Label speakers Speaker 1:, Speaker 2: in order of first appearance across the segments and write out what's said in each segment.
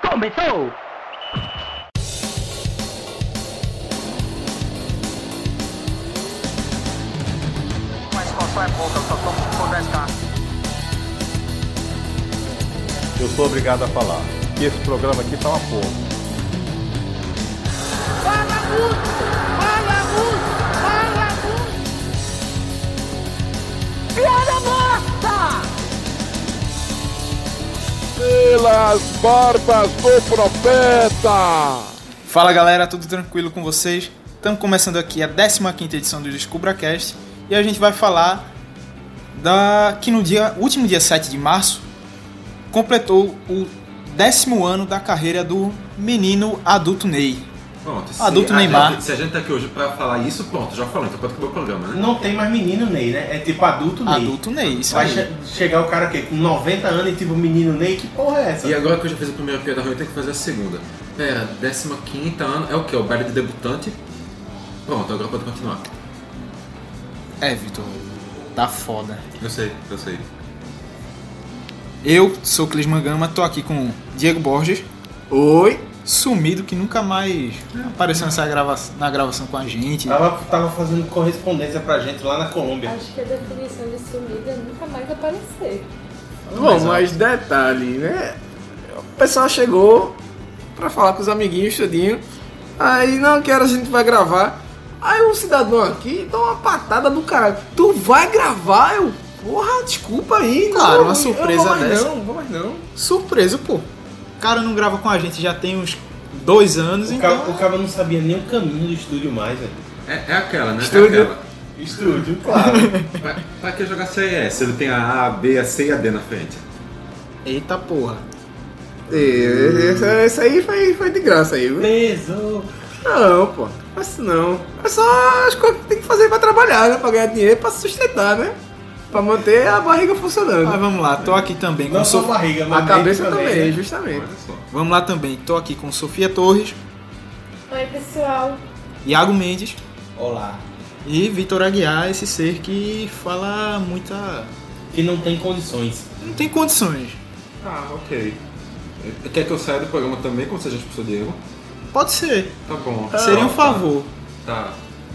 Speaker 1: Começou!
Speaker 2: Mas qual só é pouca, eu só tomo se for 10k.
Speaker 3: Eu sou obrigado a falar que esse programa aqui tá uma porra.
Speaker 4: Fala muito! Fala muito! Fala muito! Piada morta!
Speaker 5: pelas bordas do profeta.
Speaker 6: Fala galera, tudo tranquilo com vocês? Estamos começando aqui a 15ª edição do DescubraCast e a gente vai falar da que no dia último dia 7 de março completou o décimo ano da carreira do menino adulto Ney.
Speaker 7: Pronto, se
Speaker 6: Adulto
Speaker 7: a
Speaker 6: Neymar.
Speaker 7: gente- se a gente tá aqui hoje pra falar isso, pronto, já falou, então pode acabar o programa, né?
Speaker 8: Não tem mais menino Ney, né? É tipo adulto Ney.
Speaker 6: Adulto Ney, isso
Speaker 8: Vai
Speaker 6: aí.
Speaker 8: che- chegar o cara o quê? Com 90 anos e tipo menino Ney, que porra é essa?
Speaker 7: E agora que eu já fiz a primeira piada ruim, eu tenho que fazer a segunda. Pera, 15 ano, é o que? O baile de debutante? Pronto, agora pode continuar.
Speaker 6: É, Vitor, tá foda.
Speaker 7: Eu sei, eu sei.
Speaker 6: Eu sou Clis Mangama, tô aqui com Diego Borges. Oi. Sumido que nunca mais apareceu nessa grava na gravação com a gente.
Speaker 8: Tava, tava fazendo correspondência pra gente lá na Colômbia.
Speaker 4: Acho que a definição de sumida é nunca mais aparecer.
Speaker 5: Bom, mas detalhe, né? O pessoal chegou pra falar com os amiguinhos tudinho. Aí, não, que hora a gente vai gravar? Aí um cidadão aqui dá uma patada do caralho. Tu vai gravar? Eu, porra, desculpa aí.
Speaker 6: Claro,
Speaker 5: não,
Speaker 6: uma
Speaker 5: eu
Speaker 6: surpresa
Speaker 5: não vou mais
Speaker 6: dessa.
Speaker 5: Não, não vou mais não.
Speaker 6: Surpreso, pô. O cara não grava com a gente já tem uns dois anos,
Speaker 8: O
Speaker 6: então.
Speaker 8: cara, o cara não sabia nem o caminho do estúdio mais, velho.
Speaker 7: É, é aquela, né?
Speaker 5: Estúdio.
Speaker 7: É aquela.
Speaker 8: Estúdio, claro.
Speaker 7: Pra, pra que jogar CES? Ele tem a A, a B, a C e a D na frente.
Speaker 6: Eita porra.
Speaker 5: E- Esse, esse aí foi, foi de graça aí, viu?
Speaker 8: Tesouro.
Speaker 5: Não, pô. Mas não. É só as coisas que tem que fazer pra trabalhar, né? Pra ganhar dinheiro, pra se sustentar, né? Pra manter a barriga funcionando.
Speaker 6: Mas vamos lá, tô aqui também com
Speaker 8: Não só
Speaker 6: Sof...
Speaker 8: barriga, mas
Speaker 5: A cabeça
Speaker 8: mente
Speaker 5: também,
Speaker 8: né?
Speaker 5: justamente.
Speaker 7: Olha só.
Speaker 6: Vamos lá também, tô aqui com Sofia Torres,
Speaker 4: Oi, pessoal.
Speaker 6: Iago Mendes
Speaker 8: Olá.
Speaker 6: e Vitor Aguiar, esse ser que fala muita.
Speaker 8: Que não tem condições.
Speaker 6: não tem condições.
Speaker 7: Ah, ok. Eh, Quer que eu saia do programa também, como se a gente fosse Diego?
Speaker 6: Pode ser.
Speaker 7: Tá bom.
Speaker 5: Ah,
Speaker 6: Seria um
Speaker 7: Tá,
Speaker 6: favor.
Speaker 7: Tá.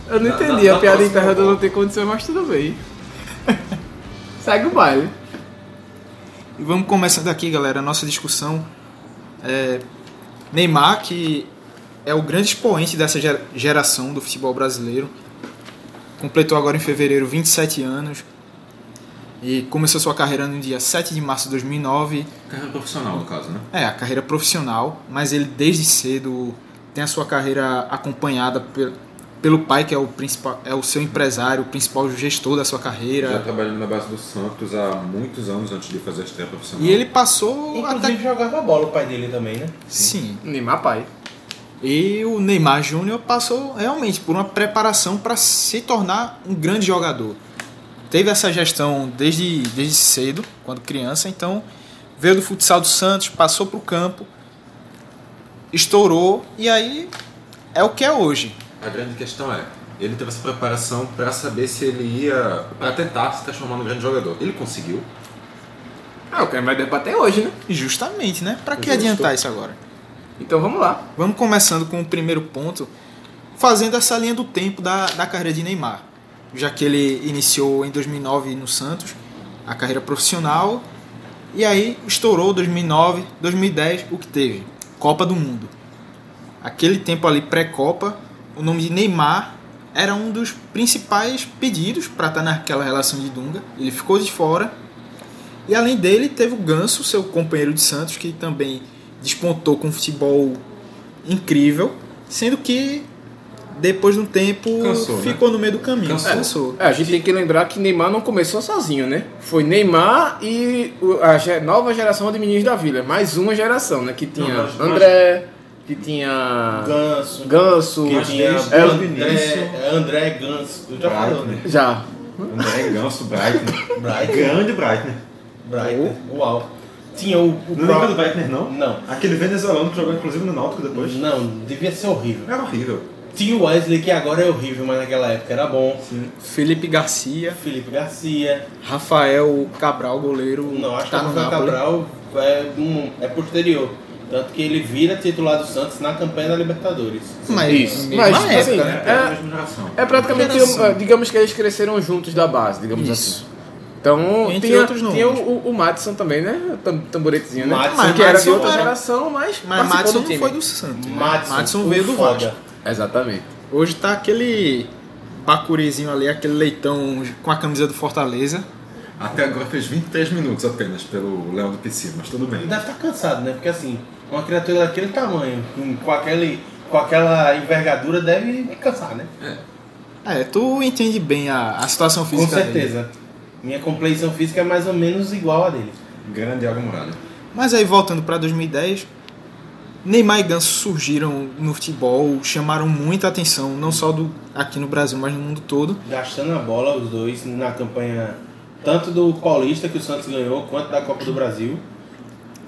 Speaker 5: Eu não
Speaker 7: Na-
Speaker 5: entendi
Speaker 7: na-
Speaker 5: a
Speaker 7: na
Speaker 5: piada
Speaker 7: próxima,
Speaker 5: interna do
Speaker 7: bom.
Speaker 5: não ter condições, mas tudo bem. Segue o baile.
Speaker 6: E vamos começando aqui, galera, a nossa discussão. É, Neymar, que é o grande expoente dessa gera- geração do futebol brasileiro, completou agora em fevereiro 27 anos e começou sua carreira no dia 7 de março de 2009.
Speaker 7: Carreira profissional, no caso, né?
Speaker 6: É, a carreira profissional, mas ele desde cedo tem a sua carreira acompanhada pe- pelo pai, que é o principal, é o seu empresário, o principal gestor da sua
Speaker 7: Já
Speaker 6: carreira.
Speaker 7: trabalhando na base do Santos há muitos anos antes de fazer a estreia profissional.
Speaker 6: E ele passou
Speaker 8: Inclusive
Speaker 6: até
Speaker 8: jogava bola o pai dele também, né?
Speaker 6: sim.
Speaker 5: Neymar pai.
Speaker 6: E o Neymar Júnior passou realmente por uma preparação para se tornar um grande jogador. Teve essa gestão desde, desde cedo, quando criança, então veio do futsal do Santos, passou para o campo, estourou e aí é o que é hoje.
Speaker 7: A grande questão é, ele teve essa preparação pra saber se ele ia... pra tentar se transformar num grande jogador. Ele conseguiu.
Speaker 5: Ah, o cara vai debater hoje, né?
Speaker 6: Justamente, né? Para que
Speaker 7: Justo.
Speaker 6: adiantar isso agora?
Speaker 5: Então vamos lá.
Speaker 6: Vamos começando com o primeiro ponto, fazendo essa linha do tempo da, da carreira de Neymar, já que ele iniciou em 2009 no Santos, a carreira profissional, e aí estourou 2009, 2010, o que teve? Copa do Mundo. Aquele tempo ali pré-Copa, o nome de Neymar era um dos principais pedidos para estar naquela relação de Dunga, ele ficou de fora, e além dele, teve o Ganso, seu companheiro de Santos, que também despontou com um futebol incrível, sendo que depois de um tempo
Speaker 7: Cansou, né?
Speaker 6: ficou no meio do caminho.
Speaker 7: Cansou.
Speaker 5: É, a gente tem que lembrar que Neymar não começou sozinho, né? Foi Neymar e o- a ge- nova geração de meninos da vila. Mais uma geração, né? Que tinha
Speaker 8: Não, nós-
Speaker 5: André, que tinha
Speaker 8: Ganso.
Speaker 5: Ganso.
Speaker 8: Que tinha
Speaker 5: Ela-
Speaker 8: André, André Ganso. Tu já falou, né?
Speaker 5: Já.
Speaker 7: André Um Ganso, Brighton.
Speaker 8: Bright.
Speaker 7: Grande Brighton.
Speaker 8: Bright. Uau. Tinha o, o próprio-
Speaker 7: Breitner,
Speaker 8: Não.
Speaker 7: Aquele venezuelano que jogou inclusive no Náutico depois.
Speaker 8: Não, devia ser horrível.
Speaker 7: Era horrível.
Speaker 8: Tinha o Wesley, que agora é horrível, mas naquela época era bom.
Speaker 6: Felipe Garcia,
Speaker 8: Felipe Garcia.
Speaker 6: Rafael Cabral, goleiro.
Speaker 8: Não, acho
Speaker 6: tá
Speaker 8: que o
Speaker 6: no
Speaker 8: Rafael
Speaker 6: Nápoles.
Speaker 8: Cabral é, um- é posterior. Tanto que ele vira titular do Santos na campanha da Libertadores.
Speaker 6: Mas,
Speaker 5: Isso.
Speaker 6: mesma
Speaker 5: Mas,
Speaker 6: época,
Speaker 5: assim,
Speaker 6: né?
Speaker 7: É a
Speaker 5: é,
Speaker 7: mesma geração.
Speaker 5: é praticamente,
Speaker 6: Geração.
Speaker 5: digamos que eles cresceram juntos da base, digamos
Speaker 6: Isso.
Speaker 5: assim. Então,
Speaker 6: Entre
Speaker 5: tinha,
Speaker 6: outros nomes.
Speaker 5: tinha o, o, o Madison também, né? Tam- Tamboretezinho, né?
Speaker 8: Madison,
Speaker 5: que era de
Speaker 6: Madison
Speaker 5: outra
Speaker 6: era-
Speaker 5: geração, mas,
Speaker 6: Mas
Speaker 5: participou
Speaker 6: Madison
Speaker 5: do time.
Speaker 6: não foi do Santos. né?
Speaker 8: Madison,
Speaker 6: Madison
Speaker 8: o
Speaker 6: veio do
Speaker 8: foda.
Speaker 6: Vasco.
Speaker 5: Exatamente.
Speaker 6: Hoje tá aquele bacurizinho ali, aquele leitão com a camisa do Fortaleza.
Speaker 7: Até agora fez 23 minutos apenas pelo Leão do PC, mas tudo bem.
Speaker 8: Ele deve estar cansado, né? Porque assim, uma criatura daquele tamanho, com, com aquele, com aquela envergadura, deve cansar, né?
Speaker 6: É, tu entende bem a, a situação
Speaker 8: Com
Speaker 6: física dele.
Speaker 8: certeza. Minha compleição física é mais ou menos igual a dele.
Speaker 7: Grande Iago Muralha.
Speaker 6: Mas aí, voltando pra 2010, Neymar e Ganso surgiram no futebol, chamaram muita atenção, não só do, aqui no Brasil, mas no mundo todo.
Speaker 8: Gastando a bola, os dois, na campanha tanto do Paulista, que o Santos ganhou, quanto da Copa do Brasil.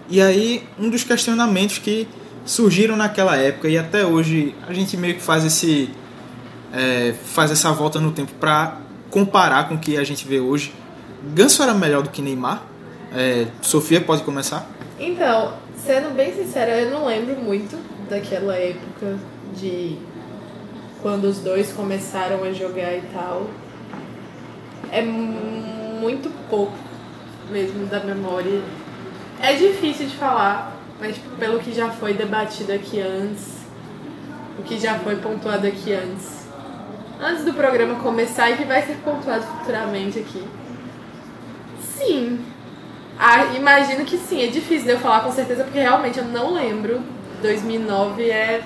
Speaker 6: E aí, um dos questionamentos que surgiram naquela época e até hoje a gente meio que faz esse é, faz essa volta no tempo para comparar com o que a gente vê hoje. Ganso era melhor do que Neymar? É, Sofia pode começar?
Speaker 4: Então, sendo bem sincera, eu não lembro muito daquela época de quando os dois começaram a jogar e tal. É mu- muito pouco mesmo da memória. É difícil de falar, mas pelo que já foi debatido aqui antes, o que já foi pontuado aqui antes. Antes do programa começar e que vai ser pontuado futuramente aqui. Sim, ah, imagino que sim, é difícil de eu falar com certeza, porque realmente eu não lembro. 2009 é.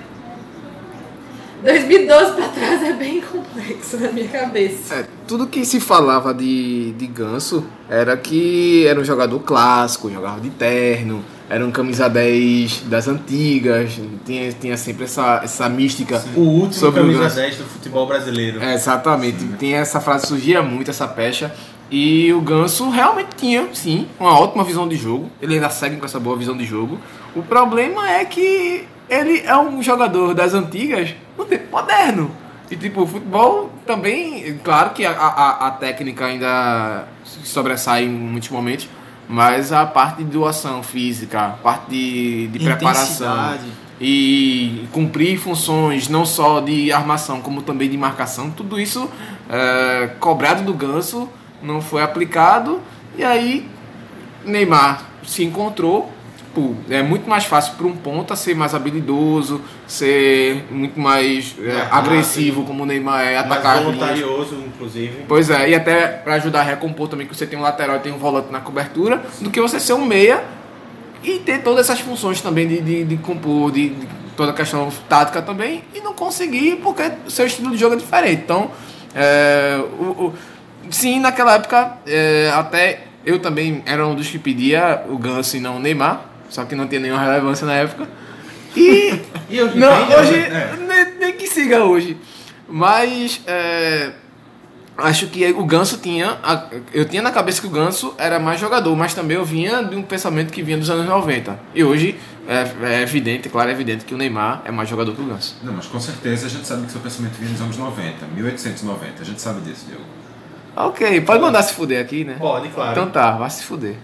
Speaker 4: 2012 pra trás é bem complexo na minha cabeça.
Speaker 5: É, tudo que se falava de, de Ganso era que era um jogador clássico, jogava de terno, era um camisa 10 das antigas, tinha, tinha sempre essa, essa mística.
Speaker 8: O último
Speaker 5: Sobre o
Speaker 8: camisa
Speaker 5: Ganso.
Speaker 8: 10 do futebol brasileiro.
Speaker 5: É, exatamente, tem essa frase, surgia muito essa pecha. E o Ganso realmente tinha, sim, uma ótima visão de jogo. Ele ainda segue com essa boa visão de jogo. O problema é que ele é um jogador das antigas no tempo moderno. E tipo, o futebol também, claro que a, a, a técnica ainda se sobressai em muitos momentos, mas a parte de doação física, a parte de, de preparação
Speaker 6: Intensidade.
Speaker 5: e cumprir funções não só de armação como também de marcação, tudo isso é, cobrado do Ganso não foi aplicado e aí Neymar se encontrou. Tipo, é muito mais fácil para um ponta ser mais habilidoso, ser muito mais é,
Speaker 8: Mais
Speaker 5: agressivo como o Neymar é,
Speaker 8: mais
Speaker 5: atacar as linhas.
Speaker 8: voluntarioso, inclusive.
Speaker 5: Pois é, e até pra ajudar a recompor também que você tem um lateral e tem um volante na cobertura, do que você ser um meia e ter todas essas funções também de, de, de compor, de, de toda a questão tática também, e não conseguir porque o seu estilo de jogo é diferente. Então, é, o- o- sim, naquela época, é, até eu também era um dos que pedia o Ganso e não o Neymar, só que não tinha nenhuma relevância na época. E
Speaker 8: E hoje
Speaker 5: não,
Speaker 8: tem,
Speaker 5: hoje.
Speaker 8: né?
Speaker 5: Nem, nem que siga hoje. Mas. é, acho que o Ganso tinha. a- eu tinha na cabeça que o Ganso era mais jogador, mas também eu vinha de um pensamento que vinha dos anos 90. E hoje é, é evidente, claro, é evidente que o Neymar é mais jogador que o Ganso.
Speaker 7: Não, mas com certeza a gente sabe que seu pensamento vinha nos anos 90, 1890. A gente sabe disso, Diogo.
Speaker 5: Ah, Ok, pode mandar se fuder aqui, né?
Speaker 8: Pode, claro.
Speaker 5: Então tá, vai se fuder.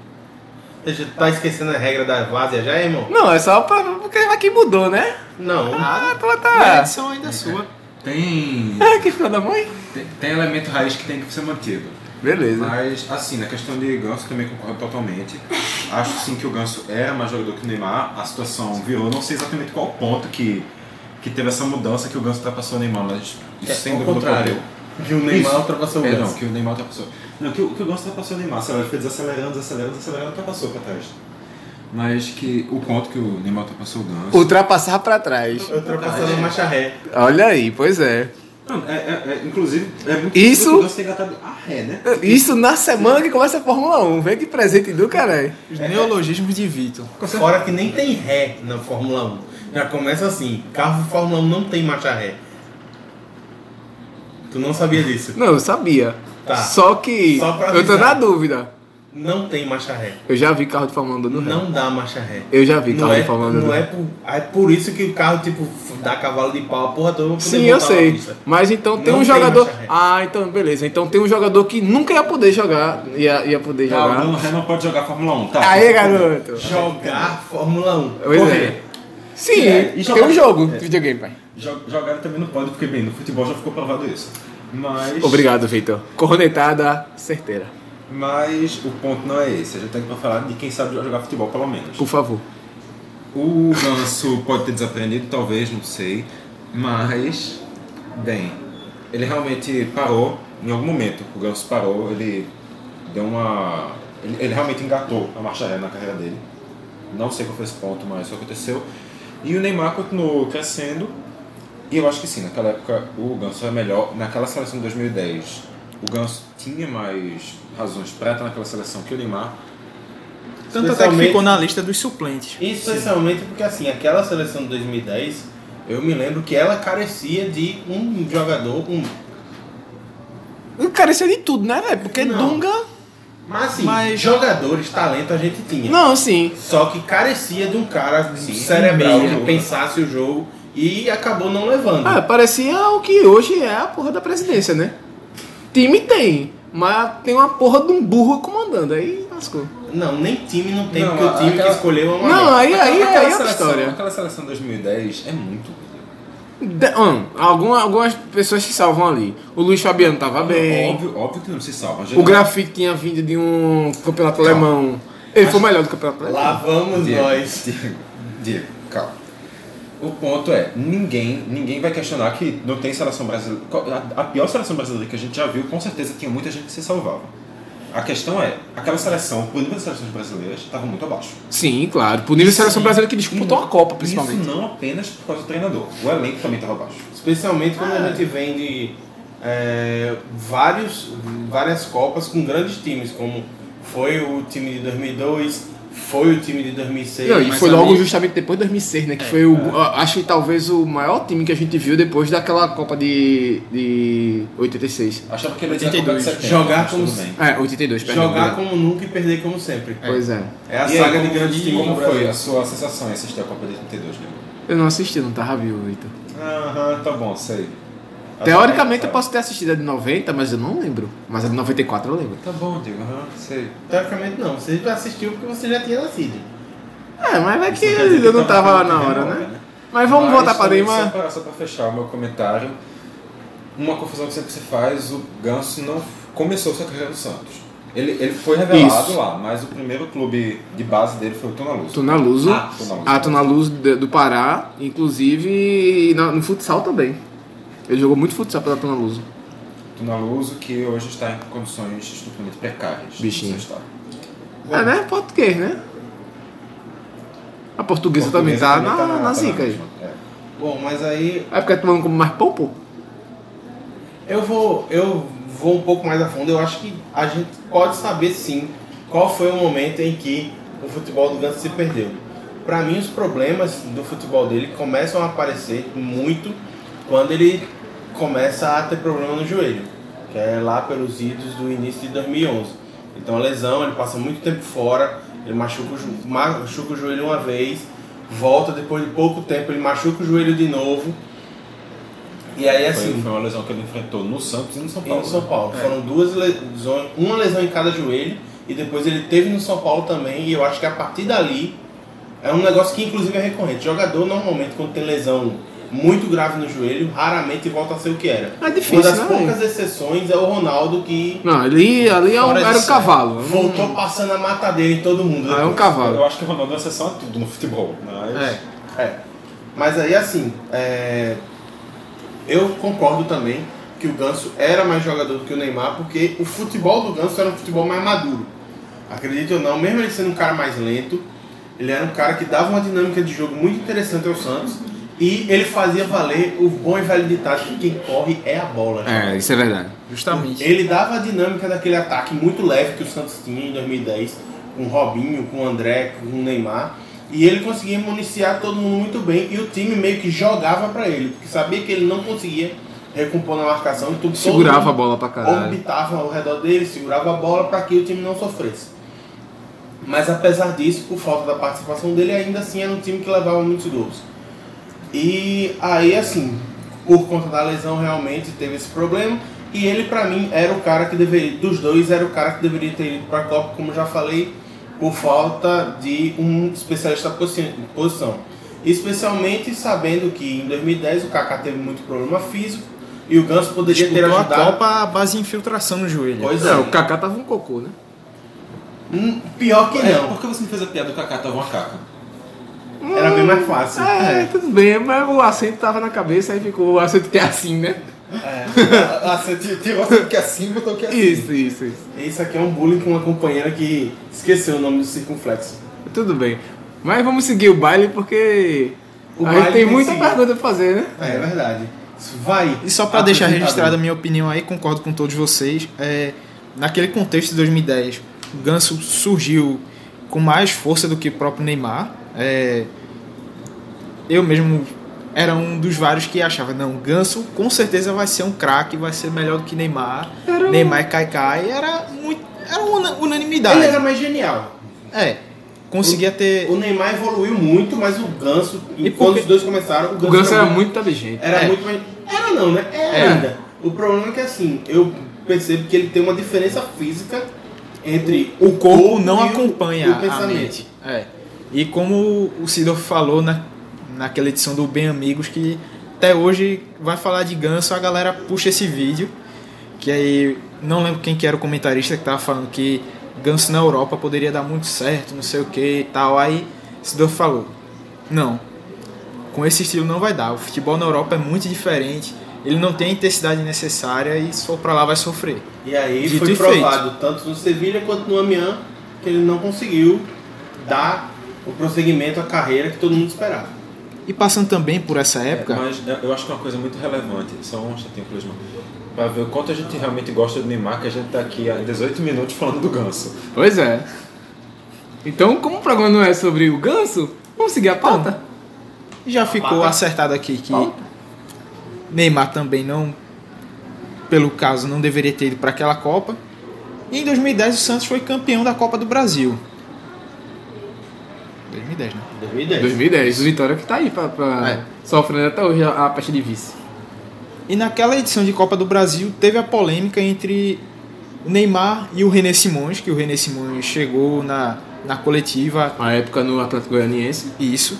Speaker 8: A gente tá esquecendo a regra da várzea já, irmão?
Speaker 5: Não, é só pra, porque aqui mudou, né?
Speaker 8: Não.
Speaker 5: Ah, então
Speaker 6: A
Speaker 5: tá.
Speaker 6: edição ainda é sua.
Speaker 7: Tem,
Speaker 5: Ah, que filha da mãe?
Speaker 7: tem, tem elemento raiz que tem que ser mantido.
Speaker 5: Beleza.
Speaker 7: Mas, assim, na questão de Ganso também concordo totalmente. Acho sim que o Ganso era mais jogador que o Neymar. A situação virou, não sei exatamente qual ponto que, que teve essa mudança que o Ganso ultrapassou o Neymar, mas isso
Speaker 8: É,
Speaker 7: sem
Speaker 8: ao
Speaker 7: dúvida
Speaker 8: contrário.
Speaker 7: ocorreu.
Speaker 8: Que o Neymar
Speaker 7: Isso.
Speaker 8: ultrapassou o
Speaker 7: É, não,
Speaker 8: Ganso.
Speaker 7: que o Neymar ultrapassou. Não, que, o- que o Ganso ultrapassou o Neymar, sei lá, ele foi desacelerando, desacelerando, desacelerando, ultrapassou pra trás. Mas que o ponto que o Neymar ultrapassou o Ganso.
Speaker 5: Ultrapassar pra trás.
Speaker 8: Ultrapassando o Macharré.
Speaker 5: Olha aí, pois é.
Speaker 7: Não, é- é- é, inclusive, é muito
Speaker 5: Isso-
Speaker 7: que o Ganso tem gatado a ré, né?
Speaker 5: Isso na semana que começa a Fórmula 1. Vem que presente do caralho.
Speaker 6: Os neologismos de Vitor.
Speaker 8: Fora que nem tem ré na Fórmula 1. Já começa assim. Carro de Fórmula 1 não tem Macharré. Tu não sabia disso.
Speaker 5: Não, eu sabia.
Speaker 8: Tá.
Speaker 5: Só que
Speaker 8: Só pra
Speaker 5: eu tô
Speaker 8: avisar.
Speaker 5: na dúvida.
Speaker 8: não tem marcha ré.
Speaker 5: Eu já vi carro de Fórmula 1 dando ré.
Speaker 8: Não dá marcha ré.
Speaker 5: é. Eu já vi
Speaker 8: Não
Speaker 5: carro
Speaker 8: é,
Speaker 5: de Fórmula 1 dando
Speaker 8: não
Speaker 5: ré.
Speaker 8: é, por, é por isso que o carro, tipo, dá cavalo de pau a porra toda. pra poder
Speaker 5: Sim, eu
Speaker 8: botar na
Speaker 5: sei.
Speaker 8: pista.
Speaker 5: Mas então tem
Speaker 8: Não
Speaker 5: um
Speaker 8: tem
Speaker 5: jogador.
Speaker 8: marcha ré.
Speaker 5: Ah, então beleza. Então tem um jogador que nunca ia poder jogar. Ia, ia poder
Speaker 7: Tá, o
Speaker 5: jogar.
Speaker 7: Bruno Ré não pode jogar Fórmula 1, tá?
Speaker 5: Aê, garoto!
Speaker 8: Jogar Fórmula 1.
Speaker 5: Pois é.
Speaker 7: Correr.
Speaker 5: Sim,
Speaker 7: É, e
Speaker 5: tem um
Speaker 7: jogar-
Speaker 5: jogo de
Speaker 7: É.
Speaker 5: videogame, pai.
Speaker 7: Jo- Jogar também não pode, porque bem, no futebol já ficou provado isso. Mas.
Speaker 5: Obrigado, Vitor. Cornetada certeira.
Speaker 7: Mas o ponto não é esse. A gente tá aqui pra falar de quem sabe jogar futebol, pelo menos.
Speaker 5: Por favor.
Speaker 7: O Ganso pode ter desaprendido, talvez, não sei. Mas, bem, ele realmente parou em algum momento. O Ganso parou, ele deu uma. Ele, ele realmente engatou a marcha ré na carreira dele. Não sei qual foi esse ponto, mas isso aconteceu. E o Neymar continuou crescendo. E eu acho que sim, naquela época o Ganso era melhor. Naquela seleção de 2010, o Ganso tinha mais razões para estar naquela seleção que o Neymar.
Speaker 6: Tanto até que
Speaker 8: Especialmente-
Speaker 6: ficou na lista dos suplentes.
Speaker 8: E especialmente porque assim, aquela seleção de 2010, eu me lembro que ela carecia de um jogador, um.
Speaker 5: O cara isso é de tudo, né, velho? Porque
Speaker 8: Não.
Speaker 5: Dunga.
Speaker 8: Mas assim,
Speaker 6: Mas-
Speaker 8: jogadores, talento a gente tinha.
Speaker 5: Não, sim.
Speaker 8: Só que carecia de um cara
Speaker 7: Sim,
Speaker 8: cerebral
Speaker 7: meia.
Speaker 8: que pensasse o jogo e acabou não levando.
Speaker 5: Ah, parecia o que hoje é a porra da presidência, né? Time tem, mas tem uma porra de um burro comandando. Aí lascou.
Speaker 8: Não, nem time não tem,
Speaker 7: Não,
Speaker 8: porque o time
Speaker 7: aquela-
Speaker 8: que escolheu é uma
Speaker 5: Não,
Speaker 8: merda.
Speaker 5: aí, aí, aí é
Speaker 7: aquela,
Speaker 5: outra
Speaker 7: seleção,
Speaker 5: história.
Speaker 7: aquela seleção de 2010 é muito.
Speaker 5: De, hum, alguma- algumas pessoas se salvam ali. O Luiz Fabiano tava Tá bem.
Speaker 7: Óbvio, né? óbvio que não se salva.
Speaker 5: O grafite tinha vindo de um campeonato alemão. Ele foi melhor do campeonato
Speaker 8: Lá
Speaker 5: alemão.
Speaker 8: Ah, vamos
Speaker 7: Diego,
Speaker 8: nós.
Speaker 7: Diego, Diego, calma. O ponto é, ninguém, ninguém vai questionar que não tem seleção brasileira. Qual- a- A pior seleção brasileira que a gente já viu, com certeza tinha muita gente que se salvava. A questão é, aquela seleção, por nível das seleções brasileiras, estava muito abaixo.
Speaker 5: Sim, claro. Pro nível da seleção brasileira que disputou a Copa, principalmente.
Speaker 7: Isso não apenas por causa do treinador. O elenco também estava abaixo.
Speaker 8: Especialmente quando
Speaker 5: Ah.
Speaker 8: a gente vem de é, vários, várias Copas com grandes times, como foi o time de 2002, foi o time de 2006.
Speaker 5: Não, e
Speaker 6: mas
Speaker 5: foi
Speaker 6: ali-
Speaker 5: logo justamente depois de 2006, né? Que foi o. a- Acho que talvez o maior time que a gente viu depois daquela Copa de, de 86.
Speaker 7: Achava que ele ia
Speaker 6: 82.
Speaker 8: Jogar como
Speaker 7: como
Speaker 8: se-
Speaker 7: bem.
Speaker 5: É, 82, perdão.
Speaker 8: Jogar como nunca e perder como sempre.
Speaker 5: Pois é.
Speaker 8: É a
Speaker 7: E aí,
Speaker 8: saga de
Speaker 7: como-
Speaker 8: grandes
Speaker 7: e
Speaker 8: times.
Speaker 7: Como
Speaker 8: no
Speaker 7: foi
Speaker 8: Brasil.
Speaker 7: a sua sensação em assistir a Copa de 82, Diego?
Speaker 5: Eu não assisti, não tava vivo, então.
Speaker 7: Aham, tá bom, sei.
Speaker 5: Teoricamente eu posso ter assistido a de 90, mas eu não lembro. Mas a de 94 eu lembro.
Speaker 7: Tá bom, Diego, aham, sei.
Speaker 8: Teoricamente não, você já assistiu porque você já tinha nascido.
Speaker 5: É, mas vai que
Speaker 7: Isso quer dizer que
Speaker 5: eu não
Speaker 7: tá
Speaker 5: tava lá
Speaker 7: muito
Speaker 5: na hora,
Speaker 7: remota,
Speaker 5: né? Mas vamos
Speaker 7: Mas,
Speaker 5: voltar pra
Speaker 7: também,
Speaker 5: Neymar.
Speaker 7: Só pra, só pra fechar o meu comentário, uma confusão que sempre se faz, o Ganso não começou sua carreira no Santos. Ele, ele foi revelado
Speaker 5: Isso.
Speaker 7: lá, mas o primeiro clube de base dele foi o Tonaluso.
Speaker 5: Tunaluso.
Speaker 7: Ah, Tunaluso.
Speaker 5: A Tunaluso de- do Pará, inclusive na- no futsal também. Ele jogou muito futsal pela Tunaluso.
Speaker 7: Tonaluso que hoje está em condições estupidamente precárias.
Speaker 5: Bichinho.
Speaker 7: Não sei se está.
Speaker 5: É, né? Português, né? A portuguesa, também tá, na, na, zica aí.
Speaker 7: mesma, é.
Speaker 8: Bom, mas aí
Speaker 5: Aí fica tomando como mais pão, pô.
Speaker 8: eu vou, eu vou um pouco mais a fundo. Eu acho que a gente pode saber sim qual foi o momento em que o futebol do Ganso se perdeu. Para mim, os problemas do futebol dele começam a aparecer muito quando ele começa a ter problema no joelho, que é lá pelos idos do início de 2011. Então, a lesão, ele passa muito tempo fora, ele machuca o, jo- machuca o joelho uma vez, volta depois de pouco tempo, ele machuca o joelho de novo. E aí,
Speaker 7: É, Foi,
Speaker 8: assim,
Speaker 7: foi uma lesão que ele enfrentou no Santos e no São
Speaker 8: e
Speaker 7: Paulo.
Speaker 8: no São Paulo.
Speaker 5: É.
Speaker 8: Foram duas lesões, uma lesão em cada joelho, e depois ele teve no São Paulo também, e eu acho que a partir dali é um negócio que inclusive é recorrente. Jogador normalmente quando tem lesão muito grave no joelho, raramente volta a ser o que era.
Speaker 5: É difícil,
Speaker 8: Uma das
Speaker 5: né,
Speaker 8: poucas exceções é o Ronaldo que
Speaker 5: Não, ali, ali é um,
Speaker 8: fora de
Speaker 5: era um
Speaker 8: série,
Speaker 5: cavalo.
Speaker 8: Voltou passando a matadeira em todo mundo. né?
Speaker 5: Ah, é um
Speaker 8: depois.
Speaker 5: cavalo.
Speaker 7: Eu acho que o Ronaldo é exceção a tudo no futebol, mas...
Speaker 8: É. Mas aí assim, é, eu concordo também que o Ganso era mais jogador do que o Neymar, porque o futebol do Ganso era um futebol mais maduro. Acredite ou não, mesmo ele sendo um cara mais lento, ele era um cara que dava uma dinâmica de jogo muito interessante ao Santos e ele fazia valer o bom e velho ditado que quem corre é a bola. gente.
Speaker 5: É, isso é verdade.
Speaker 6: Justamente.
Speaker 8: Ele dava a dinâmica daquele ataque muito leve que o Santos tinha em 2010, com o Robinho, com o André, com o Neymar. E ele conseguia municiar todo mundo muito bem e o time meio que jogava pra ele, porque sabia que ele não conseguia recompor na marcação e tudo todo
Speaker 5: Segurava a
Speaker 8: mundo
Speaker 5: bola pra caralho.
Speaker 8: Orbitava ao redor dele, segurava a bola pra que o time não sofresse. Mas apesar disso, por falta da participação dele, ainda assim era um time que levava muitos gols. E aí, assim, por conta da lesão, realmente teve esse problema. E ele, pra mim, era o cara que deveria, dos dois, era o cara que deveria ter ido pra Copa, como já falei, por falta de um especialista da posi- posição. Especialmente sabendo que em 2010 o Kaká teve muito problema físico e o Ganso poderia ter
Speaker 6: Disputou a
Speaker 8: ajudado.
Speaker 6: Copa a base de infiltração no joelho.
Speaker 8: Pois
Speaker 5: É,
Speaker 8: é,
Speaker 5: o Kaká tava um cocô, né?
Speaker 8: Hum, pior que
Speaker 7: É,
Speaker 8: não.
Speaker 7: por que você não fez a piada do Kaká tava uma caca?
Speaker 8: Era bem mais fácil.
Speaker 5: É, tudo bem, mas o acento tava na cabeça aí ficou o acento que é assim, né?
Speaker 8: É.
Speaker 7: Ah, você tirou o que é assim, botou o que é
Speaker 5: Isso, isso, isso.
Speaker 8: Isso aqui é um bullying com uma companheira que esqueceu o nome do circunflexo.
Speaker 5: Tudo bem. Mas vamos seguir o baile porque
Speaker 8: O
Speaker 5: a
Speaker 8: baile
Speaker 5: gente tem
Speaker 8: tem
Speaker 5: muita
Speaker 8: sim.
Speaker 5: pergunta pra fazer, né?
Speaker 8: É, é verdade. Isso Vai.
Speaker 6: E só para deixar
Speaker 8: apresentador.
Speaker 6: registrada a minha opinião aí, concordo com todos vocês. É, naquele contexto de 2010, o Ganso surgiu com mais força do que o próprio Neymar. É, eu mesmo era um dos vários que achava, não, o Ganso com certeza vai ser um craque, vai ser melhor do que Neymar.
Speaker 8: um
Speaker 6: Neymar e Kaikai era muito era uma unanimidade.
Speaker 8: Ele era mais genial.
Speaker 6: É, conseguia ter
Speaker 8: O Neymar evoluiu muito, mas o Ganso,
Speaker 6: É. E por
Speaker 8: quando
Speaker 6: quê?
Speaker 8: os dois começaram, o Ganso,
Speaker 5: O Ganso era muito inteligente.
Speaker 8: Era
Speaker 6: É.
Speaker 8: muito mais. Era não, né? É,
Speaker 6: É.
Speaker 8: ainda. O problema é que assim, eu percebo que ele tem uma diferença física entre
Speaker 6: o corpo não
Speaker 8: e o-
Speaker 6: acompanha
Speaker 8: e o
Speaker 6: a
Speaker 8: pensamento.
Speaker 6: mente. É. E como o Sidor falou na, naquela edição do Bem Amigos, que até hoje vai falar de ganso, a galera puxa esse vídeo, que aí não lembro quem que era o comentarista que tava falando que ganso na Europa poderia dar muito certo, não sei o que e tal. Aí Sidor falou, não, com esse estilo não vai dar. O futebol na Europa é muito diferente, ele não tem a intensidade necessária e se for pra lá vai sofrer.
Speaker 8: E aí
Speaker 6: Dito
Speaker 8: foi
Speaker 6: e
Speaker 8: provado tanto no Sevilha quanto no Amiens que ele não conseguiu dar o prosseguimento à carreira que todo mundo esperava.
Speaker 6: E passando também por essa época...
Speaker 7: Mas eu- eu acho que é uma coisa muito relevante, só um instantinho, Clisma, pra ver o quanto a gente realmente gosta do Neymar, que a gente tá aqui há 18 minutos falando do Ganso.
Speaker 5: Pois é. Então, como o programa não é sobre o Ganso, vamos seguir a pauta.
Speaker 6: Já ficou acertado aqui que Neymar também não, pelo caso, não deveria ter ido para aquela Copa. E em 2010 o Santos foi campeão da Copa do Brasil. 2010, né?
Speaker 5: É
Speaker 8: 2010.
Speaker 5: 2010, o Vitória que tá aí pra, pra-
Speaker 6: É.
Speaker 5: sofrendo até hoje a, a peste de vice.
Speaker 6: E naquela edição de Copa do Brasil teve a polêmica entre o Neymar e o René Simões, que o René Simões chegou na, na coletiva,
Speaker 5: A época no Atlético Goianiense.
Speaker 6: isso,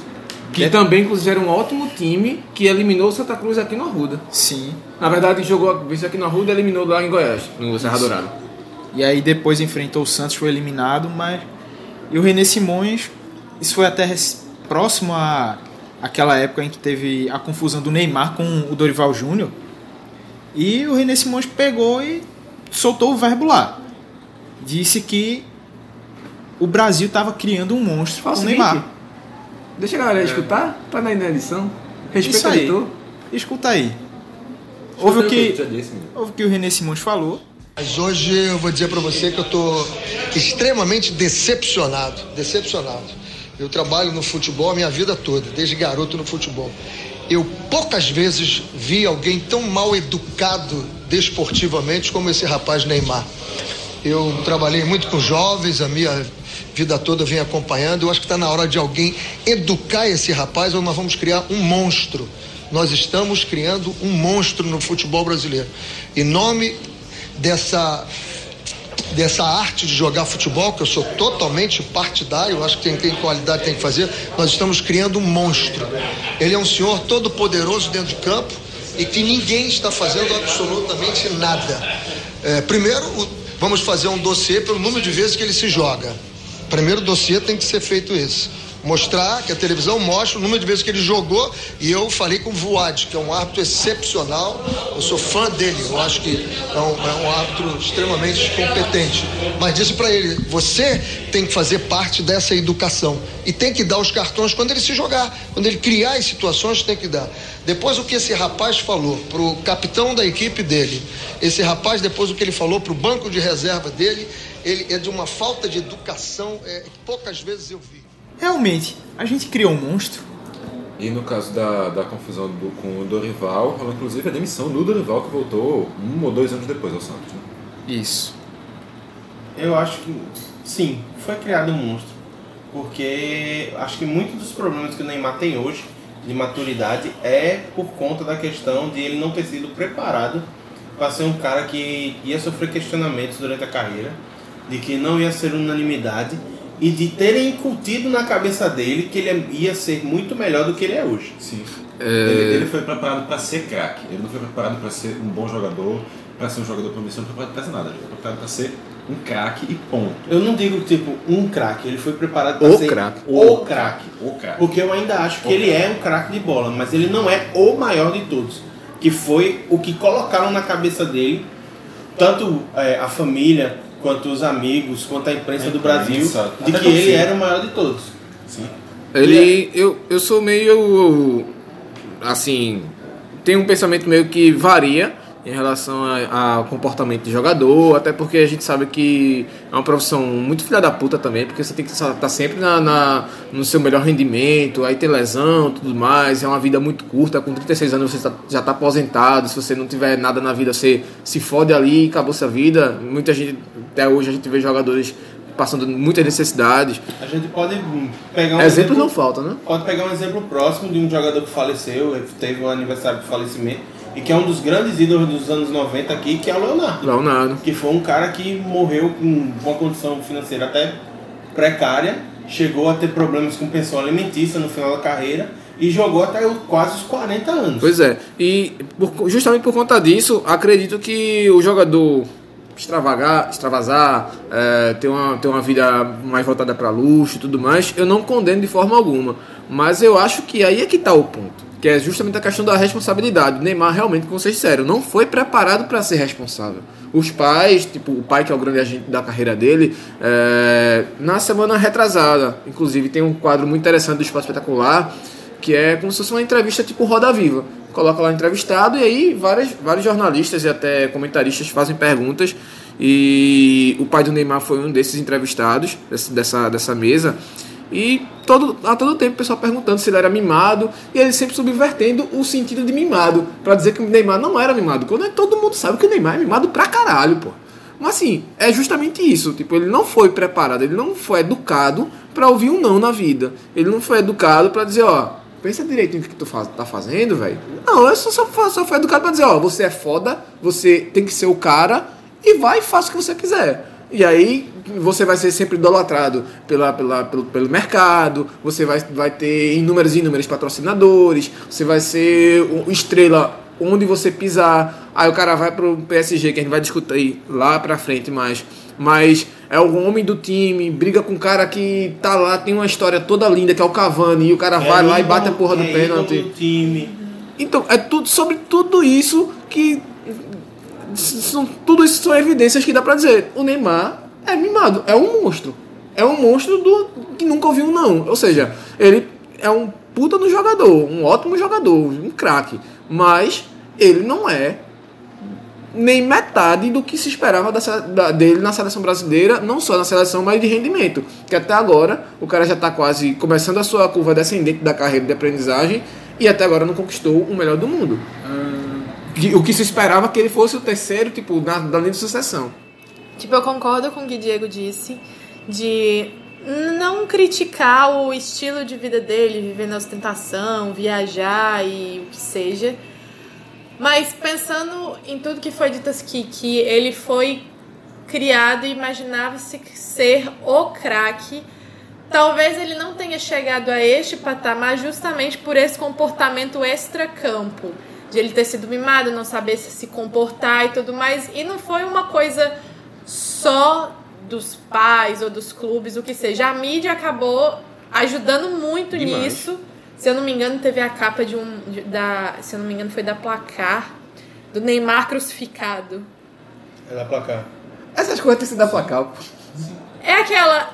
Speaker 5: Que
Speaker 6: É.
Speaker 5: também, inclusive, era um ótimo time que eliminou o Santa Cruz aqui no Arruda.
Speaker 6: sim.
Speaker 5: Na verdade, jogou isso aqui no Arruda e eliminou lá em Goiás, no Serra
Speaker 6: Isso.
Speaker 5: Dourada.
Speaker 6: E aí depois enfrentou o Santos, foi eliminado, mas. E o René Simões, isso foi até rec- próximo à aquela época em que teve a confusão do Neymar com o Dorival Júnior. E o René Simões pegou e soltou o verbo lá. Disse que o Brasil estava criando um monstro com
Speaker 5: Fala o
Speaker 6: o
Speaker 5: seguinte,
Speaker 6: Neymar. É.
Speaker 5: Deixa a galera escutar, tá na na edição.
Speaker 6: Isso
Speaker 5: Respeita o
Speaker 6: aí.
Speaker 5: editor.
Speaker 6: Escuta aí. Ouve o
Speaker 7: Eu já
Speaker 6: que,
Speaker 7: disse, menino.
Speaker 6: ouve o que o René Simões falou.
Speaker 9: Mas hoje eu vou dizer para você que eu estou extremamente decepcionado, decepcionado. Eu trabalho no futebol a minha vida toda, desde garoto no futebol. Eu poucas vezes vi alguém tão mal educado desportivamente como esse rapaz Neymar. Eu trabalhei muito com jovens, a minha vida toda eu venho acompanhando. Eu acho que está na hora de alguém educar esse rapaz ou nós vamos criar um monstro. Nós estamos criando um monstro no futebol brasileiro. Em nome dessa dessa arte de jogar futebol, que eu sou totalmente partidário, eu acho que quem tem qualidade tem que fazer, nós estamos criando um monstro. Ele é um senhor todo poderoso dentro de campo e que ninguém está fazendo absolutamente nada. É, primeiro, o- vamos fazer um dossiê pelo número de vezes que ele se joga. Primeiro dossiê tem que ser feito esse. Mostrar que a televisão mostra o número de vezes que ele jogou e eu falei com o Voad, que é um árbitro excepcional. Eu sou fã dele, eu acho que é um, é um árbitro extremamente competente. Mas disse para ele: você tem que fazer parte dessa educação e tem que dar os cartões quando ele se jogar, quando ele criar as situações, tem que dar. Depois, o que esse rapaz falou pro capitão da equipe dele, esse rapaz, depois, o que ele falou pro banco de reserva dele, ele é de uma falta de educação é, que poucas vezes eu vi.
Speaker 6: Realmente, a gente criou um monstro.
Speaker 7: E no caso da, da confusão do- com o Dorival, rolou inclusive a demissão do Dorival, que voltou um ou dois anos depois ao Santos. né?
Speaker 6: Isso.
Speaker 8: Eu acho que sim, foi criado um monstro. Porque acho que muitos dos problemas que o Neymar tem hoje de maturidade é por conta da questão de ele não ter sido preparado para ser um cara que ia sofrer questionamentos durante a carreira, de que não ia ser unanimidade e de terem incutido na cabeça dele que ele ia ser muito melhor do que ele é hoje.
Speaker 10: Sim. Ele, ele foi preparado para ser craque. Ele não foi preparado para ser um bom jogador, para ser um jogador promissor, não foi preparado para ser nada. Ele foi preparado para ser um craque e ponto.
Speaker 8: Eu não digo tipo um craque, ele foi preparado para
Speaker 11: O
Speaker 8: ser
Speaker 11: craque.
Speaker 8: o craque.
Speaker 10: O craque.
Speaker 8: Porque eu ainda acho que ele é um craque de bola, mas ele não é o maior de todos. Que foi o que colocaram na cabeça dele, tanto é, a família, quanto os amigos, quanto a imprensa
Speaker 10: A
Speaker 8: do
Speaker 10: imprensa,
Speaker 8: Brasil, de
Speaker 10: É, até
Speaker 8: que ele
Speaker 10: torcida.
Speaker 8: era o maior de todos.
Speaker 10: Sim.
Speaker 8: E
Speaker 5: Ele, eu, eu sou meio. Assim. Tem um pensamento meio que varia em relação a- ao comportamento de jogador, até porque a gente sabe que é uma profissão muito filha da puta também, porque você tem que estar sempre na, na- no seu melhor rendimento, aí tem lesão tudo mais, é uma vida muito curta, com 36 anos você tá- já está aposentado, se você não tiver nada na vida, você se fode ali e acabou sua vida. Muita gente, até hoje a gente vê jogadores passando muitas necessidades.
Speaker 8: A gente pode hum, pegar um
Speaker 5: Exemplos não faltam, né?
Speaker 8: Pode pegar um exemplo próximo de um jogador que faleceu, teve o aniversário do falecimento, e que é um dos grandes ídolos dos anos 90 aqui, que é o Leonardo.
Speaker 5: Leonardo.
Speaker 8: Que foi um cara que morreu com uma condição financeira até precária, chegou a ter problemas com pensão alimentícia no final da carreira e jogou até o- quase os 40 anos.
Speaker 5: Pois é. E por- justamente por conta disso, acredito que o jogador extravagar, extravasar, é, ter, uma, ter uma vida mais voltada para luxo e tudo mais, eu não condeno de forma alguma. Mas eu acho que aí é que está o ponto. Que é justamente a questão da responsabilidade. O Neymar, realmente, como vocês disseram, não foi preparado para ser responsável. Os pais, tipo, o pai que é o grande agente da carreira dele, é, na semana retrasada, inclusive, tem um quadro muito interessante do Espaço Espetacular, que é como se fosse uma entrevista tipo Roda Viva. Coloca lá o entrevistado e aí várias, vários jornalistas e até comentaristas fazem perguntas. E o pai do Neymar foi um desses entrevistados desse- dessa, dessa mesa. E todo, a todo tempo o pessoal perguntando se ele era mimado e ele sempre subvertendo o sentido de mimado pra dizer que o Neymar não era mimado. Quando é- todo mundo sabe que o Neymar é mimado pra caralho, pô. Mas assim, é justamente isso. Tipo, ele não foi preparado, ele não foi educado pra ouvir um não na vida. Ele não foi educado pra dizer, ó, pensa direito no que tu faz, tá fazendo, velho. Não, eu só, só, fa- só fui educado pra dizer, ó, você é foda, você tem que ser o cara e vai e faça o que você quiser. E aí você vai ser sempre idolatrado pela, pela, pelo, pelo mercado, você vai, vai ter inúmeros e inúmeros patrocinadores, você vai ser o- estrela onde você pisar. Aí o cara vai pro PSG, que a gente vai discutir lá pra frente mais. Mas é o homem do time, briga com o cara que tá lá, tem uma história toda linda, que é o Cavani, e o cara
Speaker 8: É
Speaker 5: vai lá e
Speaker 8: ídolo-
Speaker 5: bate a porra do
Speaker 8: é ídolo
Speaker 5: pênalti.
Speaker 8: do time.
Speaker 5: Então, é tudo sobre tudo isso que. São, tudo isso são evidências que dá pra dizer. O Neymar é mimado, é um monstro. É um monstro do que nunca ouviu um não. Ou seja, ele é um puta no jogador, um ótimo jogador, um craque. Mas ele não é nem metade do que se esperava da se- da- dele na seleção brasileira, não só na seleção, mas de rendimento. Que até agora o cara já está quase começando a sua curva descendente da carreira de aprendizagem e até agora não conquistou o melhor do mundo. Que- O que se esperava que ele fosse o terceiro, tipo, na, da linha de sucessão.
Speaker 4: Tipo, eu concordo com o que Diego disse de não criticar o estilo de vida dele, viver na ostentação, viajar e o que seja. Mas pensando em tudo que foi dito aqui, que ele foi criado e imaginava-se ser o craque, talvez ele não tenha chegado a este patamar justamente por esse comportamento extra-campo. De ele ter sido mimado, não saber se se comportar e tudo mais. E não foi uma coisa só dos pais ou dos clubes, o que seja. A mídia acabou ajudando muito nisso. Se eu não me engano, teve a capa de um. de- da, se eu não me engano, foi da placar do Neymar crucificado.
Speaker 8: É da placar.
Speaker 5: Essas coisas têm sido da placar.
Speaker 4: É aquela.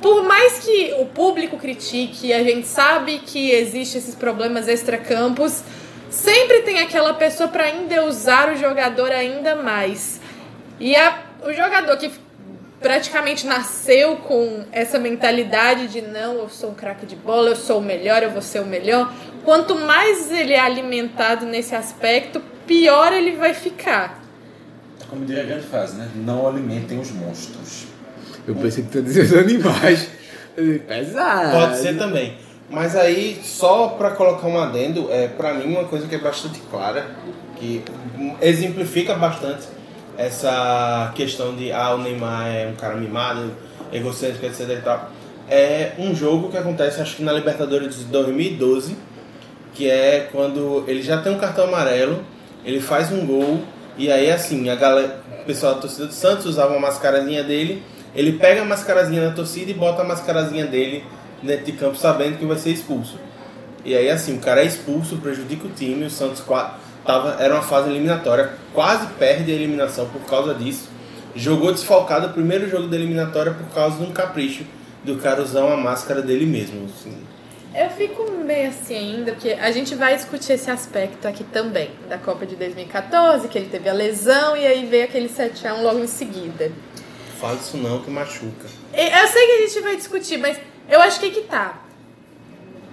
Speaker 4: Por mais que o público critique, a gente sabe que existem esses problemas extracampos, sempre tem aquela pessoa pra endeusar o jogador ainda mais. E a- o jogador que praticamente nasceu com essa mentalidade de não, eu sou um craque de bola, eu sou o melhor, eu vou ser o melhor. Quanto mais ele é alimentado nesse aspecto, pior ele vai ficar.
Speaker 10: como diria a grande frase, né? Não alimentem os monstros.
Speaker 5: Eu pensei que tu ia dizer os animais. Pesado.
Speaker 8: Pode ser também. Mas aí, só para colocar um adendo, é, para mim uma coisa que é bastante clara, que exemplifica bastante essa questão de ah, o Neymar é um cara mimado, egocêntrico, etc e tal. É um jogo que acontece, acho que na Libertadores de 2012, que é quando ele já tem um cartão amarelo, ele faz um gol, e aí assim, a galera, o pessoal da torcida do Santos usava uma mascarazinha dele, ele pega a mascarazinha da torcida e bota a mascarazinha dele dentro de campo sabendo que vai ser expulso. E aí assim, o cara é expulso, prejudica o time, o Santos qua- tava, era uma fase eliminatória, quase perde a eliminação por causa disso. Jogou desfalcado o primeiro jogo da eliminatória por causa de um capricho do cara usar uma máscara dele mesmo. assim.
Speaker 4: Eu fico meio assim ainda, porque a gente vai discutir esse aspecto aqui também, da Copa de 2014, que ele teve a lesão e aí veio aquele 7x1 logo em seguida.
Speaker 8: Fala isso não que machuca.
Speaker 4: E Eu sei que a gente vai discutir, mas eu acho que é que tá.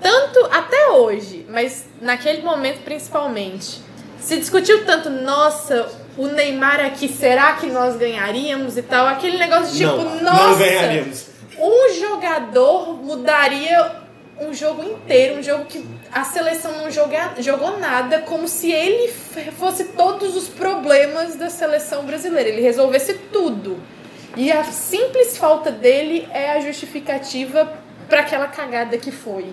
Speaker 4: Tanto até hoje, mas naquele momento principalmente, se discutiu tanto, nossa, o Neymar aqui, será que nós ganharíamos e tal? Aquele negócio de tipo,
Speaker 8: não,
Speaker 4: nossa,
Speaker 8: não ganharíamos.
Speaker 4: um jogador mudaria um jogo inteiro, um jogo que a seleção não joga, jogou nada, como se ele f- fosse todos os problemas da seleção brasileira, ele resolvesse tudo. E a simples falta dele é a justificativa para aquela cagada que foi.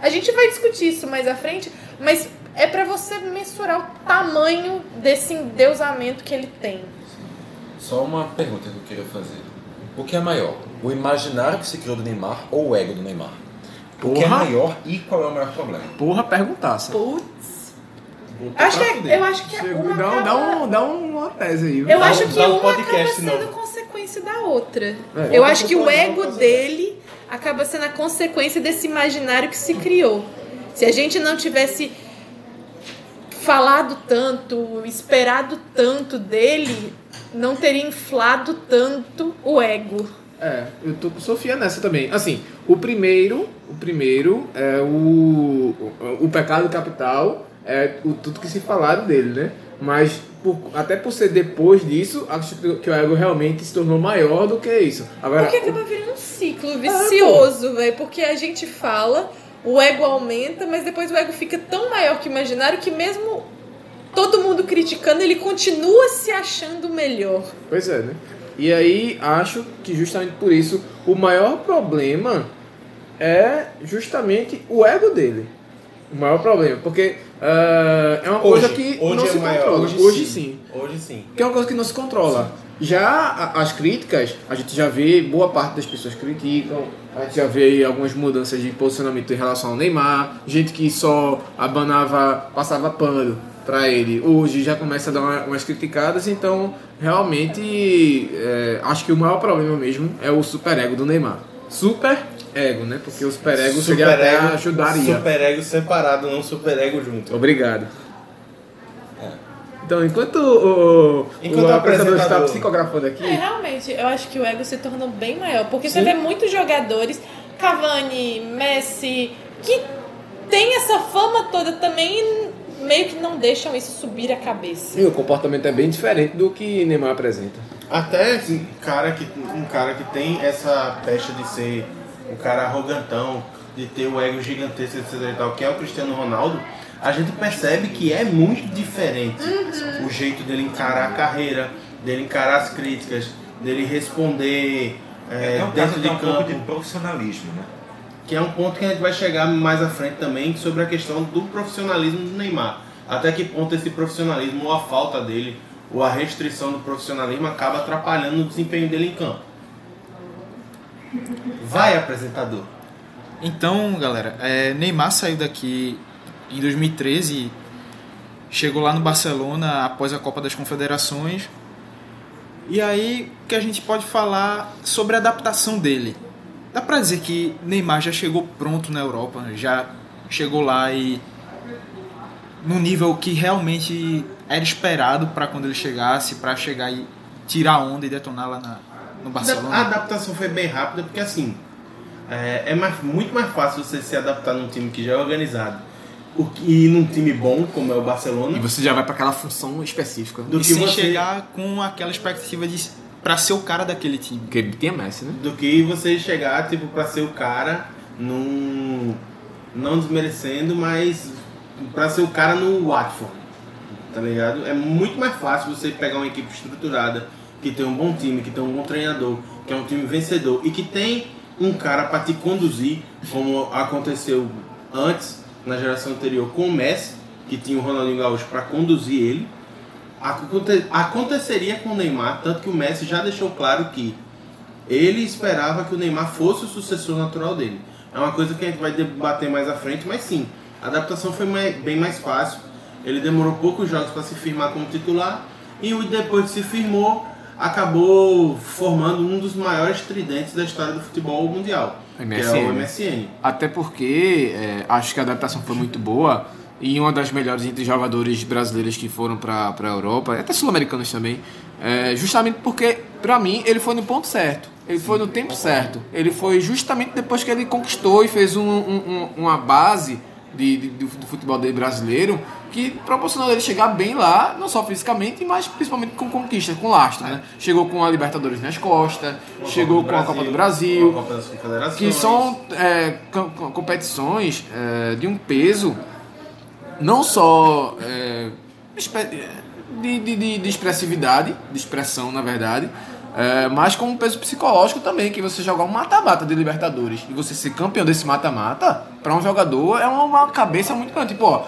Speaker 4: A gente vai discutir isso mais à frente, mas é para você mensurar o tamanho desse endeusamento que ele tem.
Speaker 10: Só uma pergunta que eu queria fazer. O que é maior? O imaginário que se criou do Neymar ou o ego do Neymar? O que é
Speaker 5: Porra.
Speaker 10: maior e qual é o maior problema?
Speaker 5: Porra, perguntaça.
Speaker 4: Putz. Acho que, é- eu acho que é uma
Speaker 5: dá, um- dá,
Speaker 4: cagada-
Speaker 5: um, dá uma tese aí.
Speaker 4: Eu
Speaker 8: Dá um-
Speaker 4: acho que
Speaker 8: dá um
Speaker 4: uma acaba
Speaker 8: podcast
Speaker 4: sendo
Speaker 8: novo.
Speaker 4: consequência da outra. eu acho que o ego dele acaba sendo a consequência desse imaginário que se criou. Se a gente não tivesse falado tanto, esperado tanto dele, não teria inflado tanto o ego.
Speaker 5: É, eu tô com Sofia nessa também. Assim, o primeiro, o primeiro é o o, o pecado capital é o tudo que se falaram dele, né? Mas por- até por ser depois disso, acho que, que o ego realmente se tornou maior do que isso. Agora,
Speaker 4: Porque acaba virando um ciclo vicioso, velho. Porque a gente fala, o ego aumenta, mas depois o ego fica tão maior que o imaginário que mesmo todo mundo criticando, ele continua se achando melhor.
Speaker 5: Pois é, né? E aí acho que justamente por isso o maior problema é justamente o ego dele. O maior problema, porque ah, é uma coisa que não se controla. hoje sim.
Speaker 8: Hoje sim.
Speaker 5: que é uma coisa que não se controla. Já a- as críticas, a gente já vê, boa parte das pessoas criticam, a gente já vê aí algumas mudanças de posicionamento em relação ao Neymar, gente que só abanava, passava pano pra ele, hoje já começa a dar uma- umas criticadas, então realmente é, acho que o maior problema mesmo é o superego do Neymar. Super ego, né? Porque o superego seria até
Speaker 8: Superego-
Speaker 5: ajudaria.
Speaker 8: Superego separado, não superego junto.
Speaker 5: Obrigado. Então, enquanto o, o-
Speaker 8: Enquanto
Speaker 5: o
Speaker 8: o
Speaker 5: apresentador está
Speaker 8: apresentador-
Speaker 5: psicografando aqui,
Speaker 4: É, realmente, eu acho que o ego se tornou bem maior. Porque você vê muitos jogadores, Cavani, Messi, que tem essa fama toda também e meio que não deixam isso subir a cabeça.
Speaker 5: E o comportamento é bem diferente do que Neymar apresenta.
Speaker 8: Até assim, cara que, um cara que tem essa pecha de ser um cara arrogantão, de ter o ego gigantesco, etc e tal, que é o Cristiano Ronaldo, a gente percebe que é muito diferente o jeito dele encarar a carreira, dele encarar as críticas, dele responder é,
Speaker 10: É um caso de
Speaker 8: dentro de
Speaker 10: um pouco
Speaker 8: campo.
Speaker 10: de profissionalismo, né?
Speaker 8: que é um ponto que a gente vai chegar mais à frente também sobre a questão do profissionalismo do Neymar. Até que ponto esse profissionalismo ou a falta dele ou a restrição do profissionalismo acaba atrapalhando o desempenho dele em campo. Vai, apresentador.
Speaker 6: Então, galera, é, Neymar saiu daqui em 2013, e chegou lá no Barcelona após a Copa das Confederações. E aí, o que a gente pode falar sobre a adaptação dele? Dá pra dizer que Neymar já chegou pronto na Europa, já chegou lá e no nível que realmente era esperado pra quando ele chegasse, pra chegar e tirar onda e detonar lá na- no Barcelona.
Speaker 8: A adaptação foi bem rápida porque assim é, é mais- muito mais fácil você se adaptar num time que já é organizado, o que- e num time bom, como é o Barcelona,
Speaker 5: E você já vai pra aquela função específica.
Speaker 8: do
Speaker 6: e
Speaker 8: que
Speaker 6: sem
Speaker 8: você
Speaker 6: chegar com aquela expectativa de pra ser o cara daquele time.
Speaker 5: Porque ele tinha Messi, né?
Speaker 8: do que você chegar tipo para ser o cara num não desmerecendo, mas para ser o cara no Watford. Tá ligado? É muito mais fácil você pegar uma equipe estruturada que tem um bom time, que tem um bom treinador, que é um time vencedor e que tem um cara para te conduzir, como aconteceu antes na geração anterior com o Messi, que tinha o Ronaldinho Gaúcho para conduzir ele. Aconte- Aconteceria com o Neymar, tanto que o Messi já deixou claro que ele esperava que o Neymar fosse o sucessor natural dele. É uma coisa que a gente vai debater mais à frente, mas sim, a adaptação foi mai- bem mais fácil. Ele demorou poucos jogos para se firmar como titular e o- depois que se firmou, acabou formando um dos maiores tridentes da história do futebol mundial, que é o
Speaker 5: MSN.
Speaker 8: MSN.
Speaker 5: Até porque é, acho que a adaptação foi muito boa e uma das melhores entre jogadores brasileiros que foram para a Europa, até sul-americanos também, é, justamente porque, para mim, ele foi no ponto certo. Ele foi no tempo certo. Ele foi justamente depois que ele conquistou e fez um- um- um- uma base de, de- do, do futebol dele brasileiro que proporcionou ele chegar bem lá, não só fisicamente, mas principalmente com conquistas, com lastro. Né? Chegou com a Libertadores nas costas, chegou com a Copa do Brasil,
Speaker 8: com a Copa das Confederações.
Speaker 5: que são é, com- com- competições é, de um peso não só é, espe- é, de, de- de- de expressividade, de expressão na verdade, é, mas com um peso psicológico também, que você jogar um mata-mata de Libertadores e você ser campeão desse mata-mata, pra um jogador é uma, uma cabeça muito grande. Tipo, ó,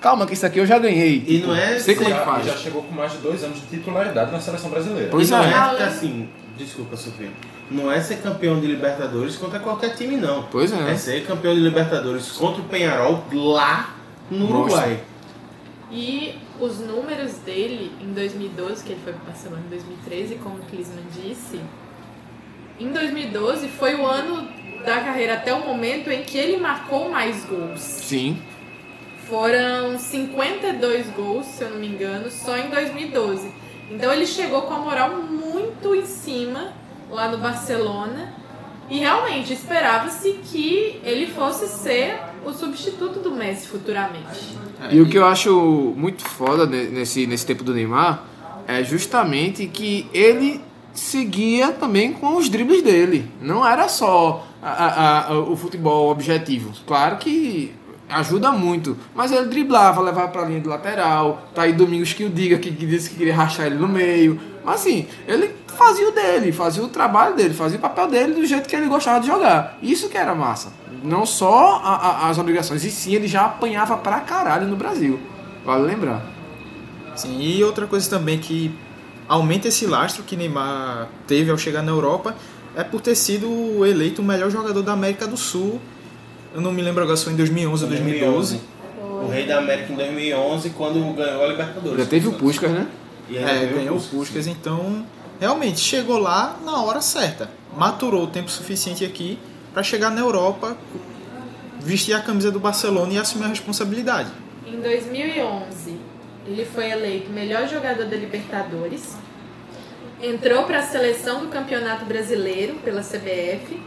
Speaker 5: calma que isso aqui eu já ganhei.
Speaker 8: E
Speaker 5: Tipo,
Speaker 8: não é
Speaker 5: sei como é
Speaker 8: ser
Speaker 5: que
Speaker 10: Já,
Speaker 5: faz.
Speaker 10: já chegou com mais de dois anos de titularidade na seleção brasileira.
Speaker 5: Pois
Speaker 8: e não
Speaker 5: é.
Speaker 8: é que, assim, desculpa, Sofia. Não é ser campeão de Libertadores contra qualquer time, não.
Speaker 5: Pois é.
Speaker 8: É ser campeão de Libertadores contra o Penharol lá no Uruguai.
Speaker 4: E os números dele em 2012, que ele foi pro Barcelona em 2013, como o Klinsmann disse, em 2012 foi o ano da carreira até o momento em que ele marcou mais gols.
Speaker 5: Sim,
Speaker 4: Foram 52 gols, se eu não me engano, só em 2012. Então ele chegou com a moral muito em cima lá no Barcelona e realmente esperava-se que ele fosse ser o substituto do Messi futuramente.
Speaker 5: E o que eu acho muito foda ne- nesse, nesse tempo do Neymar é justamente que ele seguia também com os dribles dele. Não era só a- a- a- o futebol objetivo. Claro que ajuda muito, mas ele driblava, levava pra linha de lateral. Tá aí Domingos que o diga, que, que disse que queria rachar ele no meio. Mas assim, ele fazia o dele, fazia o trabalho dele, fazia o papel dele do jeito que ele gostava de jogar. Isso que era massa. Não só a- a- as obrigações, e sim ele já apanhava pra caralho no Brasil. Vale lembrar.
Speaker 6: Sim, e outra coisa também que aumenta esse lastro que Neymar teve ao chegar na Europa é por ter sido eleito o melhor jogador da América do Sul. Eu não me lembro agora se foi em 2011 ou 2012.
Speaker 8: O Rei da América em 2011, quando ganhou a Libertadores.
Speaker 5: Já teve o Puskas, né?
Speaker 8: E ainda
Speaker 6: É,
Speaker 8: teve
Speaker 6: ganhou o Puskas, então realmente chegou lá na hora certa. Maturou o tempo suficiente aqui para chegar na Europa, vestir a camisa do Barcelona e assumir a responsabilidade.
Speaker 4: Em 2011, ele foi eleito melhor jogador da Libertadores. Entrou para a seleção do Campeonato Brasileiro pela CBF.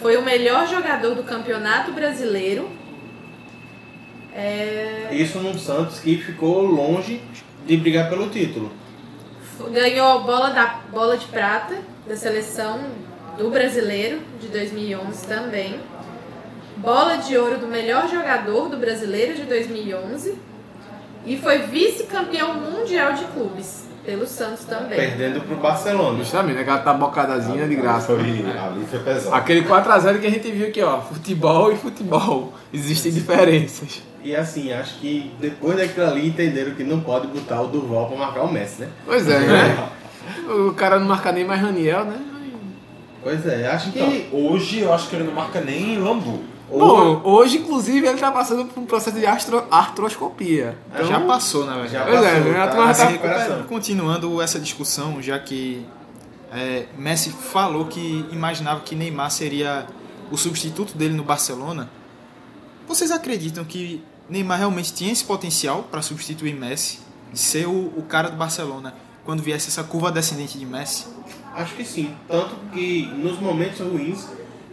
Speaker 4: Foi o melhor jogador do Campeonato Brasileiro.
Speaker 8: Isso num Santos que ficou longe de brigar pelo título.
Speaker 4: F- Ganhou a bola, da, bola de prata da seleção do Brasileiro de 2011 também. Bola de ouro do melhor jogador do Brasileiro de 2011. E foi vice-campeão mundial de clubes pelo Santos também.
Speaker 8: Perdendo pro Barcelona.
Speaker 5: Justamente, né? Aquela tabocadazinha de graça.
Speaker 10: Foi, ali foi pesado.
Speaker 5: Aquele 4x0 que a gente viu aqui, ó. Futebol e futebol. Existem diferenças.
Speaker 8: E assim, acho que depois daquilo ali entenderam que não pode botar o Durval pra marcar o Messi, né?
Speaker 5: Pois é, né? O cara não marca nem mais Raniel, né?
Speaker 8: Pois é, acho que.
Speaker 10: Então, hoje eu acho que ele não marca nem Lambu.
Speaker 5: Bom, hoje, inclusive, ele tá passando por um processo de astro- artroscopia.
Speaker 8: Então,
Speaker 6: já passou, na verdade.
Speaker 8: Já
Speaker 5: Pois
Speaker 8: passou,
Speaker 5: é, né? A
Speaker 8: tá na
Speaker 5: turma tá
Speaker 6: Assim,
Speaker 8: recuperação.
Speaker 6: Continuando essa discussão, já que é, Messi falou que imaginava que Neymar seria o substituto dele no Barcelona, vocês acreditam que Neymar realmente tinha esse potencial para substituir Messi, de ser o, o cara do Barcelona quando viesse essa curva descendente de Messi?
Speaker 8: Acho que sim. Tanto que nos momentos ruins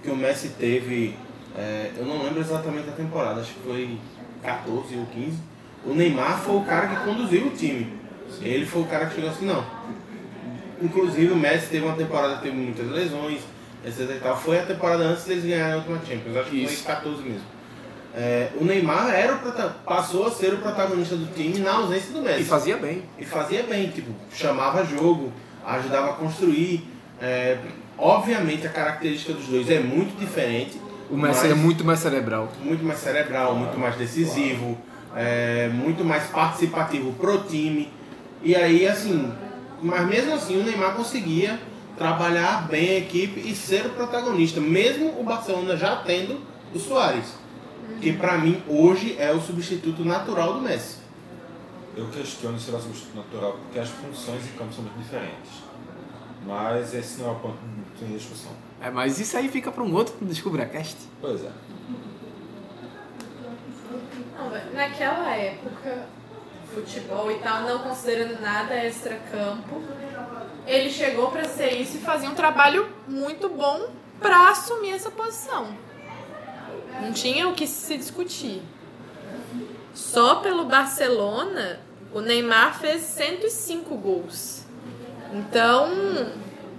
Speaker 8: que o Messi teve, é, eu não lembro exatamente a temporada, acho que foi 14 ou 15, o Neymar foi o cara que conduziu o time. Ele foi o cara que chegou assim, não. Inclusive o Messi teve uma temporada que teve muitas lesões, etc e tal. Foi a temporada antes deles ganharem a última Champions, acho que foi em 14 mesmo. É, o Neymar era o prota- passou a ser o protagonista do time na ausência do Messi.
Speaker 5: E fazia bem.
Speaker 8: E fazia bem, tipo, chamava jogo, ajudava a construir. É, obviamente a característica dos dois é muito diferente.
Speaker 5: O Messi
Speaker 8: mas
Speaker 5: é muito mais cerebral.
Speaker 8: muito mais cerebral, muito mais decisivo, é, muito mais participativo pro time. E aí, assim, mas mesmo assim o Neymar conseguia trabalhar bem a equipe e ser o protagonista, mesmo o Barcelona já tendo o Soares, que pra mim hoje é o substituto natural do Messi.
Speaker 10: Eu questiono se ele é substituto natural, porque as funções em campo são muito diferentes. Mas esse não é o ponto de discussão.
Speaker 5: É, mas isso aí fica para um outro DescubraCast.
Speaker 10: Pois é.
Speaker 4: Não, velho, naquela época, futebol e tal, não considerando nada extra-campo, ele chegou pra ser isso e fazia um trabalho muito bom pra assumir essa posição. Não tinha o que se discutir. Só pelo Barcelona, o Neymar fez 105 gols. Então,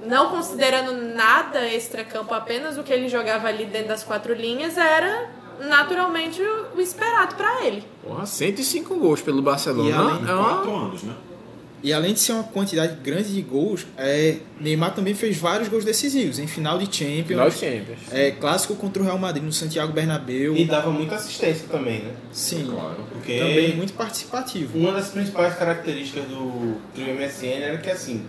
Speaker 4: não considerando nada extra-campo, apenas o que ele jogava ali dentro das quatro linhas, era naturalmente o o esperado pra ele.
Speaker 5: Porra, 105 gols pelo Barcelona.
Speaker 6: E além-
Speaker 5: é uma...
Speaker 10: Quatro anos, né?
Speaker 6: E além de ser uma quantidade grande de gols, é, Neymar também fez vários gols decisivos em final de Champions,
Speaker 5: Nós Champions.
Speaker 6: é, clássico contra o Real Madrid no Santiago Bernabéu.
Speaker 8: E dava muita assistência também, né?
Speaker 6: Sim,
Speaker 10: É
Speaker 8: Porque
Speaker 6: também muito participativo.
Speaker 8: Uma das principais características do trio MSN era que assim,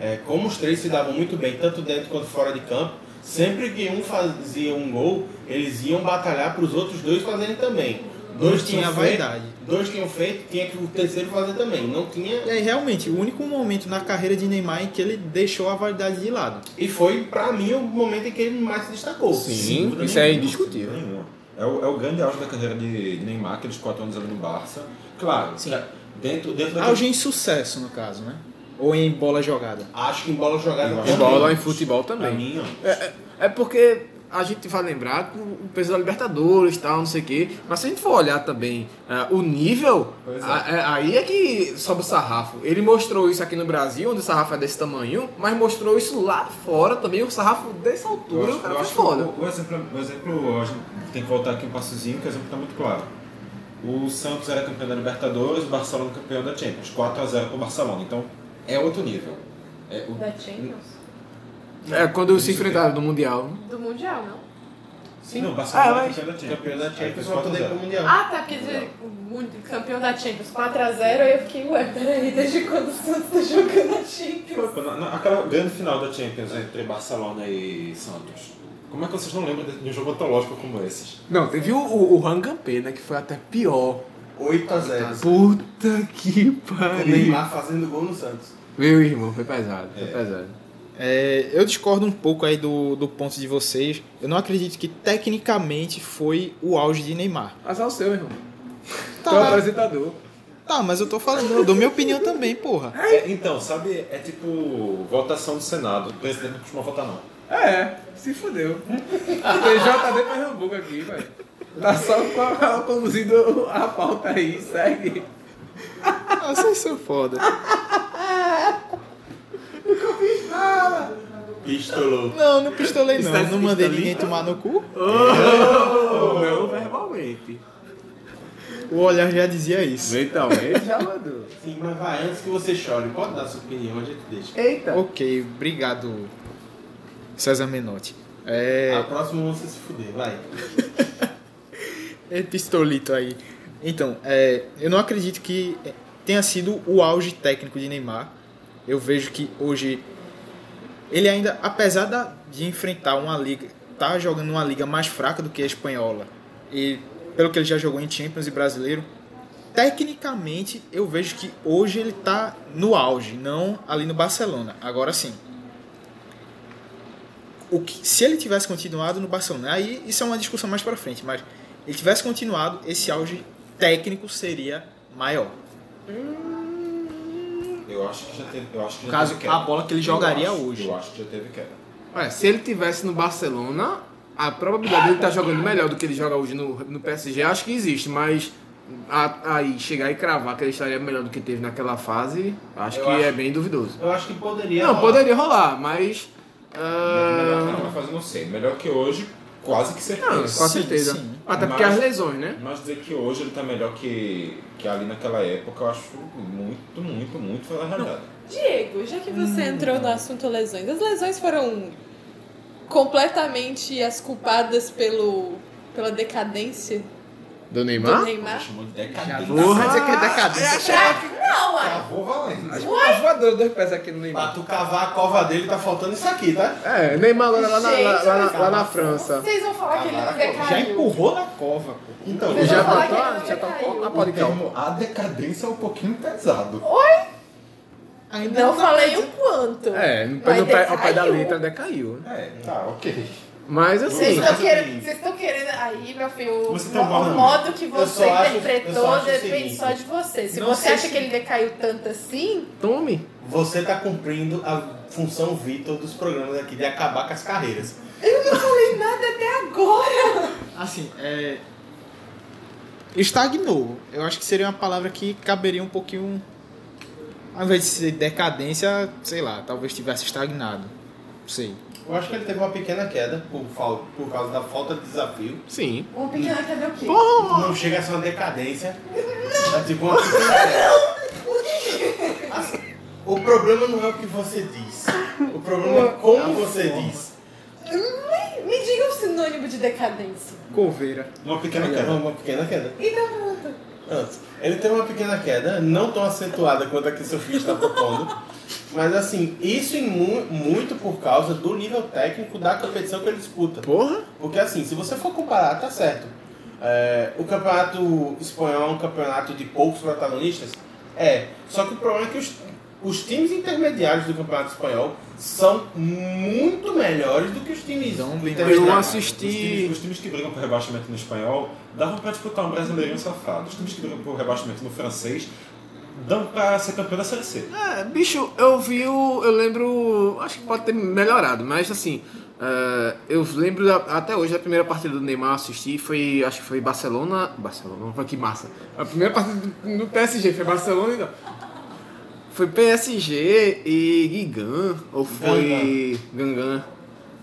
Speaker 8: é, como os três se davam muito bem, tanto dentro quanto fora de campo, sempre que um fazia um gol, eles iam batalhar para os outros dois fazerem também. Dois
Speaker 6: Dois tinha
Speaker 8: tinham
Speaker 6: a
Speaker 8: feito-
Speaker 6: vaidade.
Speaker 8: Dois tinham feito, tinha que o terceiro fazer também. Não tinha.
Speaker 6: E aí, realmente, o único momento na carreira de Neymar em que ele deixou a validade de lado.
Speaker 8: E foi, para mim, o momento em que ele mais se destacou.
Speaker 5: Sim,
Speaker 10: dúvida
Speaker 5: isso é
Speaker 10: nenhuma,
Speaker 5: indiscutível.
Speaker 10: sem dúvida nenhuma. É o, é o grande auge da carreira de de Neymar, aqueles quatro anos ali no Barça. Claro,
Speaker 6: Sim.
Speaker 10: tá- dentro, dentro da
Speaker 6: Auge em sucesso, no caso, né? Ou em bola jogada.
Speaker 8: Acho que em bola jogada.
Speaker 10: Eu acho
Speaker 5: Em
Speaker 8: também.
Speaker 5: bola, em futebol
Speaker 10: Pra
Speaker 5: também.
Speaker 10: mim,
Speaker 5: É, é- é porque a gente vai lembrar o peso da Libertadores tal, não sei o quê. Mas se a gente for olhar também é, o nível,
Speaker 10: Pois é.
Speaker 5: a- é, aí é que sobe o sarrafo. Ele mostrou isso aqui no Brasil, onde o sarrafo é desse tamanho, mas mostrou isso lá fora também, o sarrafo dessa
Speaker 10: eu
Speaker 5: altura,
Speaker 10: acho,
Speaker 5: o cara
Speaker 10: eu
Speaker 5: foi
Speaker 10: acho que
Speaker 5: foda.
Speaker 10: o, o exemplo, o exemplo a gente tem que voltar aqui um passozinho, que o exemplo tá muito claro. O Santos era campeão da Libertadores, o Barcelona campeão da Champions. 4x0 pro Barcelona. Então, é outro nível. É, o-
Speaker 4: Da Champions?
Speaker 5: É, quando se
Speaker 10: Isso
Speaker 5: enfrentaram no Mundial.
Speaker 4: Do Mundial, não?
Speaker 10: Sim, não, o Barcelona
Speaker 5: Ah,
Speaker 10: era
Speaker 5: mas-
Speaker 10: campeão da Champions.
Speaker 8: Campeão da
Speaker 10: Aí fez
Speaker 8: Champions vai poder ir
Speaker 10: 4x0.
Speaker 8: pro Mundial.
Speaker 4: Ah, tá, porque de- o mun- campeão da Champions 4x0, aí eu fiquei, ué, peraí, desde quando o Santos tá jogando a Champions?
Speaker 10: Na- na- Aquela grande final da Champions entre Barcelona e Santos. Como é que vocês não lembram de, de um jogo antológico como esses?
Speaker 5: Não, teve o, o, o Rangampê, né, que foi até pior.
Speaker 8: 8 a 0
Speaker 5: Puta que
Speaker 8: O
Speaker 5: pariu.
Speaker 8: Neymar fazendo gol no Santos.
Speaker 5: Meu irmão, foi pesado, foi pesado.
Speaker 6: É, eu discordo um pouco aí do, do ponto de vocês. Eu não acredito que tecnicamente foi o auge de Neymar.
Speaker 5: Mas é o seu, irmão. Tá. Teu
Speaker 6: Tá,
Speaker 5: apresentador.
Speaker 6: tá mas eu tô falando, eu dou minha opinião também, porra.
Speaker 10: É, então, sabe, é tipo votação do Senado. O presidente não costuma votar, não.
Speaker 5: É, se fudeu. Tem JD Pernambuco aqui, velho. Tá só co- conduzindo a pauta aí, segue.
Speaker 6: Ah, vocês são foda.
Speaker 8: Pistolou.
Speaker 6: Não, não pistolei não.
Speaker 5: Está
Speaker 6: não mandei
Speaker 5: pistolista?
Speaker 6: ninguém tomar no cu.
Speaker 5: É. Não verbalmente.
Speaker 6: O olhar já dizia isso.
Speaker 5: Então, ele já mandou.
Speaker 8: Sim, mas vai, antes que você chore, pode dar sua opinião, a gente deixa.
Speaker 5: Eita.
Speaker 6: Ok, obrigado, César Menotti.
Speaker 8: A
Speaker 6: É,
Speaker 8: próxima você se fuder, vai.
Speaker 6: é pistolito aí. Então, é, eu não acredito que é, tenha sido o auge técnico de Neymar. Eu vejo que hoje ele ainda, apesar da- de enfrentar uma liga, tá jogando uma liga mais fraca do que a espanhola. E pelo que ele já jogou em Champions e Brasileiro, tecnicamente eu vejo que hoje ele tá no auge, não ali no Barcelona. Agora sim. O que, se ele tivesse continuado no Barcelona, aí isso é uma discussão mais para frente, mas ele tivesse continuado, esse auge técnico seria maior.
Speaker 10: Eu acho que já teve, eu acho que já
Speaker 6: Caso
Speaker 10: teve queda.
Speaker 6: a bola que ele jogaria
Speaker 10: eu acho,
Speaker 6: hoje.
Speaker 10: Eu acho que já teve queda.
Speaker 5: Ué, se ele tivesse no tá Barcelona, a probabilidade dele estar jogando melhor do que ele joga hoje no, no PSG, acho que existe, mas a- aí chegar e cravar que ele estaria melhor do que teve naquela fase, acho
Speaker 8: Eu
Speaker 5: que
Speaker 8: acho-
Speaker 5: é bem duvidoso.
Speaker 8: Eu acho que poderia.
Speaker 5: Não,
Speaker 8: rolar.
Speaker 5: poderia rolar, mas.
Speaker 7: Melhor que
Speaker 5: ah,
Speaker 7: não, fazer não sei. Melhor que hoje, quase que certeza.
Speaker 5: não, com certeza.
Speaker 6: sim.
Speaker 5: Até porque
Speaker 7: Mas-
Speaker 5: as lesões, né?
Speaker 7: Mas dizer que hoje ele tá melhor que, que ali naquela época, eu acho muito, muito, muito fora da realidade.
Speaker 4: Diego, já que você entrou no assunto lesões, as lesões foram completamente as culpadas pelo, pela decadência
Speaker 5: Do
Speaker 4: do
Speaker 5: Neymar?
Speaker 4: Neymar?
Speaker 7: Chamou de decadência.
Speaker 5: Porra!
Speaker 6: Quer dizer que é decadência.
Speaker 4: Não, ué.
Speaker 7: Travou valendo.
Speaker 11: As bolas voadoras dos pés aqui no
Speaker 8: Pra
Speaker 11: Neymar.
Speaker 8: tu cavar a cova dele, tá faltando isso aqui, tá?
Speaker 5: É, Neymar agora lá na,
Speaker 4: Gente,
Speaker 5: lá, lá na-
Speaker 4: mas-
Speaker 5: lá na França.
Speaker 4: Vocês vão falar que ele
Speaker 8: Já
Speaker 4: decaiu.
Speaker 8: empurrou na cova, pô. Então,
Speaker 4: Vocês
Speaker 5: Já
Speaker 4: vão falar que
Speaker 5: botou-
Speaker 4: ele
Speaker 5: já tá
Speaker 4: decaiu.
Speaker 5: tocou na
Speaker 7: O
Speaker 5: pode
Speaker 7: termo a decadência é um pouquinho pesado.
Speaker 6: Ainda
Speaker 4: Não falei o quanto.
Speaker 5: É, no
Speaker 4: Mas
Speaker 5: pé, no pé, ao pé da
Speaker 4: decaiu.
Speaker 5: letra decaiu. né?
Speaker 7: É, tá, ok.
Speaker 5: Mas
Speaker 4: Vocês
Speaker 5: assim.
Speaker 4: estão querendo, vocês estão querendo. Aí, meu filho, o,
Speaker 10: Você
Speaker 8: um
Speaker 10: tá
Speaker 4: mo- o
Speaker 10: bom.
Speaker 4: modo que você
Speaker 8: só acho- eu
Speaker 4: interpretou
Speaker 8: só acho o
Speaker 4: depende
Speaker 8: seguinte,
Speaker 4: só de você. Se
Speaker 8: não
Speaker 4: você
Speaker 8: sei
Speaker 4: acha
Speaker 8: se-
Speaker 4: que ele decaiu tanto assim,
Speaker 5: Tome.
Speaker 8: Você tá cumprindo a função Vitor dos programas aqui de acabar com as carreiras.
Speaker 4: agora.
Speaker 6: Assim, é. Estagnou. Eu acho que seria uma palavra que caberia um pouquinho. Ao invés de ser decadência, sei lá, talvez tivesse estagnado. Não sei.
Speaker 8: Eu acho que ele teve uma pequena queda por, fal- por causa da falta de desafio.
Speaker 5: Sim.
Speaker 4: Uma pequena cadê o quê?
Speaker 8: Não chega a ser uma decadência. É tipo uma pequena queda. Assim, o problema não é o que você diz. O problema é como você diz.
Speaker 4: Me, me diga um sinônimo de decadência.
Speaker 6: Couveira.
Speaker 10: Uma pequena
Speaker 8: Ele teve
Speaker 10: queda.
Speaker 8: uma pequena queda.
Speaker 4: Então pronto.
Speaker 8: Antes. Ele teve uma pequena queda, não tão acentuada quanto a que seu filho está propondo. Mas assim, isso em mu- muito por causa do nível técnico da competição que ele disputa.
Speaker 5: Porra.
Speaker 8: Porque assim, se você for comparar, tá certo. É, o campeonato espanhol é um campeonato de poucos protagonistas? É. Só que o problema é que os, os times intermediários do campeonato espanhol são muito melhores do que os times
Speaker 6: Então, bem
Speaker 8: intermediários.
Speaker 5: Eu
Speaker 7: Os times,
Speaker 5: assisti.
Speaker 7: os times que brigam por rebaixamento no espanhol davam pra disputar um brasileirinho safado. Os times que brigam por rebaixamento no francês dão pra ser campeão da Série C.
Speaker 5: É, bicho, eu vi o. Eu lembro. Acho que pode ter melhorado, mas assim. é, eu lembro da- até hoje a primeira partida do Neymar eu assisti foi. Acho que foi Barcelona. Barcelona, não foi que massa. A primeira partida do, do PSG foi Barcelona então. Foi PSG e Guigan, ou foi. Gangan.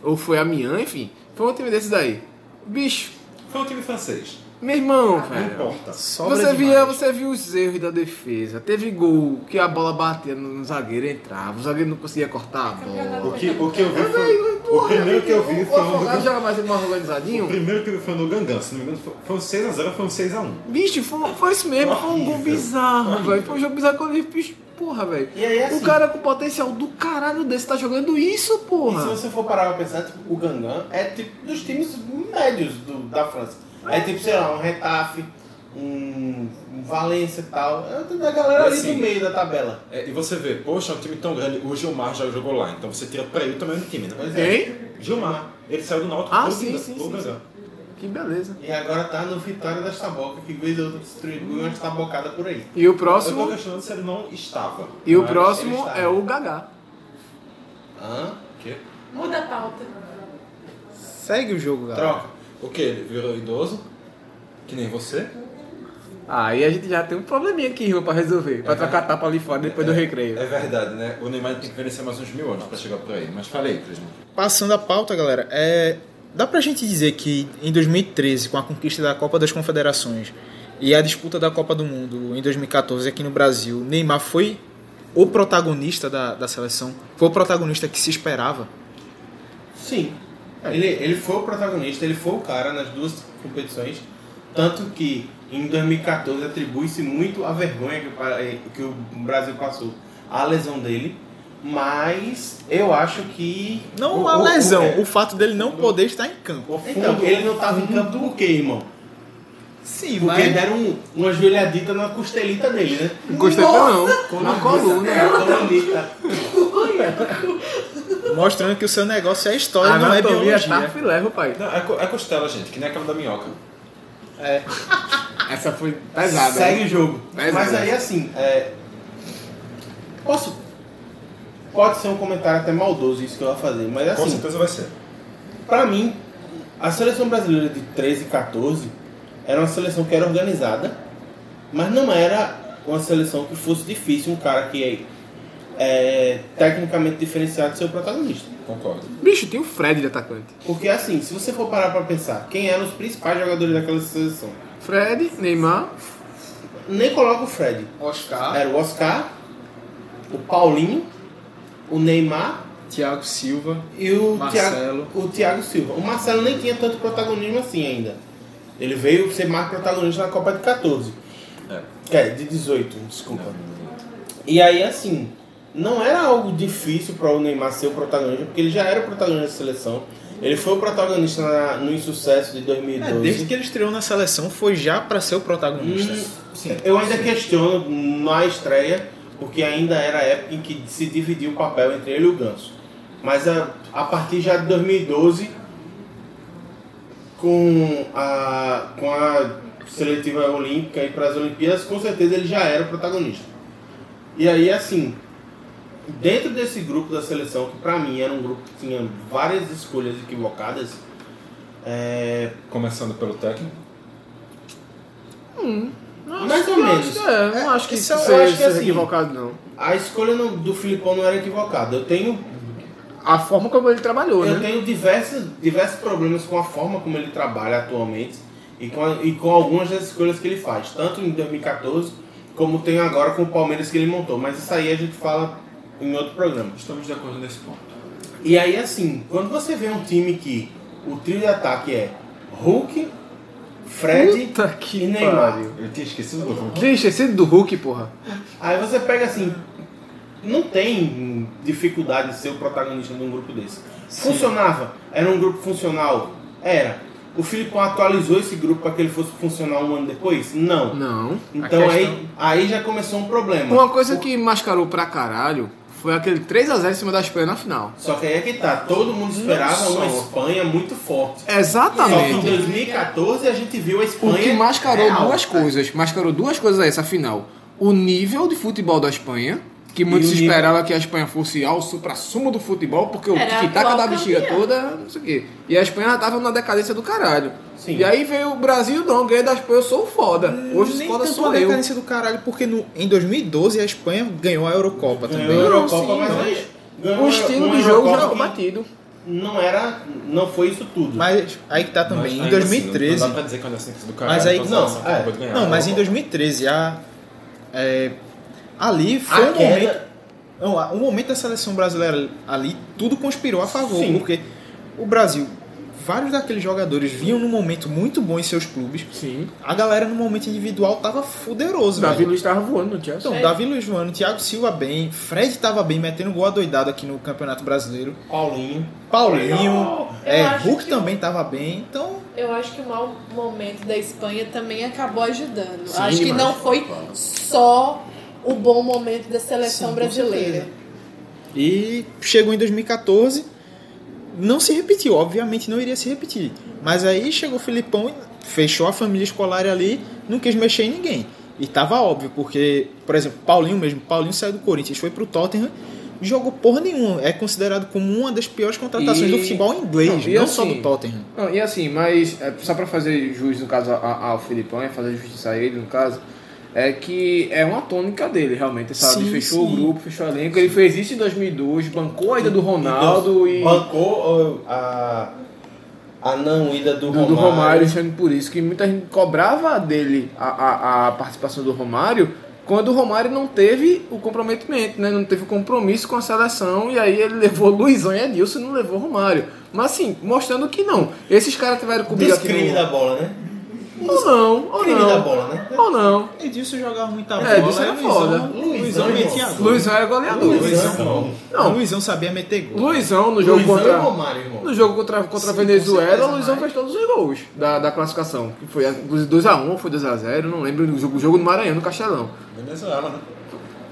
Speaker 5: Ou foi Amiens, enfim. Foi um time desses daí. Bicho,
Speaker 7: Foi um time francês.
Speaker 5: meu irmão,
Speaker 7: Não
Speaker 5: velho.
Speaker 7: importa.
Speaker 6: Sobra
Speaker 5: Você
Speaker 6: demais.
Speaker 5: via, você viu os erros da defesa. Teve gol que a bola batia no no zagueiro, entrava, o zagueiro não conseguia cortar a bola.
Speaker 7: O que, o que eu vi foi. O
Speaker 5: Porra,
Speaker 7: primeiro que eu vi
Speaker 5: o-
Speaker 7: foi
Speaker 5: O Afogado
Speaker 7: um.
Speaker 5: joga mais, mais
Speaker 7: O
Speaker 5: organizadinho.
Speaker 7: primeiro que eu vi foi no Gangan, se não me engano, foi- foi um 6x0, foi um 6x1.
Speaker 5: Bicho, foi, foi isso mesmo, foi um gol
Speaker 7: Horrível.
Speaker 5: bizarro,
Speaker 7: Horrível.
Speaker 5: velho. Foi um jogo bizarro quando ele bicho, porra, velho.
Speaker 8: E aí, assim,
Speaker 5: O cara com potencial do caralho desse tá jogando isso,
Speaker 8: E se
Speaker 5: porra.
Speaker 8: você for parar pra pensar, tipo, o Gangan é tipo dos times médios do- da França. É tipo, sei lá, um Retafe, um, um Valência e tal. É da galera
Speaker 7: E
Speaker 8: ali
Speaker 7: assim,
Speaker 8: do meio da tabela.
Speaker 7: É, e você vê, poxa, é um time tão grande, o Gilmar já jogou lá, então você tira pra ele também no time, né?
Speaker 8: Pois é.
Speaker 5: Hein?
Speaker 7: Gilmar, ele saiu do Náutico
Speaker 5: Ah,
Speaker 7: pro
Speaker 5: sim,
Speaker 7: Gangan,
Speaker 5: sim,
Speaker 7: pro
Speaker 5: sim,
Speaker 7: Gangan.
Speaker 5: Que beleza.
Speaker 8: E agora tá no Vitória da Estaboca, que vez ou outra distribui umas tabocadas por aí.
Speaker 5: E o
Speaker 7: Eu tô
Speaker 5: próximo,
Speaker 7: questionando se ele não estava.
Speaker 5: e o
Speaker 7: mas-
Speaker 8: ele
Speaker 5: próximo
Speaker 8: está.
Speaker 5: é o Gagá.
Speaker 8: Hã?
Speaker 7: Quê?
Speaker 4: Muda a pauta.
Speaker 6: Segue o jogo,
Speaker 7: Tá.
Speaker 6: galera.
Speaker 8: Troca.
Speaker 7: O que? Ele virou idoso? Que nem você?
Speaker 5: Aí a gente já tem um probleminha aqui, irmão, pra resolver. Pra trocar tapa ali fora depois do recreio.
Speaker 7: É verdade, né? O Neymar tem que envelhecer mais uns mil anos pra chegar por aí. Mas falei, Crisman.
Speaker 6: Passando a pauta, galera, é, dá pra gente dizer que em 2013, com a conquista da Copa das Confederações e a disputa da Copa do Mundo em 2014 aqui no Brasil, Neymar foi o protagonista da, da seleção? Foi o protagonista que se esperava?
Speaker 8: Sim. Ele, ele foi o protagonista, ele foi o cara nas duas competições. Tanto que em 2014 atribui-se muito a vergonha que o, pa- eh, que o Brasil passou à lesão dele. Mas eu acho que.
Speaker 6: Não
Speaker 8: o-
Speaker 6: a
Speaker 8: o-
Speaker 6: lesão,
Speaker 8: o-
Speaker 6: o fato dele não poder estar em campo.
Speaker 7: O fundo,
Speaker 8: Então, ele não tava em campo por quê, irmão?
Speaker 6: Sim,
Speaker 8: Porque deram um, uma joelhadita na costelita dele, né? Então,
Speaker 5: Gostei não, na coluna.
Speaker 8: Na colunita.
Speaker 6: mostrando que o seu negócio é
Speaker 8: Ah,
Speaker 6: história,
Speaker 5: A
Speaker 6: não é
Speaker 5: anatomia é
Speaker 6: biologia.
Speaker 5: tapo e leva, pai.
Speaker 7: Não, é, co- é costela, gente, que nem aquela da minhoca.
Speaker 5: Essa foi pesada.
Speaker 8: Segue o jogo.
Speaker 5: Pesado.
Speaker 8: Mas aí assim, é, Posso. Pode ser um comentário até maldoso isso que eu vou fazer, mas
Speaker 7: Com
Speaker 8: assim,
Speaker 7: certeza vai ser.
Speaker 8: pra mim, a seleção brasileira de 13 e 14 era uma seleção que era organizada, Mas não era uma seleção que fosse difícil um cara que é, é tecnicamente diferenciado de ser o protagonista.
Speaker 7: Concordo.
Speaker 8: né?
Speaker 5: Bicho, tem o Fred de atacante.
Speaker 8: Porque assim, se você for parar pra pensar, quem eram os principais jogadores daquela seleção?
Speaker 5: Fred, Neymar,
Speaker 8: Nem coloca o Fred.
Speaker 6: Oscar,
Speaker 8: Era o Oscar, o Paulinho, o Neymar
Speaker 6: Thiago Silva.
Speaker 8: e o
Speaker 6: Marcelo.
Speaker 8: Thiago, o Thiago Silva. O Marcelo nem tinha tanto protagonismo assim ainda. Ele veio ser mais protagonista na Copa de 14. É. de 18, desculpa. E aí, assim, não era algo difícil para o Neymar ser o protagonista, porque ele já era o protagonista da seleção. Ele foi o protagonista na- no insucesso de 2012.
Speaker 6: É, desde que ele estreou na seleção, foi já para ser o protagonista.
Speaker 8: Sim.
Speaker 7: É,
Speaker 8: Eu ainda questiono na estreia, porque ainda era a época em que se dividia o papel entre ele e o Ganso. Mas a, a partir já de 2012, com a, com a seletiva olímpica e para as Olimpíadas, com certeza ele já era o protagonista. E aí, assim, dentro desse grupo da seleção, que para mim era um grupo que tinha várias escolhas equivocadas, é,
Speaker 7: Começando pelo técnico.
Speaker 8: mais ou menos.
Speaker 5: É, não acho que
Speaker 8: isso eu
Speaker 5: seja,
Speaker 8: acho que
Speaker 5: seja
Speaker 8: assim-
Speaker 5: equivocado, não.
Speaker 8: A escolha não- do Filipão não era equivocada. Eu tenho
Speaker 5: A forma como ele trabalhou,
Speaker 8: Eu
Speaker 5: né?
Speaker 8: tenho diversos, diversos problemas com a forma como ele trabalha atualmente e com, a- e com algumas das escolhas que ele faz, tanto em 2014 como tenho agora com o Palmeiras que ele montou. Mas isso aí a gente fala em outro programa.
Speaker 7: Estamos de acordo nesse ponto.
Speaker 8: E aí, assim, quando você vê um time que o trio de ataque é Hulk, Fred
Speaker 5: Puta que
Speaker 8: e Neymar,
Speaker 5: pariu.
Speaker 7: Eu tinha esquecido do Hulk.
Speaker 5: Tinha esquecido do Hulk, porra.
Speaker 8: aí você pega assim, não tem dificuldade de ser o protagonista de um grupo desse. Funcionava? Era um grupo funcional? Era. O Filipão atualizou esse grupo para que ele fosse funcional um ano depois? Não.
Speaker 5: Não.
Speaker 8: Então
Speaker 6: A questão-
Speaker 8: aí, aí já começou um problema.
Speaker 5: Uma coisa que mascarou pra caralho foi aquele 3x0 em cima da Espanha na final.
Speaker 8: Só que aí é que tá, todo mundo esperava uma Espanha muito forte. Só que em
Speaker 5: Exatamente.
Speaker 8: 2014 a gente viu a Espanha.
Speaker 5: O que
Speaker 4: é
Speaker 5: mascarou
Speaker 8: real.
Speaker 5: duas coisas. Mascarou duas coisas essa final. O nível de futebol da Espanha, que muitos
Speaker 8: o nível-
Speaker 5: esperavam que a Espanha fosse ao supra-sumo do futebol, porque o
Speaker 4: Era a
Speaker 5: tic-tac da
Speaker 4: atual
Speaker 5: bexiga
Speaker 4: campeã.
Speaker 5: toda, não sei o quê. E a Espanha já tava na decadência do caralho.
Speaker 8: Sim.
Speaker 5: E aí veio o Brasil, não, ganhei da Espanha, eu sou o foda. Hoje o
Speaker 6: Hum, Nem
Speaker 5: foda
Speaker 6: tanto uma
Speaker 5: sou eu.
Speaker 6: decadência do caralho, porque no- em 2012 a Espanha ganhou a Eurocopa
Speaker 8: Ganhou
Speaker 6: também.
Speaker 8: a Eurocopa, mas
Speaker 5: sim, mas
Speaker 8: aí ganhou
Speaker 5: O
Speaker 8: uma-
Speaker 5: estilo
Speaker 8: uma
Speaker 5: de jogo já
Speaker 8: Eurocopa
Speaker 5: foi
Speaker 8: que
Speaker 5: batido.
Speaker 8: Não era. Não foi isso tudo.
Speaker 6: Mas aí que tá
Speaker 7: Mas
Speaker 6: também, em
Speaker 7: ainda assim, não dá
Speaker 6: 2013.
Speaker 7: pra dizer que é uma decadência do caralho.
Speaker 6: Mas aí-
Speaker 7: toda
Speaker 8: não,
Speaker 7: essa seleção
Speaker 8: é.
Speaker 7: acabou de ganhar.
Speaker 6: Não, mas em 2013 a é, ali
Speaker 8: a
Speaker 6: foi um
Speaker 8: queda-
Speaker 6: momento, não, a- o momento da seleção brasileira ali tudo conspirou a favor,
Speaker 8: Sim.
Speaker 6: porque o Brasil, vários daqueles jogadores vinham num momento muito bom em seus clubes.
Speaker 5: Sim.
Speaker 6: A galera no momento individual tava fuderoso, velho.
Speaker 5: Davi Luiz tava voando no Chelsea.
Speaker 6: Então, Davi Luiz voando, Thiago Silva bem, Fred tava bem, metendo gol adoidado aqui no Campeonato Brasileiro.
Speaker 8: Paulinho.
Speaker 6: Paulinho, é,
Speaker 4: Eu acho
Speaker 6: Hulk
Speaker 4: que-
Speaker 6: também tava bem, então
Speaker 12: Eu acho que o mau momento da Espanha também acabou ajudando.
Speaker 5: Sim,
Speaker 12: acho que
Speaker 5: demais.
Speaker 12: não foi só o bom momento da seleção
Speaker 6: Sim, com
Speaker 12: brasileira.
Speaker 6: E chegou em 2014, não se repetiu, obviamente não iria se repetir. Mas aí chegou o Filipão e fechou a família escolar ali, não quis mexer em ninguém. E tava óbvio, porque, por exemplo, Paulinho mesmo, Paulinho saiu do Corinthians, foi pro Tottenham, jogou porra nenhuma. É considerado como uma das piores contratações
Speaker 5: E-
Speaker 6: do futebol inglês,
Speaker 5: Não,
Speaker 6: não,
Speaker 5: e
Speaker 6: só
Speaker 5: assim-
Speaker 6: do Tottenham.
Speaker 5: Não, e assim, mas é, só pra fazer jus, no caso, a- a- ao Filipão, é fazer justiça a ele, no caso, é que é uma tônica dele, realmente, sabe?
Speaker 6: Sim,
Speaker 5: fechou
Speaker 6: sim.
Speaker 5: o grupo, fechou o elenco. Ele fez isso em 2002, bancou a ida do Ronaldo e do,
Speaker 8: Bancou ó, a, a não ida do,
Speaker 5: do Romário, sendo por isso que muita gente cobrava dele a, a, a participação do Romário, quando o Romário não teve o comprometimento, né? Não teve o compromisso com a seleção, e aí ele levou Luizão e Edilson e não levou Romário. Mas assim, mostrando que não. Esses caras tiveram comigo aqui
Speaker 8: Descrime
Speaker 5: no...
Speaker 8: da bola, né?
Speaker 5: Ou não, ou
Speaker 8: Crime da
Speaker 5: não.
Speaker 8: bola, né?
Speaker 5: Ou não.
Speaker 6: Edilson jogava muita bola,
Speaker 5: É, Edilson era
Speaker 6: aí
Speaker 5: foda.
Speaker 6: Luizão, Luizão
Speaker 8: Luizão,
Speaker 6: metia gol.
Speaker 5: Luizão é goleador.
Speaker 8: Luizão,
Speaker 5: Não.
Speaker 6: Luizão sabia meter gol.
Speaker 5: Luizão no jogo
Speaker 8: Luizão e
Speaker 5: contra.
Speaker 8: Romário, irmão.
Speaker 5: No jogo contra, contra a
Speaker 6: Sim, com
Speaker 5: Venezuela,
Speaker 6: certeza,
Speaker 5: o Luizão
Speaker 6: mas-
Speaker 5: fez todos os gols da, da classificação. Que foi inclusive 2x1 ou foi 2x0, não lembro. O jogo, o jogo no Maranhão, no Castelão.
Speaker 7: Venezuela, né?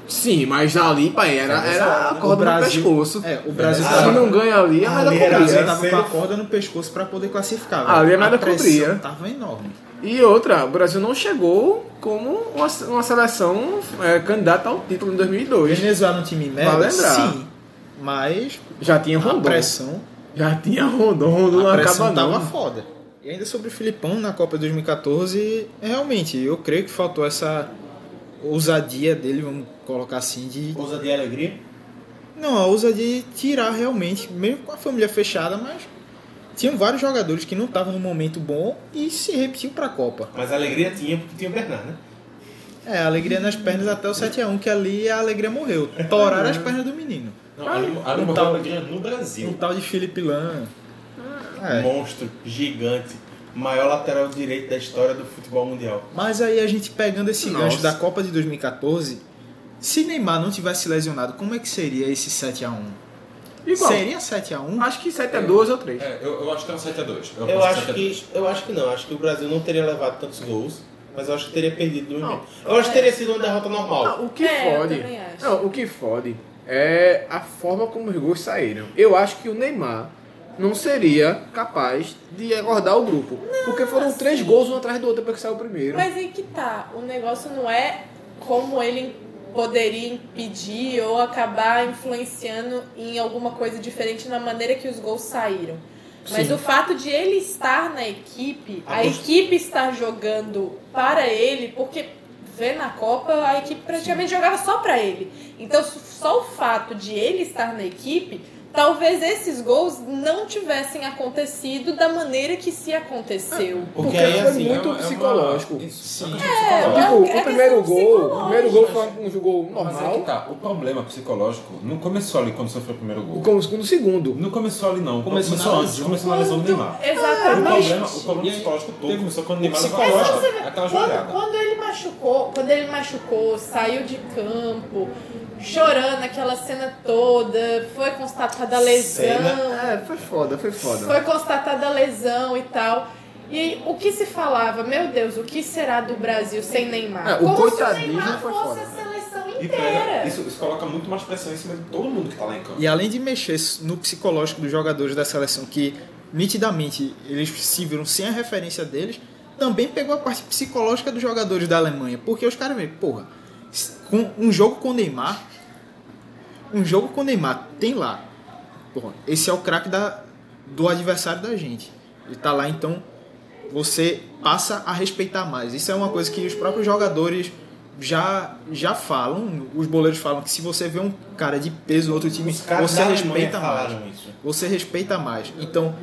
Speaker 5: Sim, mas ali, pai, era, era a corda no pescoço.
Speaker 6: É, o Brasil
Speaker 5: Se
Speaker 6: tava
Speaker 5: Ah, não ganha ali, é
Speaker 6: Ah,
Speaker 5: mais da
Speaker 8: Ali era-
Speaker 5: cobrir.
Speaker 6: Brasil tava com a
Speaker 8: Terceiro-
Speaker 6: corda no pescoço pra poder classificar. velho.
Speaker 5: Ah, ali é nada
Speaker 6: a pressão
Speaker 5: cobria.
Speaker 6: Tava enorme.
Speaker 5: E outra, o Brasil não chegou como uma, uma seleção é, candidata ao título em
Speaker 6: O
Speaker 5: 2002.
Speaker 6: Venezuela no time merda,
Speaker 5: Vale lembrar.
Speaker 6: sim. Mas
Speaker 5: Já tinha
Speaker 6: a
Speaker 5: Rondon.
Speaker 6: pressão,
Speaker 5: Já tinha Rondon, Rondon
Speaker 6: a
Speaker 5: não
Speaker 6: pressão
Speaker 5: acaba
Speaker 6: tava
Speaker 5: não.
Speaker 6: foda. E ainda sobre o Filipão na Copa 2014, realmente, eu creio que faltou essa ousadia dele, vamos colocar assim, de.
Speaker 8: Ousadia e alegria?
Speaker 6: Não, a ousadia de tirar realmente, mesmo com a família fechada, mas tinham vários jogadores que não estavam num momento bom e se repetiu para a Copa.
Speaker 8: Mas a alegria tinha porque tinha o Bernardo, né?
Speaker 6: É, a alegria nas pernas até o 7x1, que ali a alegria morreu. Toraram as pernas do menino.
Speaker 7: Não, a Lima- a Lima
Speaker 6: Então-
Speaker 7: roubou a grana no
Speaker 6: Um
Speaker 7: Brasil.
Speaker 6: tal de Felipe Lan.
Speaker 8: Ah.
Speaker 6: É.
Speaker 8: um Monstro, gigante, maior lateral direito da história do futebol mundial.
Speaker 6: Mas aí a gente pegando esse gancho
Speaker 5: Nossa.
Speaker 6: da Copa de 2014, se Neymar não tivesse lesionado, como é que seria esse 7x1?
Speaker 5: Igual.
Speaker 6: Seria 7x1?
Speaker 5: Acho que 7 a 2 ou 3.
Speaker 7: É, eu, eu acho que é um 7x2.
Speaker 8: Eu acho que eu acho que não, acho que o Brasil não teria levado tantos gols, mas eu acho que teria perdido do mesmo
Speaker 5: Não. é.
Speaker 8: jeito. Eu acho que teria sido uma derrota normal.
Speaker 5: Não, o que
Speaker 4: É, eu
Speaker 5: fode.
Speaker 4: também acho.
Speaker 5: Não, o que fode é a forma como os gols saíram. Eu acho que o Neymar não seria capaz de acordar o grupo. porque foram
Speaker 4: assim.
Speaker 5: três gols um atrás do outro depois que saiu o primeiro.
Speaker 4: Mas aí que tá, o negócio não é como ele poderia impedir ou acabar influenciando em alguma coisa diferente na maneira que os gols saíram. Mas o fato de ele estar na equipe, a
Speaker 8: Aposto-
Speaker 4: equipe estar jogando para ele, porque vê na Copa a equipe praticamente jogava só para ele. Então só o fato de ele estar na equipe, talvez esses gols não tivessem acontecido da maneira que se aconteceu.
Speaker 8: Porque
Speaker 5: Porque
Speaker 8: aí,
Speaker 5: foi
Speaker 8: assim,
Speaker 5: muito
Speaker 7: é uma-
Speaker 5: psicológico.
Speaker 7: Isso, sim.
Speaker 5: Tipo,
Speaker 4: é
Speaker 5: o primeiro
Speaker 4: questão
Speaker 5: gol, o primeiro gol foi um jogo
Speaker 7: Mas é que
Speaker 5: normal.
Speaker 7: tá, o problema psicológico não começou ali quando sofreu o primeiro gol.
Speaker 5: Como no segundo.
Speaker 7: Não começou ali não,
Speaker 10: Começou
Speaker 7: começou,
Speaker 10: na
Speaker 7: antes,
Speaker 10: lesão.
Speaker 7: começou na
Speaker 4: É,
Speaker 7: lesão do Neymar.
Speaker 4: então,
Speaker 7: O
Speaker 4: Exatamente.
Speaker 7: problema, o problema psicológico todo começou quando o Neymar levou a
Speaker 4: Mas
Speaker 7: bola,
Speaker 4: você vê,
Speaker 7: aquela
Speaker 4: quando,
Speaker 7: jogada.
Speaker 4: quando ele machucou, quando ele machucou, saiu de campo, chorando aquela cena toda, foi constatada a lesão,
Speaker 5: É, foi foda, foi foda.
Speaker 4: foi constatada a lesão e tal. E o que se falava, meu Deus, o que será do Brasil sem Neymar?
Speaker 5: É, o
Speaker 4: Como se o
Speaker 5: coitadismo
Speaker 4: Neymar
Speaker 5: foi
Speaker 4: fosse
Speaker 5: foda.
Speaker 4: a seleção
Speaker 7: E
Speaker 4: inteira.
Speaker 7: pega, isso, isso coloca muito mais pressão em cima de todo mundo que tá lá em campo.
Speaker 6: E além de mexer no psicológico dos jogadores da seleção, que nitidamente eles se viram sem a referência deles, também pegou a parte psicológica dos jogadores da Alemanha. Porque os caras veem, porra, s- com um jogo com o Neymar, um jogo com o Neymar, tem lá. Porra, esse é o craque da- do adversário da gente. Ele tá lá, então você passa a respeitar mais. Isso é uma coisa que os próprios jogadores já, já falam, os boleiros falam que se você vê um cara de peso no outro time,
Speaker 8: os caras
Speaker 6: você
Speaker 8: da
Speaker 6: respeita
Speaker 8: Alemanha
Speaker 6: mais.
Speaker 8: falaram isso.
Speaker 6: Você respeita mais. Então,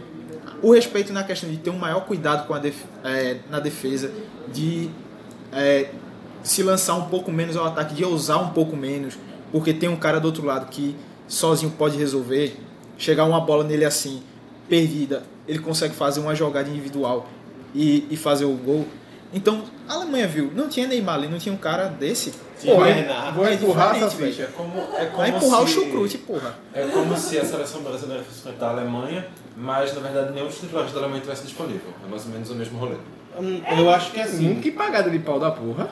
Speaker 6: o respeito na questão de ter um maior cuidado com a def- eh, na defesa, de eh, se lançar um pouco menos ao ataque, de ousar um pouco menos, porque tem um cara do outro lado que sozinho pode resolver. Chegar uma bola nele assim, perdida, ele consegue fazer uma jogada individual e, e fazer o gol. Então, a Alemanha viu, não tinha Neymar ali, não tinha um cara desse.
Speaker 8: Tinha
Speaker 6: Pô, é-
Speaker 8: Bernardo.
Speaker 5: Vou
Speaker 6: é
Speaker 5: empurrar
Speaker 6: diferente,
Speaker 5: essa
Speaker 6: velho.
Speaker 5: ficha.
Speaker 7: É como, é como
Speaker 6: Vai empurrar o
Speaker 7: se-
Speaker 6: chucrute, porra.
Speaker 7: É como se a seleção brasileira fosse enfrentar a Alemanha, mas na verdade nenhum dos titulares da Alemanha tivesse disponível. É mais ou menos o mesmo rolê.
Speaker 8: Hum, Eu acho que é assim.
Speaker 5: Hum, que pagada de pau da porra.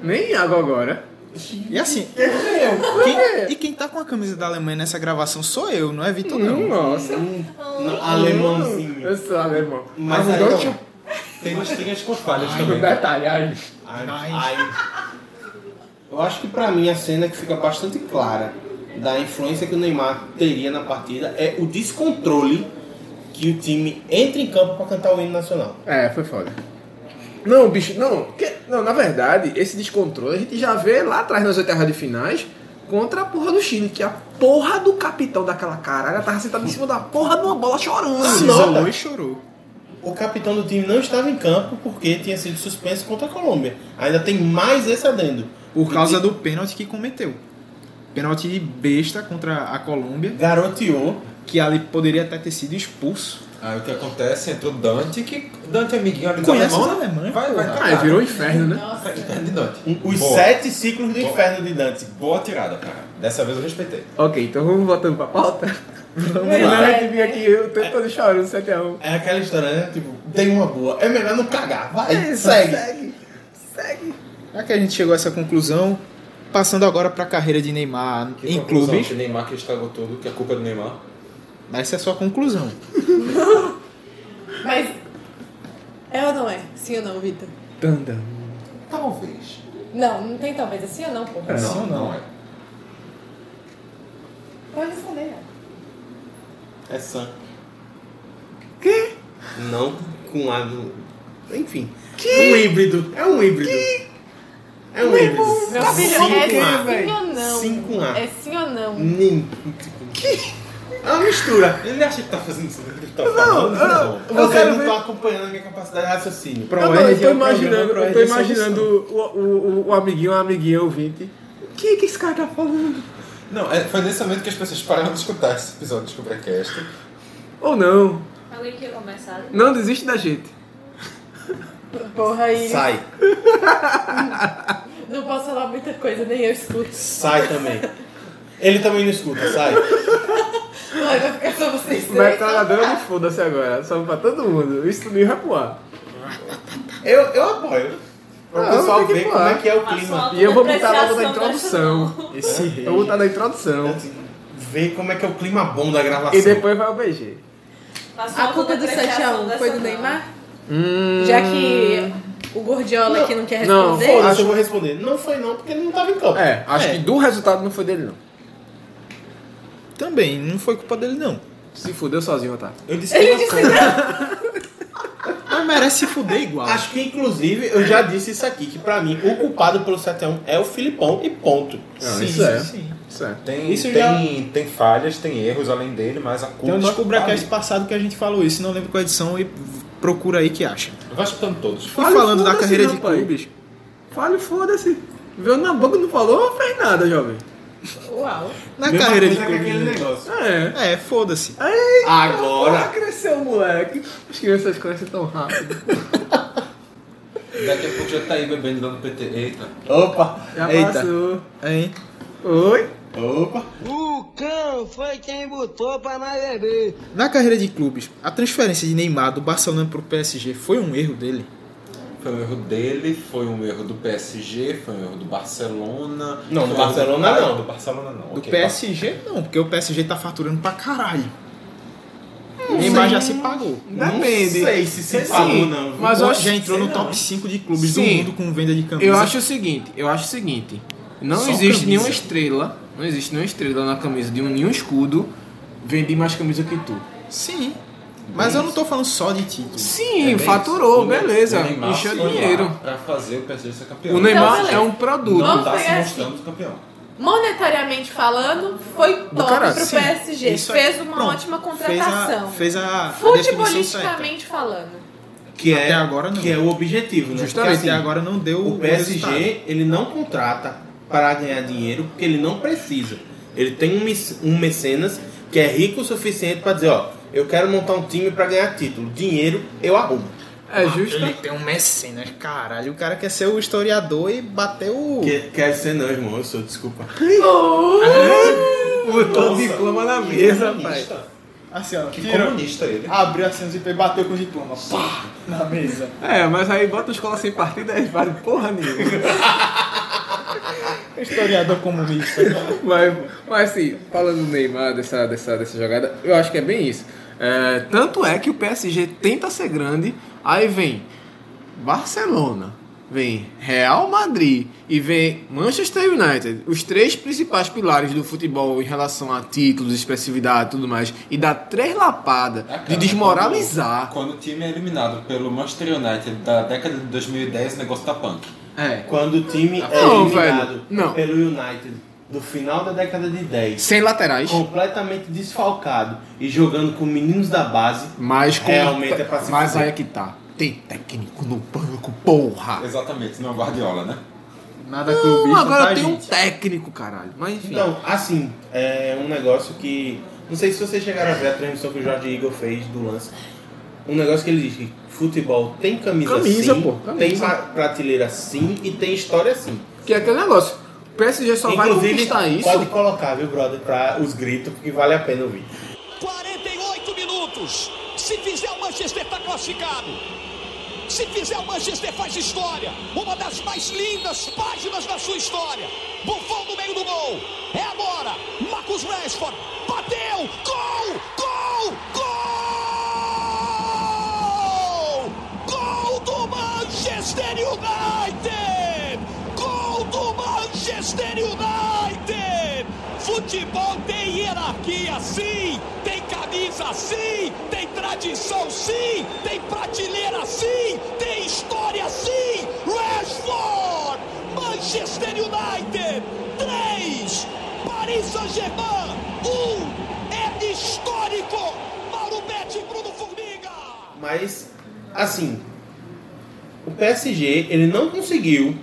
Speaker 5: Nem água agora.
Speaker 6: E assim, quem- e quem tá com a camisa da Alemanha nessa gravação sou eu, não é Vitor
Speaker 5: Hum,
Speaker 6: não.
Speaker 5: Nossa.
Speaker 8: Não, alemãozinho.
Speaker 5: Eu sou alemão.
Speaker 8: Mas aí,
Speaker 5: Arrogante
Speaker 8: então,
Speaker 7: Tem umas trinhas com falhas
Speaker 5: no
Speaker 7: também.
Speaker 5: detalhe. ai.
Speaker 8: Ai, ai. Eu acho que pra mim a cena que fica bastante clara da influência que o Neymar teria na partida é o descontrole que o time entra em campo pra cantar o hino nacional.
Speaker 5: É, foi foda. Não, bicho, não, que- não. Na verdade, esse descontrole a gente já vê lá atrás nas oitavas de finais contra a porra do Chile, que é a porra do capitão daquela caralho tava sentada em cima da porra de uma bola chorando.
Speaker 6: Se isolou e chorou.
Speaker 8: O capitão do time não estava em campo porque tinha sido suspenso contra a Colômbia. Ainda tem mais esse adendo.
Speaker 6: Por causa do pênalti que cometeu. Pênalti besta contra a Colômbia,
Speaker 8: Garoteou.
Speaker 6: que ali poderia até ter sido expulso.
Speaker 7: Aí o que acontece, entra o Dante, que Dante é amiguinho ali
Speaker 6: Conhece
Speaker 7: da
Speaker 6: os
Speaker 7: Alemanha.
Speaker 6: alemães,
Speaker 7: Vai, vai,
Speaker 5: Ah, e
Speaker 7: cagar.
Speaker 5: virou um inferno, né?
Speaker 4: Nossa,
Speaker 7: É De Dante.
Speaker 8: um- Os
Speaker 7: Boa.
Speaker 8: sete ciclos do inferno de Dante.
Speaker 7: Boa tirada, cara. Dessa vez eu respeitei.
Speaker 5: Ok, então vamos voltando pra pauta. Vamos
Speaker 4: lá.
Speaker 5: lá. que vir aqui eu tô todo chorando, 7x1.
Speaker 8: É aquela história, né? Tipo, tem uma boa. É melhor não cagar.
Speaker 7: É,
Speaker 8: Vai, segue.
Speaker 5: Segue, segue.
Speaker 6: Já que a gente chegou a essa conclusão, passando agora para a carreira de Neymar
Speaker 7: Que
Speaker 6: em
Speaker 7: conclusão,
Speaker 6: clubes,
Speaker 7: Que Neymar que estragou tudo, que a culpa é do Neymar.
Speaker 6: essa é a sua conclusão.
Speaker 4: mas é ou não é? Sim ou não, Vitor?
Speaker 5: Tandam.
Speaker 7: Talvez.
Speaker 4: Não, não tem talvez, é sim ou não, pô.
Speaker 7: Não, não é.
Speaker 4: Pode responder, né?
Speaker 8: É Sam. Quê? Não com um lado. Enfim. Um híbrido. É um híbrido. É um híbrido.
Speaker 4: Meu filho, é sim
Speaker 8: Cinco A.
Speaker 4: ou não?
Speaker 8: assim, Cinco um A.
Speaker 4: É sim ou não?
Speaker 8: Nem. É uma mistura.
Speaker 7: Ele acha que tá fazendo isso, ele tá
Speaker 11: Não,
Speaker 7: falando.
Speaker 11: não.
Speaker 8: Você
Speaker 11: Eu quero
Speaker 8: né, não
Speaker 11: ver-
Speaker 8: tá acompanhando a minha capacidade de raciocínio.
Speaker 11: Pro
Speaker 5: Eu,
Speaker 11: Ed
Speaker 5: não, eu tô
Speaker 11: é um programa,
Speaker 5: imaginando,
Speaker 11: pro
Speaker 5: eu
Speaker 11: Ed
Speaker 5: tô
Speaker 11: é solução.
Speaker 5: imaginando o, o, o, o amiguinho, a amiguinha ouvinte. O que, que esse cara tá falando?
Speaker 7: Não, é- foi nesse momento que as pessoas pararam de escutar esse episódio de Cobrecast.
Speaker 5: Ou não?
Speaker 13: Alguém quer começar?
Speaker 5: Não desiste da gente.
Speaker 4: Porra aí.
Speaker 8: Sai.
Speaker 4: Não posso falar muita coisa, nem eu escuto.
Speaker 8: Sai também. Ele também não escuta, sai.
Speaker 4: Ai, vai ficar só vocês três.
Speaker 5: Metralhadora de foda-se agora. Salve pra todo mundo. Isso não ia recuar.
Speaker 8: Eu, eu apoio. Pra
Speaker 5: Ah,
Speaker 8: o pessoal
Speaker 5: tem que
Speaker 8: ver como
Speaker 5: pular.
Speaker 8: é que é o
Speaker 13: Passou
Speaker 8: clima.
Speaker 13: a
Speaker 5: E eu vou botar
Speaker 13: apreciação
Speaker 5: logo na
Speaker 13: dessa
Speaker 5: introdução.
Speaker 11: Esse rei.
Speaker 5: Eu vou botar na introdução.
Speaker 8: Ver como é que é o clima bom da gravação.
Speaker 5: E depois vai o BG.
Speaker 13: Passou
Speaker 4: A culpa do
Speaker 13: apreciação
Speaker 4: 7x1
Speaker 13: dessa
Speaker 4: foi do
Speaker 13: mão.
Speaker 4: Neymar? Já que o Gordiola aqui Hum. não quer
Speaker 5: Não,
Speaker 4: responder.
Speaker 8: Foda-se, eu vou responder. Não foi não, porque ele não tava em campo.
Speaker 5: É, acho que do resultado não foi dele, não.
Speaker 6: Também, não foi culpa dele, não.
Speaker 5: Se fudeu sozinho, Otávio.
Speaker 7: Eu disse que
Speaker 6: Mas merece se fuder igual.
Speaker 8: Acho que, inclusive, eu já disse isso aqui, que pra mim, o culpado pelo 7x1 é o Filipão e ponto.
Speaker 5: Não,
Speaker 6: Sim,
Speaker 5: isso é.
Speaker 6: sim.
Speaker 5: Isso é.
Speaker 7: tem,
Speaker 8: Isso
Speaker 7: tem, tem falhas, tem erros além dele, mas a
Speaker 6: Tem
Speaker 7: culpa. é
Speaker 6: um
Speaker 7: está
Speaker 6: Descobracast
Speaker 7: ali.
Speaker 6: passado que a gente falou isso, não lembro qual edição, e procura aí que acha.
Speaker 7: Vai escutando todos.
Speaker 6: E
Speaker 5: Fale,
Speaker 6: falando da
Speaker 5: foda-se,
Speaker 6: carreira de
Speaker 5: rapaz.
Speaker 6: clubes,
Speaker 5: Fale, foda-se. Viu na boca, não falou, não fez nada, jovem.
Speaker 4: Uau.
Speaker 6: na
Speaker 8: Mesma
Speaker 6: carreira de
Speaker 8: coisa
Speaker 7: é
Speaker 8: que aquele
Speaker 6: clubes.
Speaker 8: negócio.
Speaker 5: É.
Speaker 6: É, foda-se.
Speaker 5: Olha,
Speaker 8: Agora,
Speaker 5: cresceu, moleque. As crianças crescem tão rápido.
Speaker 7: Daqui a pouco já tá aí bebendo lá no PT. Eita.
Speaker 8: opa,
Speaker 5: Já
Speaker 6: Eita.
Speaker 5: passou.
Speaker 6: Hein?
Speaker 5: Oi?
Speaker 8: opa.
Speaker 9: O cão foi quem botou pra nós beber.
Speaker 6: Na carreira de clubes, a transferência de Neymar do Barcelona pro PSG foi um erro dele?
Speaker 7: Foi um erro dele, foi um erro do PSG, foi um erro do Barcelona. Foi um
Speaker 8: Não, do
Speaker 7: erro
Speaker 8: Barcelona
Speaker 7: Bayern,
Speaker 8: não.
Speaker 7: Do Barcelona não.
Speaker 6: Do
Speaker 8: tá.
Speaker 7: ok. tá.
Speaker 6: PSG não, porque o PSG tá faturando pra caralho. Neymar já se pagou.
Speaker 5: Depende.
Speaker 8: Não sei se se
Speaker 5: Sim,
Speaker 8: pagou, não.
Speaker 5: mas eu acho-
Speaker 6: já entrou no top 5 de clubes do
Speaker 5: Sim.
Speaker 6: mundo com venda de camisa.
Speaker 5: Eu acho o seguinte, eu acho o seguinte. Não
Speaker 6: Só
Speaker 5: existe
Speaker 6: camisa.
Speaker 5: nenhuma estrela, não existe nenhuma estrela na camisa de um, nenhum escudo. Vendi mais camisa que tu.
Speaker 6: Sim. Mas eu não tô falando só de título.
Speaker 5: Sim,
Speaker 7: É bem isso.
Speaker 5: faturou,
Speaker 7: O Ne-
Speaker 5: beleza.
Speaker 7: o Neymar
Speaker 5: Encheu
Speaker 7: foi lá
Speaker 5: dinheiro.
Speaker 7: Pra fazer o PSG ser campeão.
Speaker 5: O Neymar
Speaker 4: beleza.
Speaker 5: é um produto.
Speaker 7: não
Speaker 4: Vamos
Speaker 7: tá se
Speaker 4: pegar
Speaker 7: mostrando campeão.
Speaker 4: Monetariamente falando, foi top
Speaker 5: caralho,
Speaker 4: pro
Speaker 5: sim.
Speaker 4: PSG.
Speaker 6: Isso aí,
Speaker 4: Fez uma
Speaker 6: pronto.
Speaker 4: ótima
Speaker 6: Fez a-
Speaker 4: contratação.
Speaker 6: Fez a, a definição certa.
Speaker 4: Futebolisticamente falando.
Speaker 8: Que é,
Speaker 6: Até agora não.
Speaker 8: que é o objetivo, né?
Speaker 6: Justamente,
Speaker 8: Porque, assim,
Speaker 6: até agora não deu
Speaker 8: O PSG,
Speaker 6: resultado.
Speaker 8: ele não contrata para ganhar dinheiro porque ele não precisa. Ele tem um, mec- um mecenas que é rico o suficiente para dizer, ó, eu quero montar um time para ganhar título. Dinheiro eu arrumo.
Speaker 5: É justo.
Speaker 6: Ele tem um mecenas, caralho. O cara quer ser o historiador e bater o...
Speaker 8: Que, quer ser não, irmão, eu sou, desculpa.
Speaker 5: Botou o diploma na mesa, pai.
Speaker 6: Assim, ó.
Speaker 7: Que comunista ele.
Speaker 6: Abriu a cinza e bateu com o diploma. Pá! Na mesa.
Speaker 5: É, mas aí bota a escola sem partido e vale porra nenhuma.
Speaker 6: Historiador comunista.
Speaker 5: mas, mas assim, falando do Neymar, dessa, dessa, dessa jogada, eu acho que é bem isso. É, tanto é que o PSG tenta ser grande, aí vem Barcelona, vem Real Madrid e vem Manchester United, os três principais pilares do futebol em relação a títulos, expressividade e tudo mais, e dá três lapadas
Speaker 7: Ah, cara,
Speaker 5: de desmoralizar.
Speaker 7: Quando, quando o time é eliminado pelo Manchester United da década de 2010, o negócio tá punk.
Speaker 5: É.
Speaker 8: Quando o time é
Speaker 5: Não,
Speaker 8: eliminado
Speaker 5: velho, não.
Speaker 8: pelo United do final da década de 10,
Speaker 5: Sem laterais,
Speaker 8: completamente desfalcado e jogando com meninos da base,
Speaker 5: mas com.
Speaker 8: Realmente é pra se
Speaker 5: Mas
Speaker 8: fuder.
Speaker 5: aí é que tá. Tem técnico no banco, porra!
Speaker 7: Exatamente, não é o Guardiola, né?
Speaker 6: Nada
Speaker 5: Não,
Speaker 6: clubista,
Speaker 5: agora
Speaker 6: tá,
Speaker 5: tem um
Speaker 6: gente?
Speaker 5: técnico, caralho. Mas enfim.
Speaker 8: Então, assim, é um negócio que. Não sei se vocês chegaram a ver a transmissão que o Jorge Igor fez do lance. Um negócio que ele diz que futebol tem camisa,
Speaker 5: Camisa,
Speaker 8: sim,
Speaker 5: pô,
Speaker 8: tem
Speaker 5: camisa.
Speaker 8: pra- prateleira sim e tem história sim.
Speaker 5: Que é aquele negócio. O PSG só vai
Speaker 8: Inclusive,
Speaker 5: conquistar isso.
Speaker 8: pode colocar, viu, brother, pra os gritos, porque vale a pena ouvir.
Speaker 12: 48 minutos. Se fizer o Manchester, está classificado. Se fizer o Manchester, faz história. Uma das mais lindas páginas da sua história. Buffon no meio do gol. É agora. Marcus Rashford. Bateu. Gol! Gol! Gol! Gol do Manchester United! Gol do Manchester United! Futebol tem hierarquia, sim! Tem camisa! casa sim, tem tradição sim, tem prateleira sim, tem história sim. Rashford, Manchester United, 3, Paris Saint-Germain, 1, é histórico. Mauro Betti e Bruno Formiga.
Speaker 8: Mas, assim, o PSG ele não conseguiu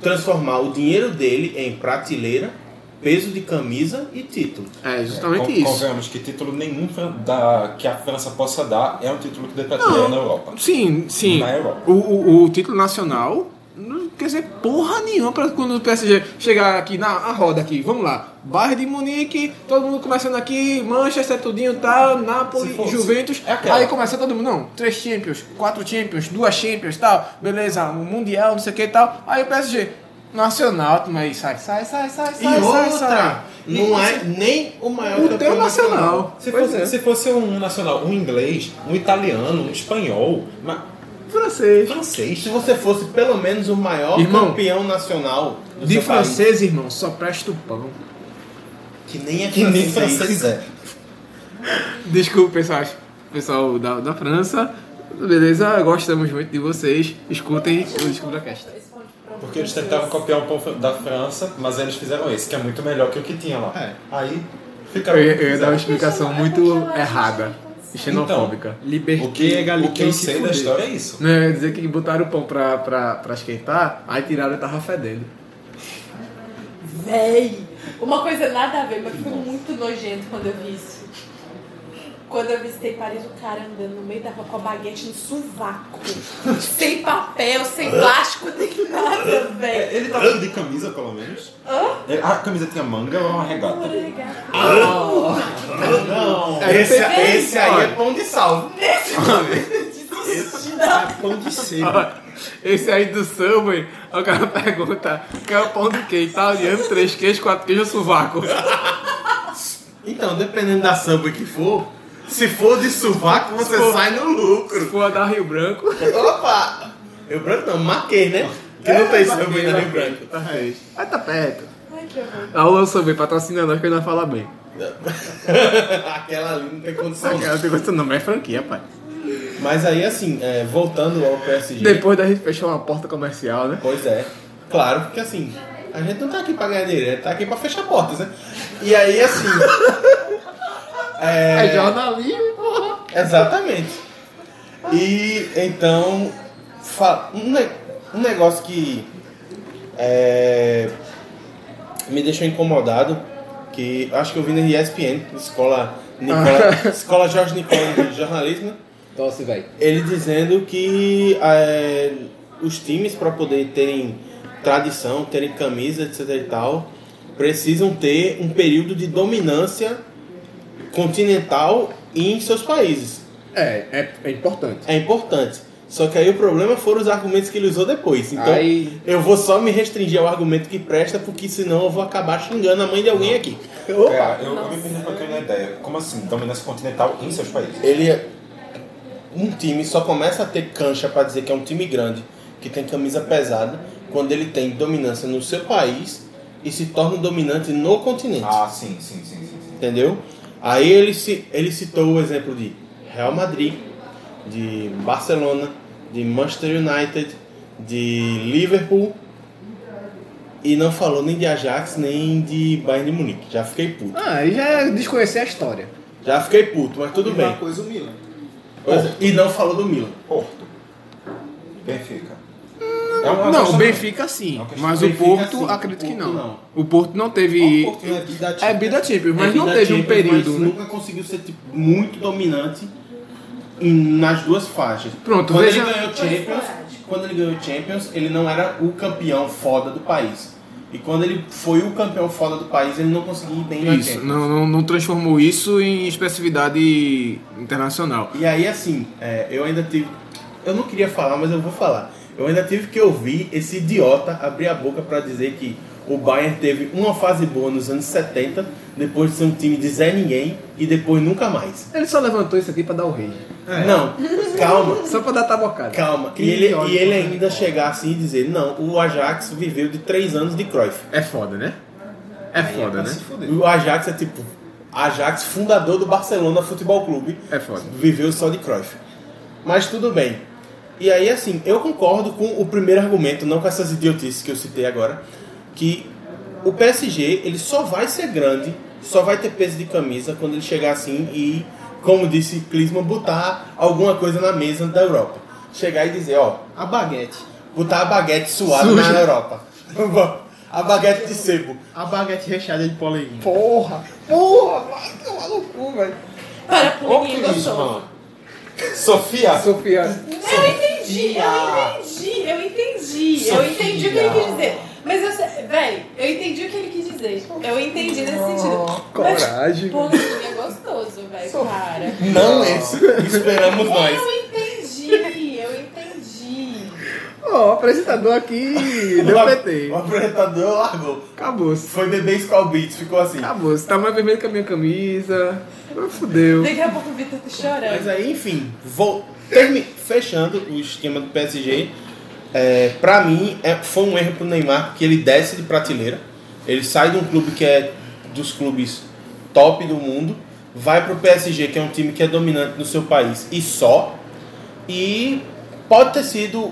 Speaker 8: transformar o dinheiro dele em prateleira, peso de camisa e título.
Speaker 11: É,
Speaker 7: Con- Convenhamos que título nenhum fran- da, que a França possa dar é um título que dê prateleira
Speaker 5: Não.
Speaker 7: na Europa.
Speaker 5: Sim, sim.
Speaker 7: Na Europa.
Speaker 5: O, o, o título nacional não quer dizer porra nenhuma pra quando o PSG chegar aqui na a roda aqui. Vamos lá. Bairro de Munique, todo mundo começando aqui, Manchester, tudinho, tal, Nápoles,
Speaker 7: Se for-
Speaker 5: Juventus.
Speaker 7: é aquela.
Speaker 5: aí começa todo mundo, não, três Champions, quatro Champions, duas Champions, tal, beleza, um Mundial, não sei o que e tal. Aí o PSG, nacional, toma aí, sai, sai, sai, sai,
Speaker 8: E
Speaker 5: sai, sai, sai.
Speaker 8: outra, não é nem o maior
Speaker 5: O
Speaker 8: campeão
Speaker 5: teu nacional.
Speaker 7: Se
Speaker 5: Pois
Speaker 7: fosse,
Speaker 5: é.
Speaker 7: se fosse um nacional, um inglês, um italiano, um espanhol, mas
Speaker 5: Francês.
Speaker 7: francês.
Speaker 8: Se você fosse pelo menos o maior
Speaker 5: Irmão,
Speaker 8: campeão nacional do
Speaker 5: De
Speaker 8: seu país,
Speaker 5: francês, irmão, só presta o pão.
Speaker 8: que nem é
Speaker 7: Que nem
Speaker 8: francês.
Speaker 7: francês é.
Speaker 5: Desculpa, pessoal. Pessoal da, da França. Beleza? Gostamos muito de vocês. Escutem o DescubraCast.
Speaker 7: Porque eles tentaram copiar um pão fran- da França, mas eles fizeram esse, que é muito melhor que o que tinha lá.
Speaker 6: É.
Speaker 7: Aí
Speaker 5: Eu,
Speaker 7: ficaram.
Speaker 5: ia- eu ia dar uma explicação muito errada. e Xenofóbica.
Speaker 7: Então, o
Speaker 5: é
Speaker 7: que, é
Speaker 6: Liberté,
Speaker 7: o que eu sei da
Speaker 6: fuder.
Speaker 7: história é isso.
Speaker 5: Não, eu ia dizer que botaram o pão pra, pra, pra esquentar, aí tiraram e tava fedendo.
Speaker 4: Véi! Uma coisa nada a ver, mas ficou muito nojento quando eu vi isso. Quando eu visitei Paris, o cara andando no meio da rua com a baguete no sovaco. sem papel, sem plástico, nem nada, véi.
Speaker 7: Ele tá- tava de camisa, pelo menos. Ele- A camisa tinha manga ou uma regata?
Speaker 8: Não,
Speaker 5: É,
Speaker 8: esse,
Speaker 5: perfeito,
Speaker 8: esse aí
Speaker 5: olha.
Speaker 8: é pão de sal.
Speaker 6: Pão de sebo.
Speaker 5: Ó, Esse aí do Subway, o cara pergunta, quer o pão de queijo? Italiano, três queijos, quatro queijos, sovaco.
Speaker 8: Então, dependendo da samba que for, se for de sovaco, você
Speaker 5: for-
Speaker 8: sai no lucro.
Speaker 5: Rua da Rio Branco.
Speaker 8: Opa! Rio Branco não, Maquei, né? Que
Speaker 5: É,
Speaker 8: não tem samba ainda Rio Branco.
Speaker 7: É
Speaker 5: Aí tá perto.
Speaker 4: Ai, que horror.
Speaker 5: Alô, Subway, patrocina nós que eu ainda fala bem.
Speaker 8: Aquela ali não tem condição.
Speaker 5: Só que eu tenho gosto do nome, é franquia, pai.
Speaker 8: Mas aí, assim, é, voltando ao PSG.
Speaker 5: Depois da gente fechar uma porta comercial, né?
Speaker 8: Pois é. Claro, porque assim, a gente não tá aqui pra ganhar dinheiro, a gente tá aqui pra fechar portas, né? E aí, assim.
Speaker 5: É,
Speaker 8: é,
Speaker 5: jornalismo, porra.
Speaker 8: exatamente. E então, fa- um, ne- um negócio que é, me deixou incomodado, que acho que eu vi na ESPN, escola, Nicola, escola Jorge Nicola de jornalismo,
Speaker 5: Tosse, velho.
Speaker 8: ele dizendo que é, os times para poder terem tradição, terem camisa, etc e tal, precisam ter um período de dominância continental em seus países.
Speaker 5: É, é, é importante.
Speaker 8: É importante. Só que aí o problema foram os argumentos que ele usou depois. Então
Speaker 5: Aí-
Speaker 8: eu vou só me restringir ao argumento que presta, porque senão eu vou acabar xingando a mãe de alguém aqui. Opa!
Speaker 7: Cara, eu, eu me perdi um pouquinho na ideia. Como assim? Dominância continental em seus países?
Speaker 8: ele é um time só começa a ter cancha para dizer que é um time grande, que tem camisa pesada, quando ele tem dominância no seu país e se torna dominante no continente,
Speaker 7: Ah, sim, sim, sim, sim. sim.
Speaker 8: entendeu? Aí ele ci- ele citou o exemplo de Real Madrid, de Barcelona, de Manchester United, de Liverpool e não falou nem de Ajax nem de Bayern de Munique. Já fiquei puto.
Speaker 5: Ah, aí já desconhecer a história.
Speaker 8: Já fiquei puto, mas tudo bem.
Speaker 6: Uma coisa, o Milan.
Speaker 8: Pois é, E não falou do Milan.
Speaker 7: Porto. Benfica.
Speaker 5: Não, o Benfica
Speaker 7: É
Speaker 5: sim,
Speaker 7: uma questão-
Speaker 5: mas
Speaker 8: Benfica,
Speaker 5: o Porto
Speaker 8: sim,
Speaker 5: acredito
Speaker 8: o
Speaker 5: que
Speaker 8: Porto,
Speaker 5: não.
Speaker 8: não.
Speaker 5: O Porto não teve.
Speaker 8: É vida
Speaker 5: É Bida Champions, mas não teve um período. né?
Speaker 8: nunca conseguiu ser tipo, muito dominante em- nas duas faixas.
Speaker 5: Pronto,
Speaker 8: quando
Speaker 5: veja-
Speaker 8: ele ganhou Champions, quando ele ganhou Champions, ele não era o campeão foda do país. E quando ele foi o campeão foda do país, ele não conseguia ir bem na
Speaker 5: Isso,
Speaker 8: Champions.
Speaker 5: não, não, não transformou isso em expressividade internacional.
Speaker 8: E aí, assim, é, eu ainda tive. Eu não queria falar, mas eu vou falar. Eu ainda tive que ouvir esse idiota abrir a boca pra dizer que o Bayern teve uma fase boa nos anos 70, depois de ser um time de Zé Ninguém e depois nunca mais.
Speaker 5: Ele só levantou isso aqui pra dar o rei.
Speaker 8: Não, calma,
Speaker 5: Só pra dar tabocada.
Speaker 8: calma. E ele, e ele ainda chegar assim e dizer: não, o Ajax viveu de três anos de Cruyff.
Speaker 5: É foda, né? É foda, né?
Speaker 8: O Ajax é tipo. Ajax, fundador do Barcelona Futebol Clube.
Speaker 5: É foda.
Speaker 8: Viveu só de Cruyff. Mas tudo bem. E aí, assim, eu concordo com o primeiro argumento, não com essas idiotices que eu citei agora, que o PSG, ele só vai ser grande, só vai ter peso de camisa quando ele chegar assim e, como disse Klinsmann, botar alguma coisa na mesa da Europa. Chegar e dizer, ó... A baguete. Botar a baguete suada
Speaker 14: Suja.
Speaker 8: na Europa. A baguete de sebo.
Speaker 14: A baguete recheada de poleguinho.
Speaker 8: Porra! Porra, vai tomar no cu, velho.
Speaker 4: Para pro menino gostoso.
Speaker 10: Sofia!
Speaker 5: Sofia!
Speaker 4: Eu entendi, eu entendi, eu entendi, eu entendi o que ele quis dizer. Mas eu sei, velho, eu entendi o que ele quis dizer. Eu entendi nesse sentido.
Speaker 5: Coragem.
Speaker 4: Bolinho é gostoso, velho, para.
Speaker 8: Não esse. Esperamos nós.
Speaker 4: Eu entendi, eu entendi.
Speaker 5: Ó, o apresentador aqui
Speaker 8: O
Speaker 5: deu
Speaker 8: a-
Speaker 5: PT.
Speaker 8: O apresentador largou.
Speaker 5: Acabou.
Speaker 8: Foi bebê Skull Beats, ficou assim.
Speaker 5: Acabou. Você tá mais vermelho que a minha camisa. Ah, Fudeu.
Speaker 4: Daqui a pouco o Vitor tá
Speaker 8: Mas
Speaker 5: é
Speaker 4: chorando.
Speaker 8: aí, enfim, vou termi- fechando o esquema do PSG. É, pra mim, é- foi um erro pro Neymar que ele desce de prateleira. Ele sai de um clube que é dos clubes top do mundo, vai pro PSG, que é um time que é dominante no seu país e só. E pode ter sido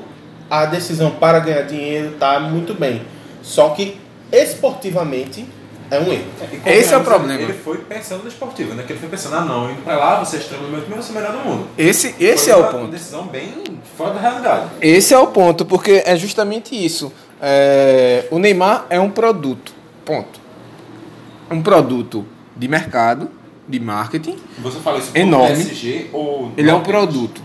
Speaker 8: a decisão para ganhar dinheiro, tá muito bem. Só que esportivamente é um erro.
Speaker 5: Esse é o problema.
Speaker 10: Ele foi pensando no esportivo, né? Que ele foi pensando, ah não, indo pra lá, você é estrela do meu time, eu sou o melhor do mundo.
Speaker 5: Esse, esse
Speaker 10: Foi
Speaker 5: é o
Speaker 10: uma
Speaker 5: ponto.
Speaker 10: decisão bem fora da realidade.
Speaker 5: Esse é o ponto, porque é justamente isso. É, o Neymar é um produto. Ponto. Um produto de mercado, de marketing.
Speaker 10: Você fala isso pro
Speaker 5: enorme.
Speaker 10: PSG ou...
Speaker 5: Ele é um
Speaker 10: não?
Speaker 5: produto.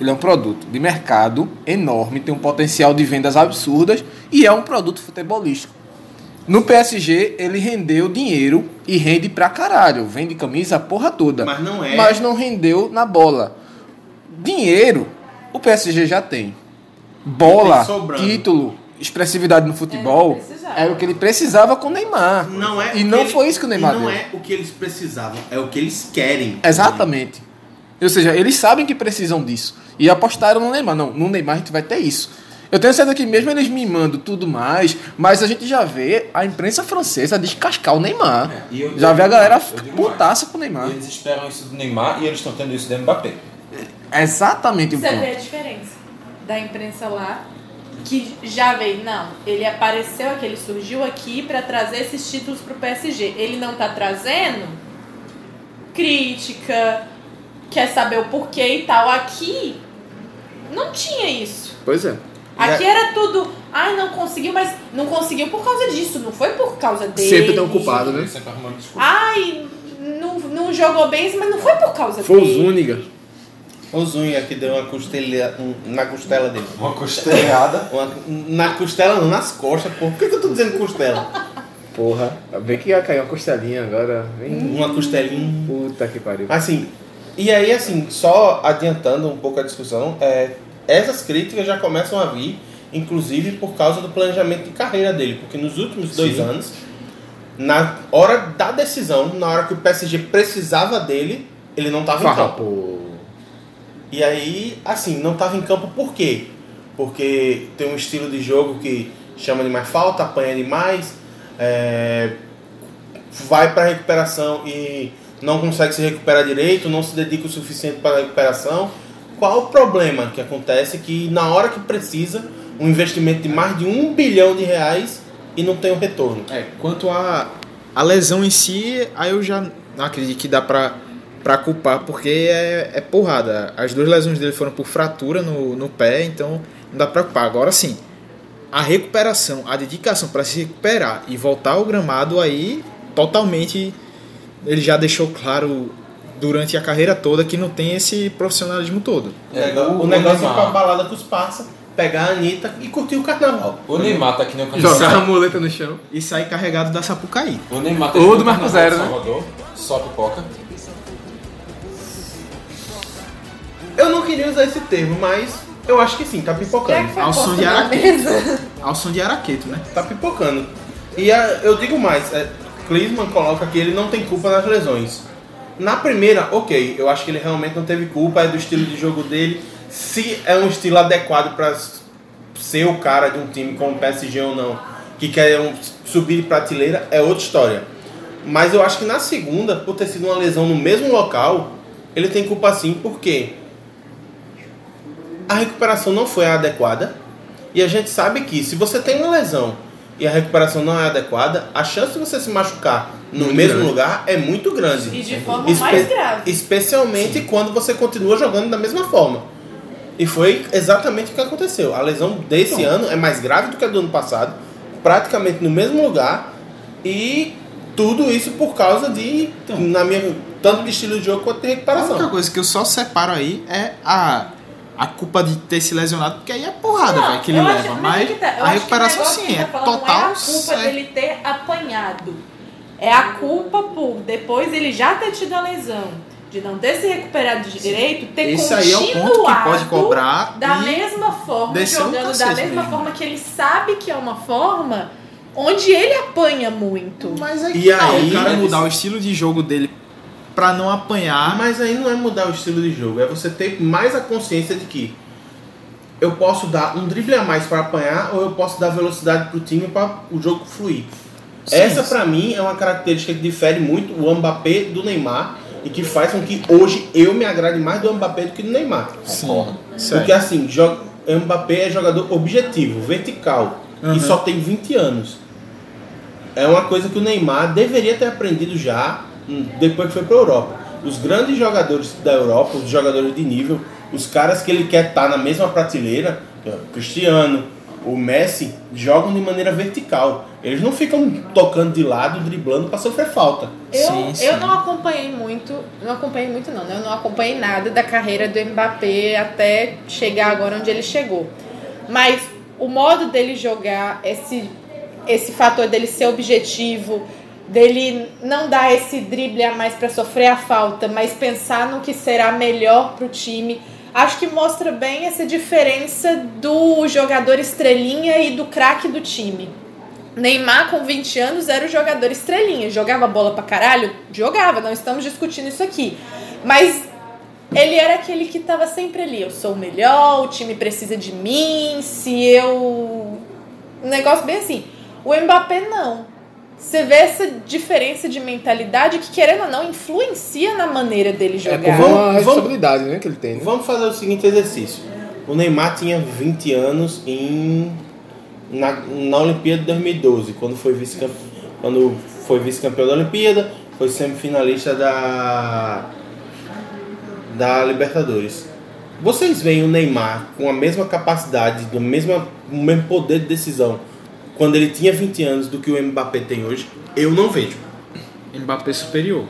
Speaker 5: Ele é um produto de mercado enorme, tem um potencial de vendas absurdas e é um produto futebolístico. No PSG, ele rendeu dinheiro e rende pra caralho. Vende camisa a porra toda.
Speaker 8: Mas não é.
Speaker 5: Mas não rendeu na bola. Dinheiro, o PSG já tem. Bola,
Speaker 8: Tem sobrando.
Speaker 5: título, expressividade no futebol, era o que ele precisava com o Neymar.
Speaker 8: Não é
Speaker 5: e
Speaker 8: o
Speaker 5: não
Speaker 8: ele-
Speaker 5: foi isso que o Neymar
Speaker 8: e não
Speaker 5: deu. É.
Speaker 8: é o que eles precisavam, é o que eles querem.
Speaker 5: Exatamente. Ou seja, eles sabem que precisam disso. E apostaram no Neymar. Não, no Neymar a gente vai ter isso. Eu tenho certeza que mesmo eles mimando tudo mais, mas a gente já vê a imprensa francesa descascar o Neymar.
Speaker 10: É, e eu
Speaker 5: já
Speaker 10: digo
Speaker 5: vê a galera
Speaker 10: mais, eu digo
Speaker 5: putaça com o Neymar.
Speaker 10: Eles esperam isso do Neymar e eles estão tendo isso do Mbappé.
Speaker 5: Exatamente o
Speaker 4: Você vê é a
Speaker 5: ponto.
Speaker 4: diferença da imprensa lá, que já veio, não, ele apareceu aqui, ele surgiu aqui pra trazer esses títulos pro PSG. Ele não tá trazendo crítica, quer saber o porquê e tal. Aqui não tinha isso.
Speaker 5: Pois é.
Speaker 4: Aqui era tudo, ai, não conseguiu, mas não conseguiu por causa disso, não foi por causa dele.
Speaker 5: Sempre tão culpado, né?
Speaker 10: Sempre arrumando desculpa.
Speaker 4: Ai, não, não jogou bem, mas não foi por causa
Speaker 5: Foi o
Speaker 4: dele.
Speaker 5: Zúñiga.
Speaker 8: O Zunha que deu uma costela um- na costela dele.
Speaker 10: Uma costelada.
Speaker 8: Uma- na costela não, nas costas, pô. Por que, que eu tô dizendo costela?
Speaker 5: Porra. Bem que ia cair uma costelinha agora. Vem.
Speaker 8: Uma costelinha.
Speaker 5: Puta que pariu.
Speaker 8: Assim, e aí assim, só adiantando um pouco a discussão, é, essas críticas já começam a vir, inclusive por causa do planejamento de carreira dele, porque nos últimos dois
Speaker 10: Sim.
Speaker 8: anos, na hora da decisão, na hora que o PSG precisava dele, ele não tava em campo.
Speaker 5: Farrapo.
Speaker 8: E aí, assim, não tava em campo por quê? Porque tem um estilo de jogo que chama demais falta, apanha demais, é, vai para recuperação e não consegue se recuperar direito, não se dedica o suficiente para a recuperação. Qual o problema que acontece que na hora que precisa, um investimento de mais de um bilhão de reais e não tem um retorno?
Speaker 6: É, quanto a, a lesão em si, aí eu já não acredito que dá pra, pra culpar, porque é, é porrada. As duas lesões dele foram por fratura no, no pé, então não dá pra culpar. Agora sim, a recuperação, a dedicação pra se recuperar e voltar ao tá gramado, aí totalmente ele já deixou claro durante a carreira toda que não tem esse profissionalismo todo.
Speaker 8: É, O negócio, o negócio é ir pra balada com os parça, pegar a Anitta e curtir o carnaval.
Speaker 10: O Neymar tá que nem o
Speaker 5: Jogar a muleta no chão.
Speaker 6: E sair carregado da Sapucaí.
Speaker 10: O Neymar tá
Speaker 5: Ou
Speaker 10: que nem
Speaker 5: do Marco
Speaker 10: Carnaval de
Speaker 5: Zero, né?
Speaker 10: Salvador, só pipoca.
Speaker 8: Eu não queria usar esse termo, mas eu acho que sim, tá
Speaker 15: é
Speaker 4: Será que
Speaker 8: pipocando.
Speaker 4: foi
Speaker 6: Ao som
Speaker 4: posto
Speaker 6: de
Speaker 4: na
Speaker 6: araqueto.
Speaker 4: mesa?
Speaker 6: Ao som de araqueto, né?
Speaker 8: Tá pipocando. E ah, eu digo mais, é, Klinsmann coloca que ele não tem culpa nas lesões. Na primeira, ok, eu acho que ele realmente não teve culpa, é do estilo de jogo dele. Se é um estilo adequado pra s- ser o cara de um time como o PSG ou não, que quer um- subir de prateleira, é outra história. Mas eu acho que na segunda, por ter sido uma lesão no mesmo local, ele tem culpa sim, porque a recuperação não foi a adequada. E a gente sabe que se você tem uma lesão e a recuperação não é adequada, a chance de você se machucar no
Speaker 4: Muito
Speaker 8: mesmo
Speaker 4: grande.
Speaker 8: lugar é muito grande.
Speaker 4: E de forma mais grave.
Speaker 8: Especialmente quando você continua jogando da mesma forma. E foi exatamente o que aconteceu. A lesão desse
Speaker 16: Então.
Speaker 8: ano é mais grave do que a do ano passado, praticamente no mesmo lugar, e tudo isso por causa de, na minha, tanto de estilo de jogo quanto de
Speaker 6: A única
Speaker 8: recuperação.
Speaker 6: coisa Então. que eu só separo aí é a, a culpa de ter se lesionado, porque aí é porrada, velho, que ele
Speaker 15: eu acho-
Speaker 6: leva. Mas
Speaker 15: é que tá, eu
Speaker 6: a
Speaker 15: acho que o
Speaker 6: recuperação
Speaker 15: negócio
Speaker 6: sim,
Speaker 15: que
Speaker 6: é
Speaker 15: tá falando Não é a
Speaker 6: total.
Speaker 15: culpa dele ter apanhado. É a culpa por depois ele já ter tido a lesão. De não ter se recuperado de direito, ter
Speaker 6: Esse aí é
Speaker 15: continuado
Speaker 6: um ponto que pode cobrar
Speaker 15: da
Speaker 6: e
Speaker 15: mesma forma,
Speaker 6: descer o
Speaker 15: jogando da
Speaker 6: cacete
Speaker 15: mesma
Speaker 6: mesmo.
Speaker 15: forma que ele sabe que é uma forma onde ele apanha muito.
Speaker 6: Mas é
Speaker 15: que
Speaker 6: E aí, o cara mudar o estilo de jogo dele pra não
Speaker 16: Tá.
Speaker 6: apanhar.
Speaker 8: Mas aí não é mudar o estilo de jogo, é você ter mais a consciência de que eu posso dar um drible a mais para apanhar ou eu posso dar velocidade pro time para o jogo fluir.
Speaker 16: Sim,
Speaker 8: Essa
Speaker 16: sim.
Speaker 8: para mim é uma característica que difere muito o Mbappé do Neymar e que faz com que hoje eu me agrade mais do Mbappé do que do Neymar.
Speaker 6: Sim.
Speaker 8: Porque assim, joga- Mbappé é jogador objetivo, vertical.
Speaker 16: Uhum.
Speaker 8: E só tem 20 anos. É uma coisa que o Neymar deveria ter aprendido já hum, depois que foi para a Europa. Os grandes jogadores da Europa, os jogadores de nível, os caras que ele quer estar na mesma prateleira, é, o Cristiano, o Messi, jogam de maneira vertical. Eles não ficam tocando de lado, driblando para sofrer falta.
Speaker 4: Eu, eu não acompanhei muito, não acompanhei muito não, né? Eu não acompanhei nada da carreira do Mbappé até chegar agora onde ele chegou. Mas o modo dele jogar, esse, esse fator dele ser objetivo, dele não dar esse drible a mais para sofrer a falta, mas pensar no que será melhor pro time, acho que mostra bem essa diferença do jogador estrelinha e do craque do time. Neymar, com 20 anos, era o jogador estrelinha. Jogava bola pra caralho? Jogava, não estamos discutindo isso aqui. Mas ele era aquele que tava sempre ali. Eu sou o melhor, o time precisa de mim, se eu. Um negócio bem assim. O Mbappé não. Você vê essa diferença de mentalidade que, querendo ou não, influencia na maneira dele jogar.
Speaker 8: É, vamos-
Speaker 5: A responsabilidade né, que ele tem. né?
Speaker 8: Vamos fazer o seguinte exercício. O Neymar tinha 20 anos em na, na Olimpíada de 2012, quando foi vice-campeão, quando foi vice-campeão da Olimpíada, foi semifinalista da da Libertadores. Vocês veem o Neymar com a mesma capacidade, do mesmo, o mesmo poder de decisão quando ele tinha 20 anos do que o Mbappé tem hoje? Eu não vejo.
Speaker 6: Mbappé superior.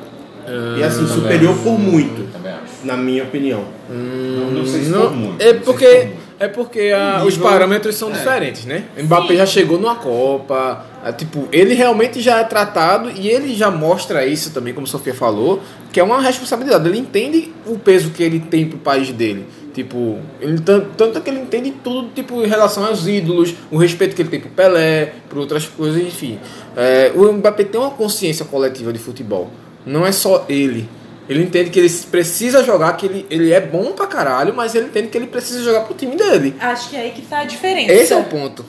Speaker 8: E assim,
Speaker 5: Também.
Speaker 8: superior por muito,
Speaker 5: Também acho.
Speaker 8: na minha opinião.
Speaker 5: Hum, Não, é porque, é porque a-
Speaker 8: Nível-
Speaker 5: os parâmetros são
Speaker 8: é.
Speaker 5: diferentes, né? Mbappé já chegou numa Copa, é, tipo, ele realmente já é tratado e ele já mostra isso também, como a Sofia falou, que é uma responsabilidade. Ele entende o peso que ele tem pro país dele. Tipo, ele, tan- tanto é que ele entende tudo, tipo, em relação aos ídolos, o respeito que ele tem pro Pelé, por outras coisas, enfim. É, o Mbappé tem uma consciência coletiva de futebol. Não é só ele. Ele entende que ele precisa jogar, que ele, ele é bom pra caralho, mas ele entende que ele precisa jogar pro time dele.
Speaker 4: Acho que é aí que tá a diferença.
Speaker 5: Esse é o ponto.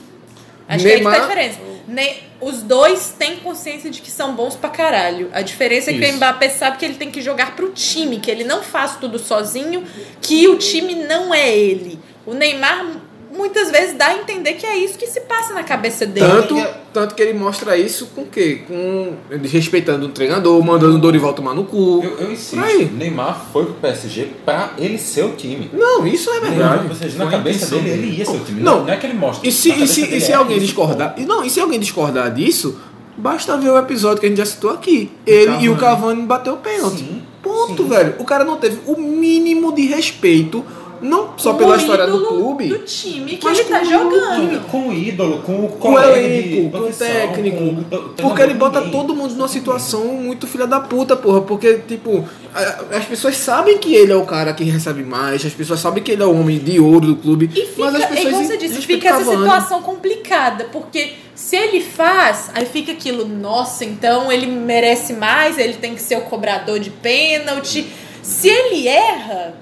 Speaker 4: Acho que é aí que tá a diferença. Ne- os dois têm consciência de que são bons pra caralho. A diferença é que
Speaker 5: Isso.
Speaker 4: o Mbappé sabe que ele tem que jogar pro time, que ele não faz tudo sozinho, que o time não é ele. O Neymar muitas vezes dá a entender que é isso que se passa na cabeça dele.
Speaker 5: tanto, tanto que ele é- mostra isso com o quê? Com respeitando o treinador, mandando o Dorival tomar no cu. Eu,
Speaker 7: insisto, Neymar foi pro PSG pra ele ser o time.
Speaker 5: Não, isso é verdade.
Speaker 7: Vocês, na
Speaker 5: Foi a
Speaker 7: cabeça
Speaker 5: intenção
Speaker 7: dele,
Speaker 5: dele.
Speaker 7: ele ia ser o time.
Speaker 5: Não.
Speaker 7: Não, não é que ele mostra.
Speaker 5: E se,
Speaker 7: Na
Speaker 5: e se,
Speaker 7: cabeça dele
Speaker 5: e se
Speaker 7: é
Speaker 5: alguém
Speaker 7: isso.
Speaker 5: discordar? E não, e se alguém discordar disso, basta ver o episódio que a gente já citou aqui. Ele e o Cavani bateu o pênalti. Ponto, velho. O cara não teve o mínimo de respeito, não só
Speaker 4: Com
Speaker 5: pela
Speaker 4: o
Speaker 5: história do
Speaker 4: ídolo
Speaker 5: clube.
Speaker 4: do time que
Speaker 5: mas
Speaker 4: ele tá
Speaker 5: com o-
Speaker 4: jogando.
Speaker 7: Com o ídolo, com o
Speaker 5: Com o
Speaker 7: colega de
Speaker 5: elenco, com o
Speaker 7: profissão,
Speaker 5: técnico.
Speaker 7: com o-
Speaker 5: Porque ele bota todo mundo numa situação muito filha da puta, porra. Porque, tipo, a- as pessoas sabem que ele é o cara que recebe mais, as pessoas sabem que ele é o homem de ouro do clube. mas as
Speaker 4: Fica- é
Speaker 5: pessoas
Speaker 4: como você disse, fica essa
Speaker 5: desrespeitavam ele.
Speaker 4: situação complicada, porque se ele faz, aí fica aquilo, nossa, então ele merece mais, ele tem que ser o cobrador de pênalti. Se ele erra,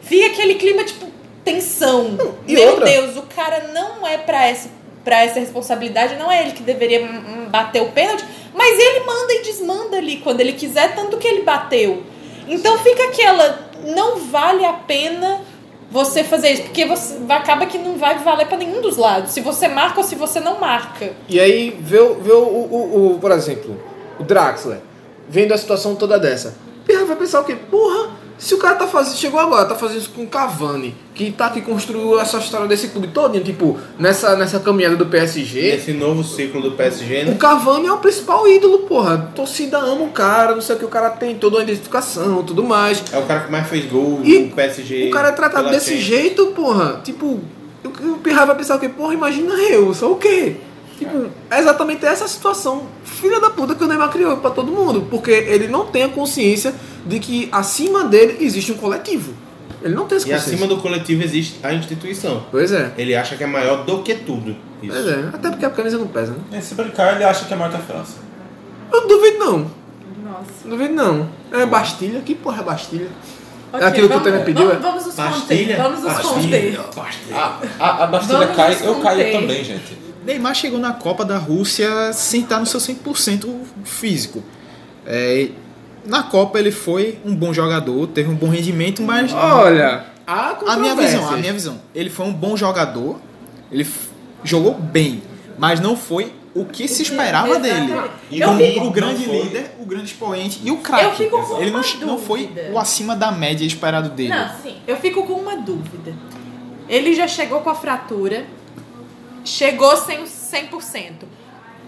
Speaker 4: fica aquele clima tipo tensão.
Speaker 5: e
Speaker 4: Meu
Speaker 5: outra?
Speaker 4: Deus, o cara não é pra esse pra essa responsabilidade. Não é ele que deveria hum, hum, bater o pênalti, mas ele manda e desmanda ali quando ele quiser, tanto que ele bateu. Então fica aquela. Não vale a pena você fazer isso, porque você acaba que não vai valer pra nenhum dos lados. Se você marca ou se você não marca.
Speaker 5: E aí vê, o- vê o, o, o- o- por exemplo, o Draxler, vendo a situação toda dessa. Pirra vai pensar o quê? Porra, se o cara tá fazendo, chegou agora, tá fazendo isso com o Cavani, que tá que construiu essa história desse clube todinho, tipo, nessa, nessa caminhada do PSG.
Speaker 8: Esse novo ciclo do PSG,
Speaker 5: O
Speaker 8: né?
Speaker 5: Cavani é o principal ídolo, porra. A torcida ama o cara, não sei o que, o cara tem toda uma identificação, tudo mais.
Speaker 8: É o cara que mais fez gol
Speaker 5: E
Speaker 8: no PSG.
Speaker 5: O cara é tratado
Speaker 8: pela
Speaker 5: desse
Speaker 8: Champions.
Speaker 5: jeito, porra. Tipo, o o Pirra vai pensar o quê? Porra, imagina eu, sou o quê? Tipo, é exatamente essa situação filha da puta que o Neymar criou pra todo mundo. Porque ele não tem a consciência de que acima dele existe um coletivo. Ele não tem essa
Speaker 8: E
Speaker 5: consciência.
Speaker 8: acima do coletivo existe a instituição.
Speaker 5: Pois é.
Speaker 8: Ele acha que é maior do que tudo. Isso.
Speaker 5: Pois é, até porque a camisa não pesa, né?
Speaker 7: É, se brincar, ele acha que é maior que a França.
Speaker 5: Eu não duvido não.
Speaker 4: Nossa.
Speaker 5: Não duvido não. É Bastilha? Que porra é Bastilha?
Speaker 4: Ok,
Speaker 5: é aquilo
Speaker 4: vamos-
Speaker 5: que o Temer pediu? é?
Speaker 4: vamos- vamos nos Bastilha? conter, vamos nos Bastilha, conter.
Speaker 7: A, a, a Bastilha
Speaker 4: Vamos
Speaker 7: cai,
Speaker 4: nos
Speaker 7: eu caio
Speaker 4: conter.
Speaker 7: também, gente.
Speaker 6: Neymar chegou na Copa da Rússia sem estar no seu 100% físico. É, na Copa ele foi um bom jogador, teve um bom rendimento, mas.
Speaker 5: Olha,
Speaker 6: a minha visão, a minha visão. Ele foi um bom jogador, ele f- jogou bem, mas não foi o que se esperava
Speaker 4: Exatamente.
Speaker 6: dele.
Speaker 4: Eu
Speaker 6: E como
Speaker 4: fico-
Speaker 6: o grande
Speaker 4: não foi.
Speaker 6: líder, o grande expoente e o
Speaker 4: Eu
Speaker 6: craque.
Speaker 4: fico com
Speaker 6: Ele
Speaker 4: uma
Speaker 6: não, che- não foi
Speaker 4: dúvida.
Speaker 6: o acima da média esperado dele.
Speaker 4: Não, sim. Eu fico com uma dúvida. Ele já chegou com a fratura, chegou sem os 100%.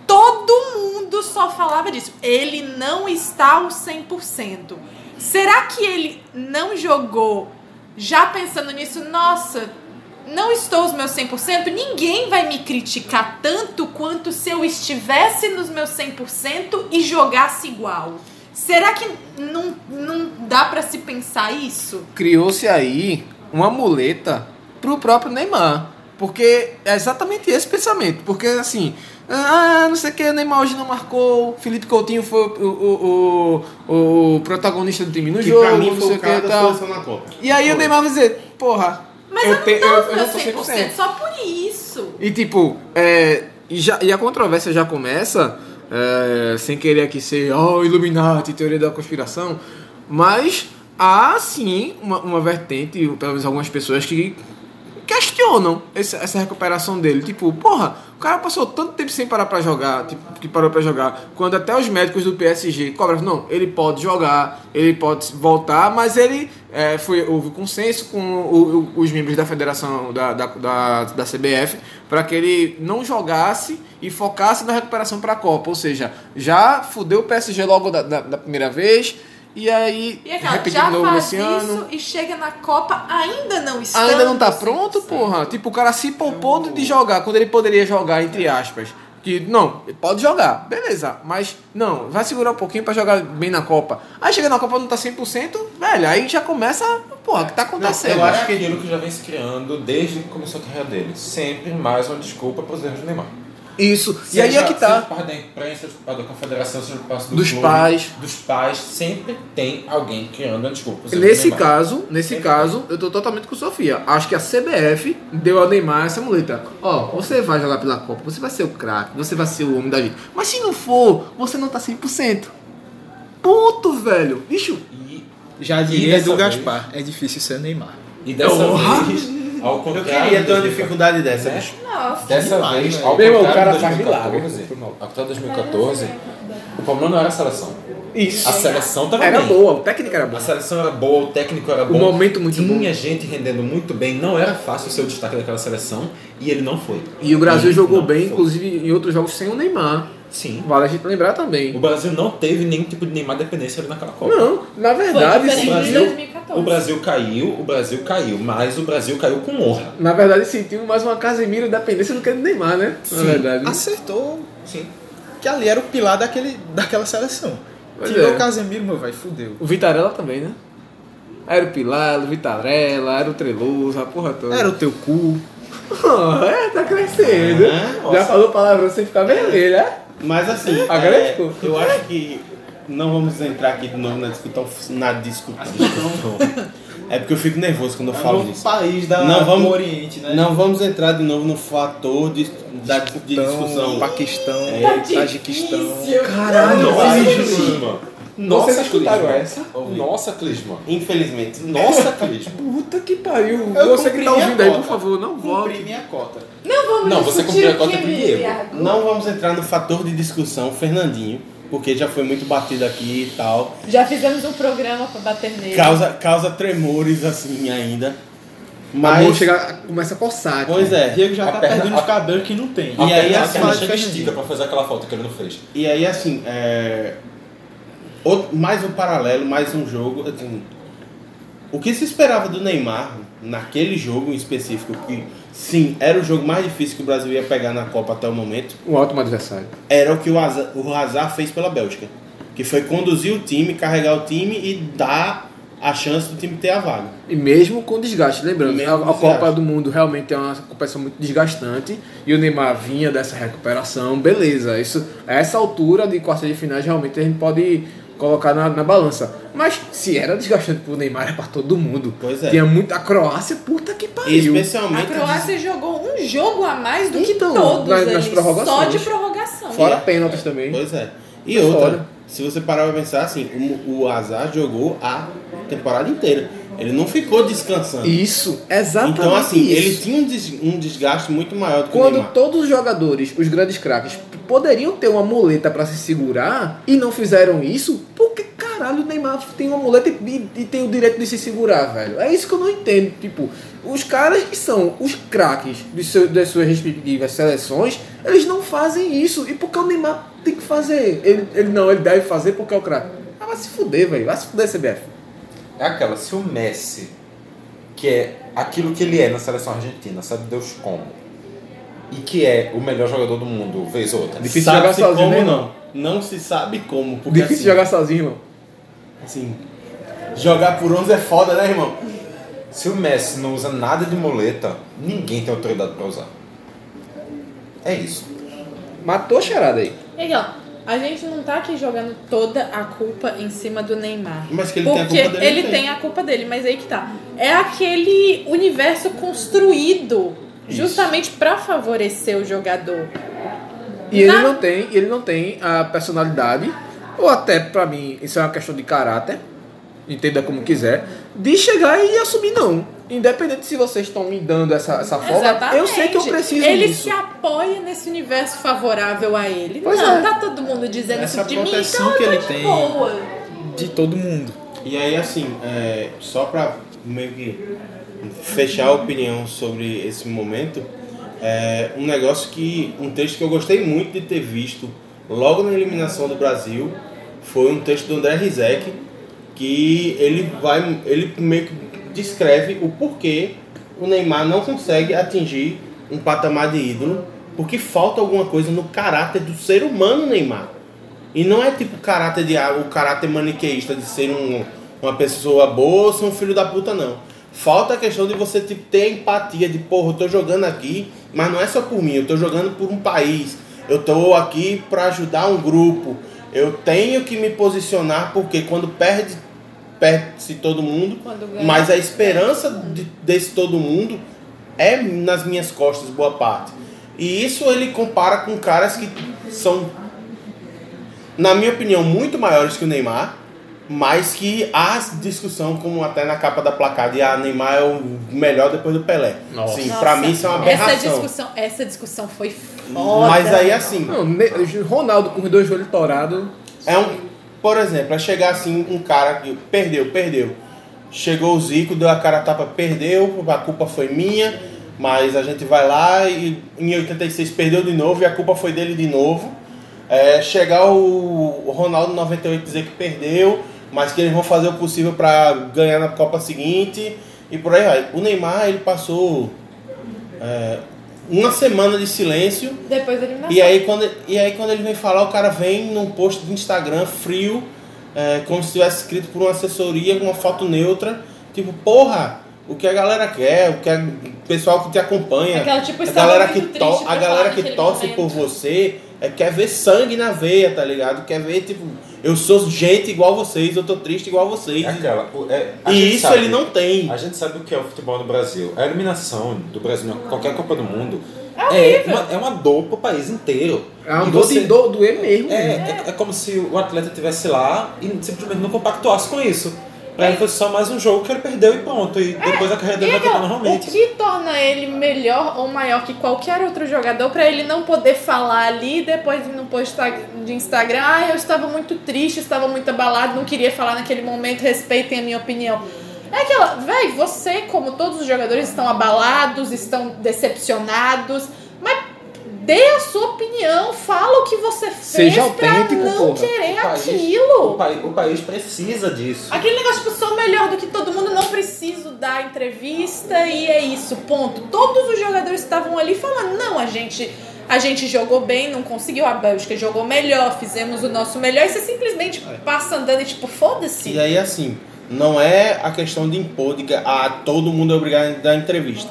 Speaker 4: Todo mundo só falava disso. Ele não está ao 100%. Será que ele não jogou já pensando nisso? Nossa, não estou os meus 100%, ninguém vai me criticar tanto quanto se eu estivesse nos meus 100% e jogasse igual. Será que não, não dá pra se pensar isso?
Speaker 5: criou-se aí uma muleta pro próprio Neymar. Porque é exatamente esse pensamento. Porque assim, ah, não sei o que, Neymar hoje não marcou, Felipe Coutinho foi o, o, o, o protagonista do time no
Speaker 8: Que
Speaker 5: jogo,
Speaker 8: pra mim
Speaker 5: não
Speaker 8: foi o
Speaker 5: sei o que
Speaker 8: cara
Speaker 5: e
Speaker 8: da
Speaker 5: tal.
Speaker 8: seleção na Copa.
Speaker 5: E aí o Neymar vai dizer, porra,
Speaker 4: Mas eu,
Speaker 5: eu, te- eu,
Speaker 4: não tô
Speaker 5: eu não tô
Speaker 4: nos meus 100%,
Speaker 5: 100%.
Speaker 4: só por isso.
Speaker 5: E tipo, é, e, já, e a controvérsia já começa, é, sem querer aqui ser, oh, Illuminati, teoria da conspiração, mas há sim uma, uma vertente, pelo menos algumas pessoas que questionam esse- essa recuperação dele. Tipo, porra, o cara passou tanto tempo sem parar pra jogar, tipo, que parou pra jogar, quando até os médicos do PSG cobram, não, ele pode jogar, ele pode voltar, mas ele é, foi, houve consenso com o- o- os membros da federação da, da, da, da CBF para que ele não jogasse e focasse na recuperação pra Copa. Ou seja, já fudeu o PSG logo da, da- da primeira vez. E aí,
Speaker 4: E é aquela,
Speaker 5: repetiu
Speaker 4: já
Speaker 5: de novo
Speaker 4: faz
Speaker 5: nesse
Speaker 4: isso
Speaker 5: ano.
Speaker 4: e chega na Copa ainda não assim. está.
Speaker 5: Ainda não tá pronto, porra? Tipo, o cara se poupou de jogar quando ele poderia jogar, entre aspas. Que, não, ele pode jogar, beleza, mas não, vai segurar um pouquinho pra jogar bem na Copa. Aí chega na Copa não tá 100%, velho, aí já começa, porra, o que tá acontecendo?
Speaker 7: Eu acho que é aquilo que já vem se criando desde que começou a carreira dele. Sempre mais uma desculpa para os erros do Neymar.
Speaker 5: Isso, e
Speaker 7: Seja- assim,
Speaker 5: aí é que
Speaker 7: Seja
Speaker 5: tá.
Speaker 7: por parte da imprensa, seja por parte da confederação, seja por parte do
Speaker 5: Dos
Speaker 7: clube,
Speaker 5: pais.
Speaker 7: Dos pais, sempre tem alguém criando uma desculpa. pros erros do
Speaker 5: Nesse
Speaker 7: Neymar.
Speaker 5: caso, nesse caso, eu tô totalmente com Sofia. Acho que a CBF deu ao Neymar essa muleta. Ó, você vai jogar pela Copa, você vai ser o craque, você vai ser o homem da gente. Mas se não for, você não tá 100%. Puto, velho. Bicho,
Speaker 6: Já
Speaker 7: E
Speaker 6: diria
Speaker 7: dessa
Speaker 6: Edu
Speaker 7: vez-
Speaker 6: Gaspar, é difícil ser Neymar.
Speaker 7: E dessa
Speaker 6: Porra!
Speaker 7: vez, ao
Speaker 8: Eu
Speaker 7: contrário.
Speaker 8: queria ter uma
Speaker 7: de 2014,
Speaker 8: dificuldade
Speaker 7: Né?
Speaker 8: dessa, bicho.
Speaker 4: Nossa.
Speaker 7: Dessa
Speaker 8: Milagre,
Speaker 7: vez,
Speaker 8: velho.
Speaker 7: ao
Speaker 8: Meu irmão,
Speaker 7: contrário
Speaker 8: o cara
Speaker 7: de
Speaker 5: tá
Speaker 8: faz milagre,
Speaker 7: 2014, ao contrário de 2014, o problema não era a seleção.
Speaker 5: Isso.
Speaker 7: A seleção tava
Speaker 5: Era
Speaker 7: bem.
Speaker 5: boa, o técnico era bom.
Speaker 7: A seleção era boa, o técnico era bom.
Speaker 5: momento é muito
Speaker 7: Tinha
Speaker 5: bom.
Speaker 7: Tinha gente rendendo muito bem, não era fácil ser o destaque daquela seleção e ele não foi.
Speaker 5: E o Brasil
Speaker 7: Ele
Speaker 5: jogou
Speaker 7: não
Speaker 5: bem,
Speaker 7: foi.
Speaker 5: inclusive em outros jogos sem o Neymar.
Speaker 7: Sim.
Speaker 5: Vale a gente lembrar também.
Speaker 7: O Brasil não teve nenhum tipo de Neymar dependência ali naquela Copa.
Speaker 5: Não, na verdade,
Speaker 7: o
Speaker 4: né?
Speaker 5: sentiu-
Speaker 7: Brasil, o Brasil caiu, o Brasil caiu, mas o Brasil caiu com honra.
Speaker 5: na verdade sentiu mais uma Casemiro dependência do que do Neymar, né? Na
Speaker 6: Sim.
Speaker 5: verdade.
Speaker 6: Acertou. Que ali era o pilar daquele, daquela seleção.
Speaker 5: Pois
Speaker 6: Tirou
Speaker 5: é.
Speaker 6: o Casemiro, meu velho, fudeu.
Speaker 5: O Vitarella também, né? Era o Pilar, o Vitarella, era o Treloso, a porra toda.
Speaker 6: Era o teu cu.
Speaker 5: é, tá crescendo.
Speaker 8: Ah,
Speaker 5: Já falou palavrão sem ficar vermelho, é?
Speaker 8: Mas assim,
Speaker 5: Agora tipo.
Speaker 8: é,
Speaker 5: ficou.
Speaker 8: eu acho que não vamos entrar aqui de novo na discussão, na discussão, É porque eu fico nervoso quando eu
Speaker 14: É o
Speaker 8: falo
Speaker 14: novo
Speaker 8: disso.
Speaker 14: país da-
Speaker 8: não vamos,
Speaker 14: do Oriente, né?
Speaker 8: Não vamos entrar de novo no fator de, da, de discussão.
Speaker 11: Paquistão,
Speaker 8: é,
Speaker 14: Tajiquistão.
Speaker 8: Caralho,
Speaker 7: Nossa,
Speaker 8: velho.
Speaker 7: Clisma.
Speaker 8: Nossa,
Speaker 7: Vocês escutaram
Speaker 8: Clisma.
Speaker 7: essa?
Speaker 8: Ouvi.
Speaker 7: Nossa, Clisma.
Speaker 8: Infelizmente.
Speaker 7: Nossa, Clisma.
Speaker 5: Puta que pariu.
Speaker 14: Eu
Speaker 5: você que
Speaker 14: cumpri minha
Speaker 5: tá ouvindo aí,
Speaker 14: cota.
Speaker 5: por favor, não volte.
Speaker 14: Cumpri minha cota.
Speaker 4: Não vamos
Speaker 8: Não, você
Speaker 4: discutir
Speaker 8: cumpriu a
Speaker 4: o que
Speaker 8: cota
Speaker 4: é
Speaker 8: primeiro.
Speaker 4: Iago.
Speaker 8: Não vamos entrar no fator de discussão, Fernandinho, porque já foi muito batido aqui e tal.
Speaker 4: Já fizemos um programa pra bater nele.
Speaker 8: Causa, causa tremores assim ainda.
Speaker 14: Mas
Speaker 8: Mas.
Speaker 14: chega, começa a coçar.
Speaker 8: Pois é.
Speaker 14: Diego já
Speaker 8: A
Speaker 14: tá
Speaker 8: perna-
Speaker 14: perdendo os
Speaker 8: a-
Speaker 14: cabelos que não tem.
Speaker 8: E aí
Speaker 7: a
Speaker 8: as
Speaker 7: perna
Speaker 8: falas
Speaker 7: chega
Speaker 8: de
Speaker 7: estica pra fazer aquela falta que ele não fez.
Speaker 8: E aí, assim, é... outro- mais um paralelo, mais um jogo. assim, o que se esperava do Neymar naquele jogo em específico, que sim, era o jogo mais difícil que o Brasil ia pegar na Copa até o momento,
Speaker 5: Um ótimo adversário.
Speaker 8: era o que o Hazard, o Hazard fez pela Bélgica. Que foi conduzir o time, carregar o time e dar a chance do time ter a vaga.
Speaker 5: E mesmo com desgaste, lembrando,
Speaker 8: Mesmo
Speaker 5: a, a
Speaker 8: com
Speaker 5: Copa
Speaker 8: desgaste.
Speaker 5: do Mundo realmente é uma competição muito desgastante e o Neymar vinha dessa recuperação, beleza. Isso, a essa altura de quarta de finais realmente a gente pode colocar na, na balança. Mas se era desgastante pro Neymar, era pra todo mundo.
Speaker 8: Pois é.
Speaker 5: Tinha muita a Croácia, puta que pariu.
Speaker 8: Especialmente.
Speaker 13: A Croácia jogou um jogo a mais do que
Speaker 5: Então,
Speaker 13: todos
Speaker 5: nas-
Speaker 13: ali,
Speaker 5: nas
Speaker 13: só
Speaker 5: prorrogações.
Speaker 13: de prorrogação.
Speaker 5: Fora
Speaker 8: E-
Speaker 5: pênaltis também.
Speaker 8: Pois é. E
Speaker 5: Tá
Speaker 8: outra,
Speaker 5: fora.
Speaker 8: se você parar pra pensar assim, o, o Azar jogou a temporada inteira. Ele não ficou descansando.
Speaker 5: Isso, exatamente
Speaker 8: Então, assim,
Speaker 5: isso.
Speaker 8: ele tinha um, des- um desgaste muito maior do que o
Speaker 5: Quando
Speaker 8: Neymar.
Speaker 5: todos os jogadores, os grandes craques, p- poderiam ter uma muleta pra se segurar e não fizeram isso, por que caralho o Neymar tem uma muleta e, e- e tem o direito de se segurar, velho? É isso que eu não entendo. Tipo, os caras que são os craques de seu- das suas respectivas seleções, eles não fazem isso. E por que o Neymar tem que fazer? Ele, ele não, ele deve fazer porque é o craque. Ah, vai se fuder, velho. Vai se fuder, CBF.
Speaker 7: É aquela, se o Messi, que é aquilo que ele é na seleção argentina, sabe Deus como, e que é o melhor jogador do mundo, vez ou outra.
Speaker 5: Difícil jogar
Speaker 8: Sabe-se
Speaker 5: sozinho,
Speaker 8: como
Speaker 5: né?
Speaker 8: não. Não se sabe como. Porque,
Speaker 5: Difícil
Speaker 8: assim,
Speaker 5: jogar sozinho, irmão.
Speaker 8: assim, jogar por 11 é foda, né, irmão?
Speaker 7: Se o Messi não usa nada de muleta, ninguém tem autoridade pra usar. É isso.
Speaker 5: Matou a charada aí.
Speaker 4: Legal. A gente não tá aqui jogando toda a culpa em cima do Neymar.
Speaker 8: Mas que ele tem a
Speaker 4: porque
Speaker 8: culpa dele.
Speaker 4: ele tem a culpa dele, mas aí que tá. É aquele universo construído justamente pra favorecer o jogador.
Speaker 5: E
Speaker 4: Na-
Speaker 5: ele não tem, ele não tem a personalidade, ou até pra mim, isso é uma questão de caráter, entenda como quiser, de chegar e assumir não. Independente se vocês estão me dando essa, essa folga,
Speaker 4: Exatamente.
Speaker 5: eu sei que eu preciso
Speaker 4: Ele
Speaker 5: disso.
Speaker 4: se apoia nesse universo favorável a ele.
Speaker 5: Pois
Speaker 4: não,
Speaker 5: é.
Speaker 4: tá todo mundo dizendo
Speaker 6: Essa
Speaker 4: isso de mim,
Speaker 6: proteção
Speaker 4: então
Speaker 6: que
Speaker 4: eu tô
Speaker 6: ele
Speaker 4: de
Speaker 6: tem.
Speaker 4: boa.
Speaker 6: de todo mundo.
Speaker 8: E aí, assim, é, só pra meio que fechar a opinião sobre esse momento, é um negócio que. Um texto que eu gostei muito de ter visto logo na eliminação do Brasil foi um texto do André Rizek, que ele vai. ele meio que descreve o porquê o Neymar não consegue atingir um patamar de ídolo, porque falta alguma coisa no caráter do ser humano Neymar. E não é tipo caráter de ah, o caráter maniqueísta de ser um, uma pessoa boa ou ser um filho da puta, não. Falta a questão de você tipo, ter a empatia de, porra, eu tô jogando aqui, mas não é só por mim, eu tô jogando por um país. Eu tô aqui pra ajudar um grupo. Eu tenho que me posicionar porque quando perde, perde-se todo mundo,
Speaker 4: Quando ganha-
Speaker 8: mas a esperança de- desse todo mundo é nas minhas costas boa parte. E isso ele compara com caras que são na minha opinião, muito maiores que o Neymar, mas que há discussão, como até na capa da placar, de ah, Neymar é o melhor depois do Pelé. Sim, pra
Speaker 4: Nossa,
Speaker 8: mim isso é uma
Speaker 4: essa
Speaker 8: aberração.
Speaker 4: discussão, essa discussão foi foda. né?
Speaker 8: Mas aí, assim,
Speaker 5: Não, ne- Ronaldo com os dois olhos tourados.
Speaker 8: é um. Por exemplo, é chegar assim, um cara que perdeu, perdeu. Chegou o Zico, deu a cara a tapa, perdeu, a culpa foi minha, mas a gente vai lá e em 86 perdeu de novo e a culpa foi dele de novo. É, chegar o o Ronaldo em 98 e dizer que perdeu, mas que eles vão fazer o possível para ganhar na Copa seguinte e por aí vai. O Neymar, ele passou é, uma semana de silêncio
Speaker 4: Depois da eliminação.
Speaker 8: e aí, quando, e aí quando ele vem falar, o cara vem num post de Instagram frio, é, como se tivesse escrito por uma assessoria, com uma foto neutra. Tipo, porra, O que a galera quer, o que a- o pessoal que te acompanha,
Speaker 4: Aquela, tipo,
Speaker 8: a
Speaker 4: estava
Speaker 8: galera que,
Speaker 4: muito triste pra
Speaker 8: a galera
Speaker 4: falar
Speaker 8: que
Speaker 4: naquele
Speaker 8: torce
Speaker 4: momento.
Speaker 8: por você é, quer ver sangue na veia, tá ligado? Quer ver, tipo, eu sou gente igual vocês, eu tô triste igual
Speaker 7: É
Speaker 8: vocês.
Speaker 7: A gente
Speaker 8: e isso
Speaker 7: sabe-
Speaker 8: ele não tem.
Speaker 7: A gente sabe o que é o futebol no Brasil. A eliminação do Brasil em qualquer Copa do Mundo
Speaker 8: É
Speaker 7: é, uma, é uma dor pro país inteiro.
Speaker 17: É uma
Speaker 7: E
Speaker 17: dor de dor, doer mesmo.
Speaker 7: É,
Speaker 5: né?
Speaker 7: é, é como se o atleta tivesse lá e simplesmente não compactuasse com isso. Pra ele fosse só mais um jogo que ele perdeu e pronto. E depois a carreira dele
Speaker 4: É. E
Speaker 7: vai
Speaker 4: aquela-
Speaker 7: voltar
Speaker 4: o
Speaker 7: normalmente.
Speaker 4: que torna ele melhor ou maior que qualquer outro jogador pra ele não poder falar ali depois no post de Instagram, ah, eu estava muito triste, estava muito abalado, não queria falar naquele momento, respeitem a minha opinião. É aquela, véi, você, como todos os jogadores, estão abalados, estão decepcionados, mas dê a sua opinião, fala o que você fez
Speaker 7: Seja
Speaker 4: pra
Speaker 7: autêntico,
Speaker 4: não
Speaker 7: porra.
Speaker 4: querer
Speaker 7: O país-
Speaker 4: aquilo.
Speaker 7: O, pai- o país precisa disso.
Speaker 4: Aquele negócio, tipo, sou melhor do que todo mundo, não preciso dar entrevista e é isso, ponto. Todos os jogadores estavam ali falando, não, a gente, a gente jogou bem, não conseguiu, a Bélgica jogou melhor, fizemos o nosso melhor, e você simplesmente passa andando e tipo, foda-se.
Speaker 8: E aí, assim, não é a questão de impor, de que ah, todo mundo é obrigado a dar entrevista.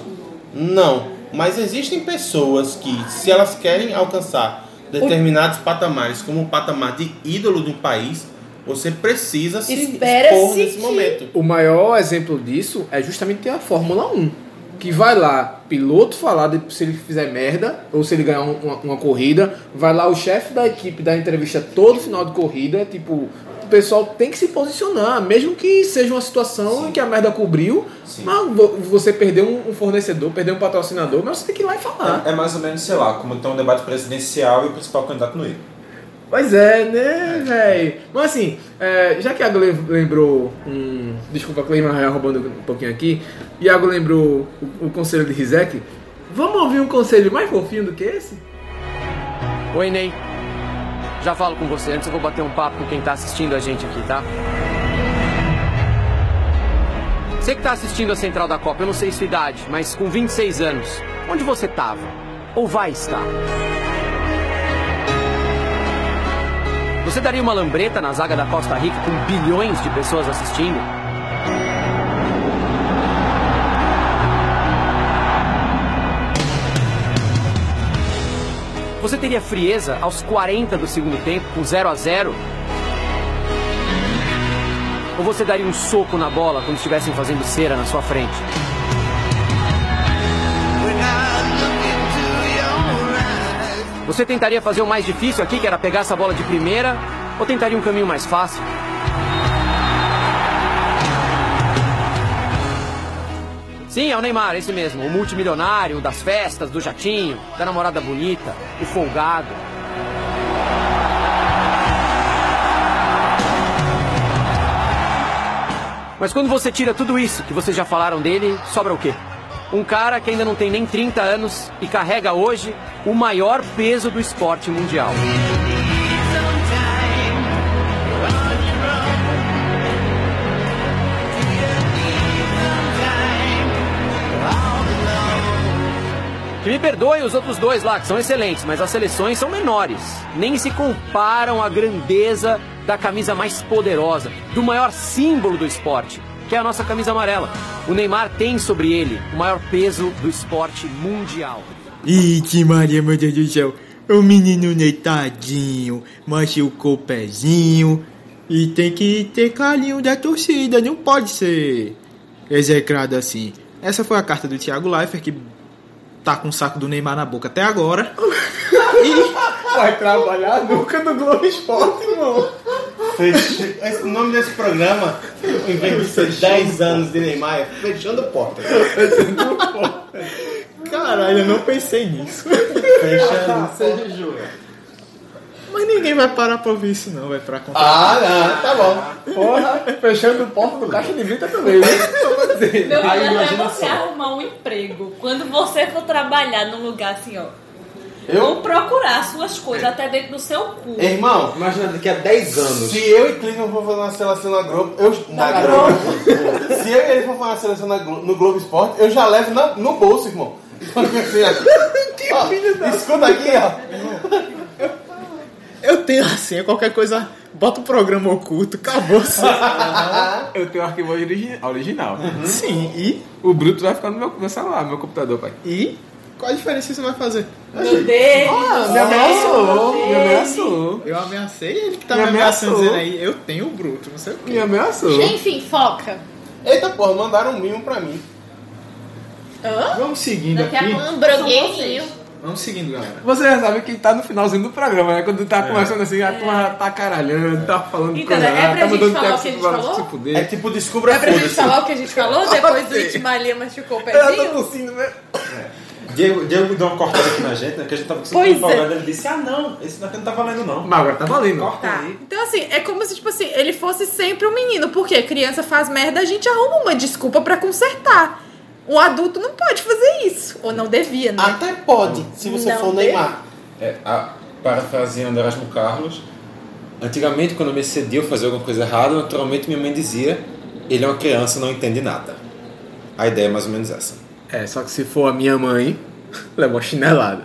Speaker 8: Não. Mas existem pessoas que, se elas querem alcançar determinados patamares, como o patamar de ídolo de um país, você precisa se expor nesse momento.
Speaker 5: O maior exemplo disso é justamente a Fórmula 1. Que vai lá, piloto falar de- se ele fizer merda ou se ele ganhar um- uma, uma corrida. Vai lá o chefe da equipe dar entrevista todo final de corrida. Tipo, o pessoal tem que se posicionar, mesmo que seja uma situação em que a merda cobriu. Mas vo- você perdeu um, um fornecedor, perdeu um patrocinador, mas você tem que ir lá e falar.
Speaker 7: É, é mais ou menos, sei lá, como tem um debate presidencial e o principal candidato no Rio.
Speaker 5: Pois é, né, velho? Mas assim, é, já que Iago lem- lembrou. Hum, desculpa, Cleima Raia roubando um pouquinho aqui. Iago lembrou o, o conselho de Rizek. Vamos ouvir um conselho mais fofinho do que esse?
Speaker 2: Oi, Ney. Já falo com você. Antes eu vou bater um papo com quem tá assistindo a gente aqui, tá? Você que tá assistindo a Central da Copa, eu não sei sua idade, mas com 26 anos, onde você tava? Ou vai estar? Você daria uma lambreta na zaga da Costa Rica com bilhões de pessoas assistindo? Você teria frieza aos 40 do segundo tempo, com 0 a 0 Ou você daria um soco na bola quando estivessem fazendo cera na sua frente? Você tentaria fazer o mais difícil aqui, que era pegar essa bola de primeira, ou tentaria um caminho mais fácil? Sim, é o Neymar, esse mesmo. O multimilionário, o das festas, do jatinho, da namorada bonita, o folgado. Mas quando você tira tudo isso que vocês já falaram dele, sobra o quê? Um cara que ainda não tem nem 30 anos e carrega hoje o maior peso do esporte mundial. Que me perdoem os outros dois lá, que são excelentes, mas as seleções são menores. Nem se comparam à grandeza da camisa mais poderosa, do maior símbolo do esporte, que é a nossa camisa amarela. O Neymar tem sobre ele o maior peso do esporte mundial.
Speaker 6: Ih, que Maria, meu Deus do céu. O menino deitadinho, machucou o pezinho. E tem que ter carinho da é torcida, não pode ser execrado assim. Essa foi a carta do Thiago Leifert, que tá com o saco do Neymar na boca até agora.
Speaker 18: Vai trabalhar nunca no Globo Esporte, mano.
Speaker 8: Esse- O nome desse programa, em vez de ser 10 anos de Neymar, é Fechando Portas.
Speaker 6: Caralho, eu não pensei nisso.
Speaker 8: Fechando
Speaker 6: Você jura? Mas ninguém vai parar pra ouvir isso não, vai pra contar.
Speaker 18: Ah,
Speaker 8: tá
Speaker 18: bom.
Speaker 5: Porra, fechando o porta do caixa de vida também, né?
Speaker 19: Meu
Speaker 5: A
Speaker 19: plano é você
Speaker 5: imaginação.
Speaker 19: arrumar um emprego. Quando você for trabalhar num lugar assim, ó.
Speaker 8: Eu? É.
Speaker 19: Ou procurar suas coisas até dentro do seu cu.
Speaker 8: Irmão,
Speaker 7: imagina daqui a 10 anos.
Speaker 8: Se eu e Cleveland for fazer uma seleção na Globo, eu. Na, Globo. se eu e ele for fazer uma seleção na Glo- no Globo Esporte, eu já levo na- no bolso, irmão. que ó, Escuta aqui, ó.
Speaker 6: Eu tenho a senha, qualquer coisa Bota o programa oculto, acabou-se.
Speaker 20: Eu tenho o arquivo origi- original.
Speaker 4: Uhum.
Speaker 6: Sim, e?
Speaker 20: O bruto vai ficar no meu, meu celular, no meu computador, pai.
Speaker 6: E? Qual a diferença isso vai fazer?
Speaker 21: Meu Deus!
Speaker 6: Ah,
Speaker 20: do
Speaker 6: me
Speaker 20: céu,
Speaker 6: ameaçou,
Speaker 20: meu
Speaker 6: me
Speaker 20: Deus.
Speaker 6: ameaçou. Eu ameacei ele que tá me,
Speaker 20: Me
Speaker 6: ameaçando
Speaker 20: ameaçou.
Speaker 6: dizendo aí, eu tenho o bruto, não sei o quê.
Speaker 20: Me ameaçou.
Speaker 4: Enfim, foca.
Speaker 8: Eita porra, mandaram um mimo pra mim.
Speaker 4: Hã?
Speaker 6: Vamos seguindo
Speaker 4: Daqui a
Speaker 6: aqui.
Speaker 4: pouco, um broguinho.
Speaker 6: Vamos seguindo, galera.
Speaker 20: Você já sabe que tá no finalzinho do programa, né? Quando
Speaker 5: É.
Speaker 20: tá conversando assim, a turma já tá caralhando, tá falando
Speaker 4: É. Então,
Speaker 20: coisa
Speaker 4: é
Speaker 20: lá,
Speaker 4: pra
Speaker 20: tá
Speaker 4: gente
Speaker 20: mandando
Speaker 4: falar
Speaker 20: texto
Speaker 4: o que a gente
Speaker 20: pra
Speaker 4: falou?
Speaker 20: se fuder.
Speaker 8: É tipo, descubra
Speaker 4: É pra gente
Speaker 8: foda-se.
Speaker 4: falar o que a gente falou depois do Itma Lia machucou o pezinho?
Speaker 20: tossindo mesmo.
Speaker 7: Diego, Diego deu uma cortada aqui na gente, né? Que a gente tava com isso
Speaker 4: Pois é.
Speaker 7: empolgado. Ele disse: Ah, não, esse daqui não tá valendo, não.
Speaker 20: Mas agora tá valendo.
Speaker 7: Corta
Speaker 4: Tá.
Speaker 7: aí.
Speaker 4: Então, assim, é como se, tipo assim, ele fosse sempre um menino. Porque criança faz merda, a gente arruma uma desculpa pra consertar. Um adulto não pode fazer isso. Ou não devia, né?
Speaker 8: Até pode, se você
Speaker 4: Não
Speaker 8: for
Speaker 4: deve.
Speaker 8: Neymar.
Speaker 7: É, a, parafraseando Erasmo Carlos, antigamente quando eu me excedia a fazer alguma coisa errada, naturalmente minha mãe dizia: Ele é uma criança, não entende nada. A ideia é mais ou menos essa.
Speaker 5: É, só que se for a minha mãe, leva uma chinelada.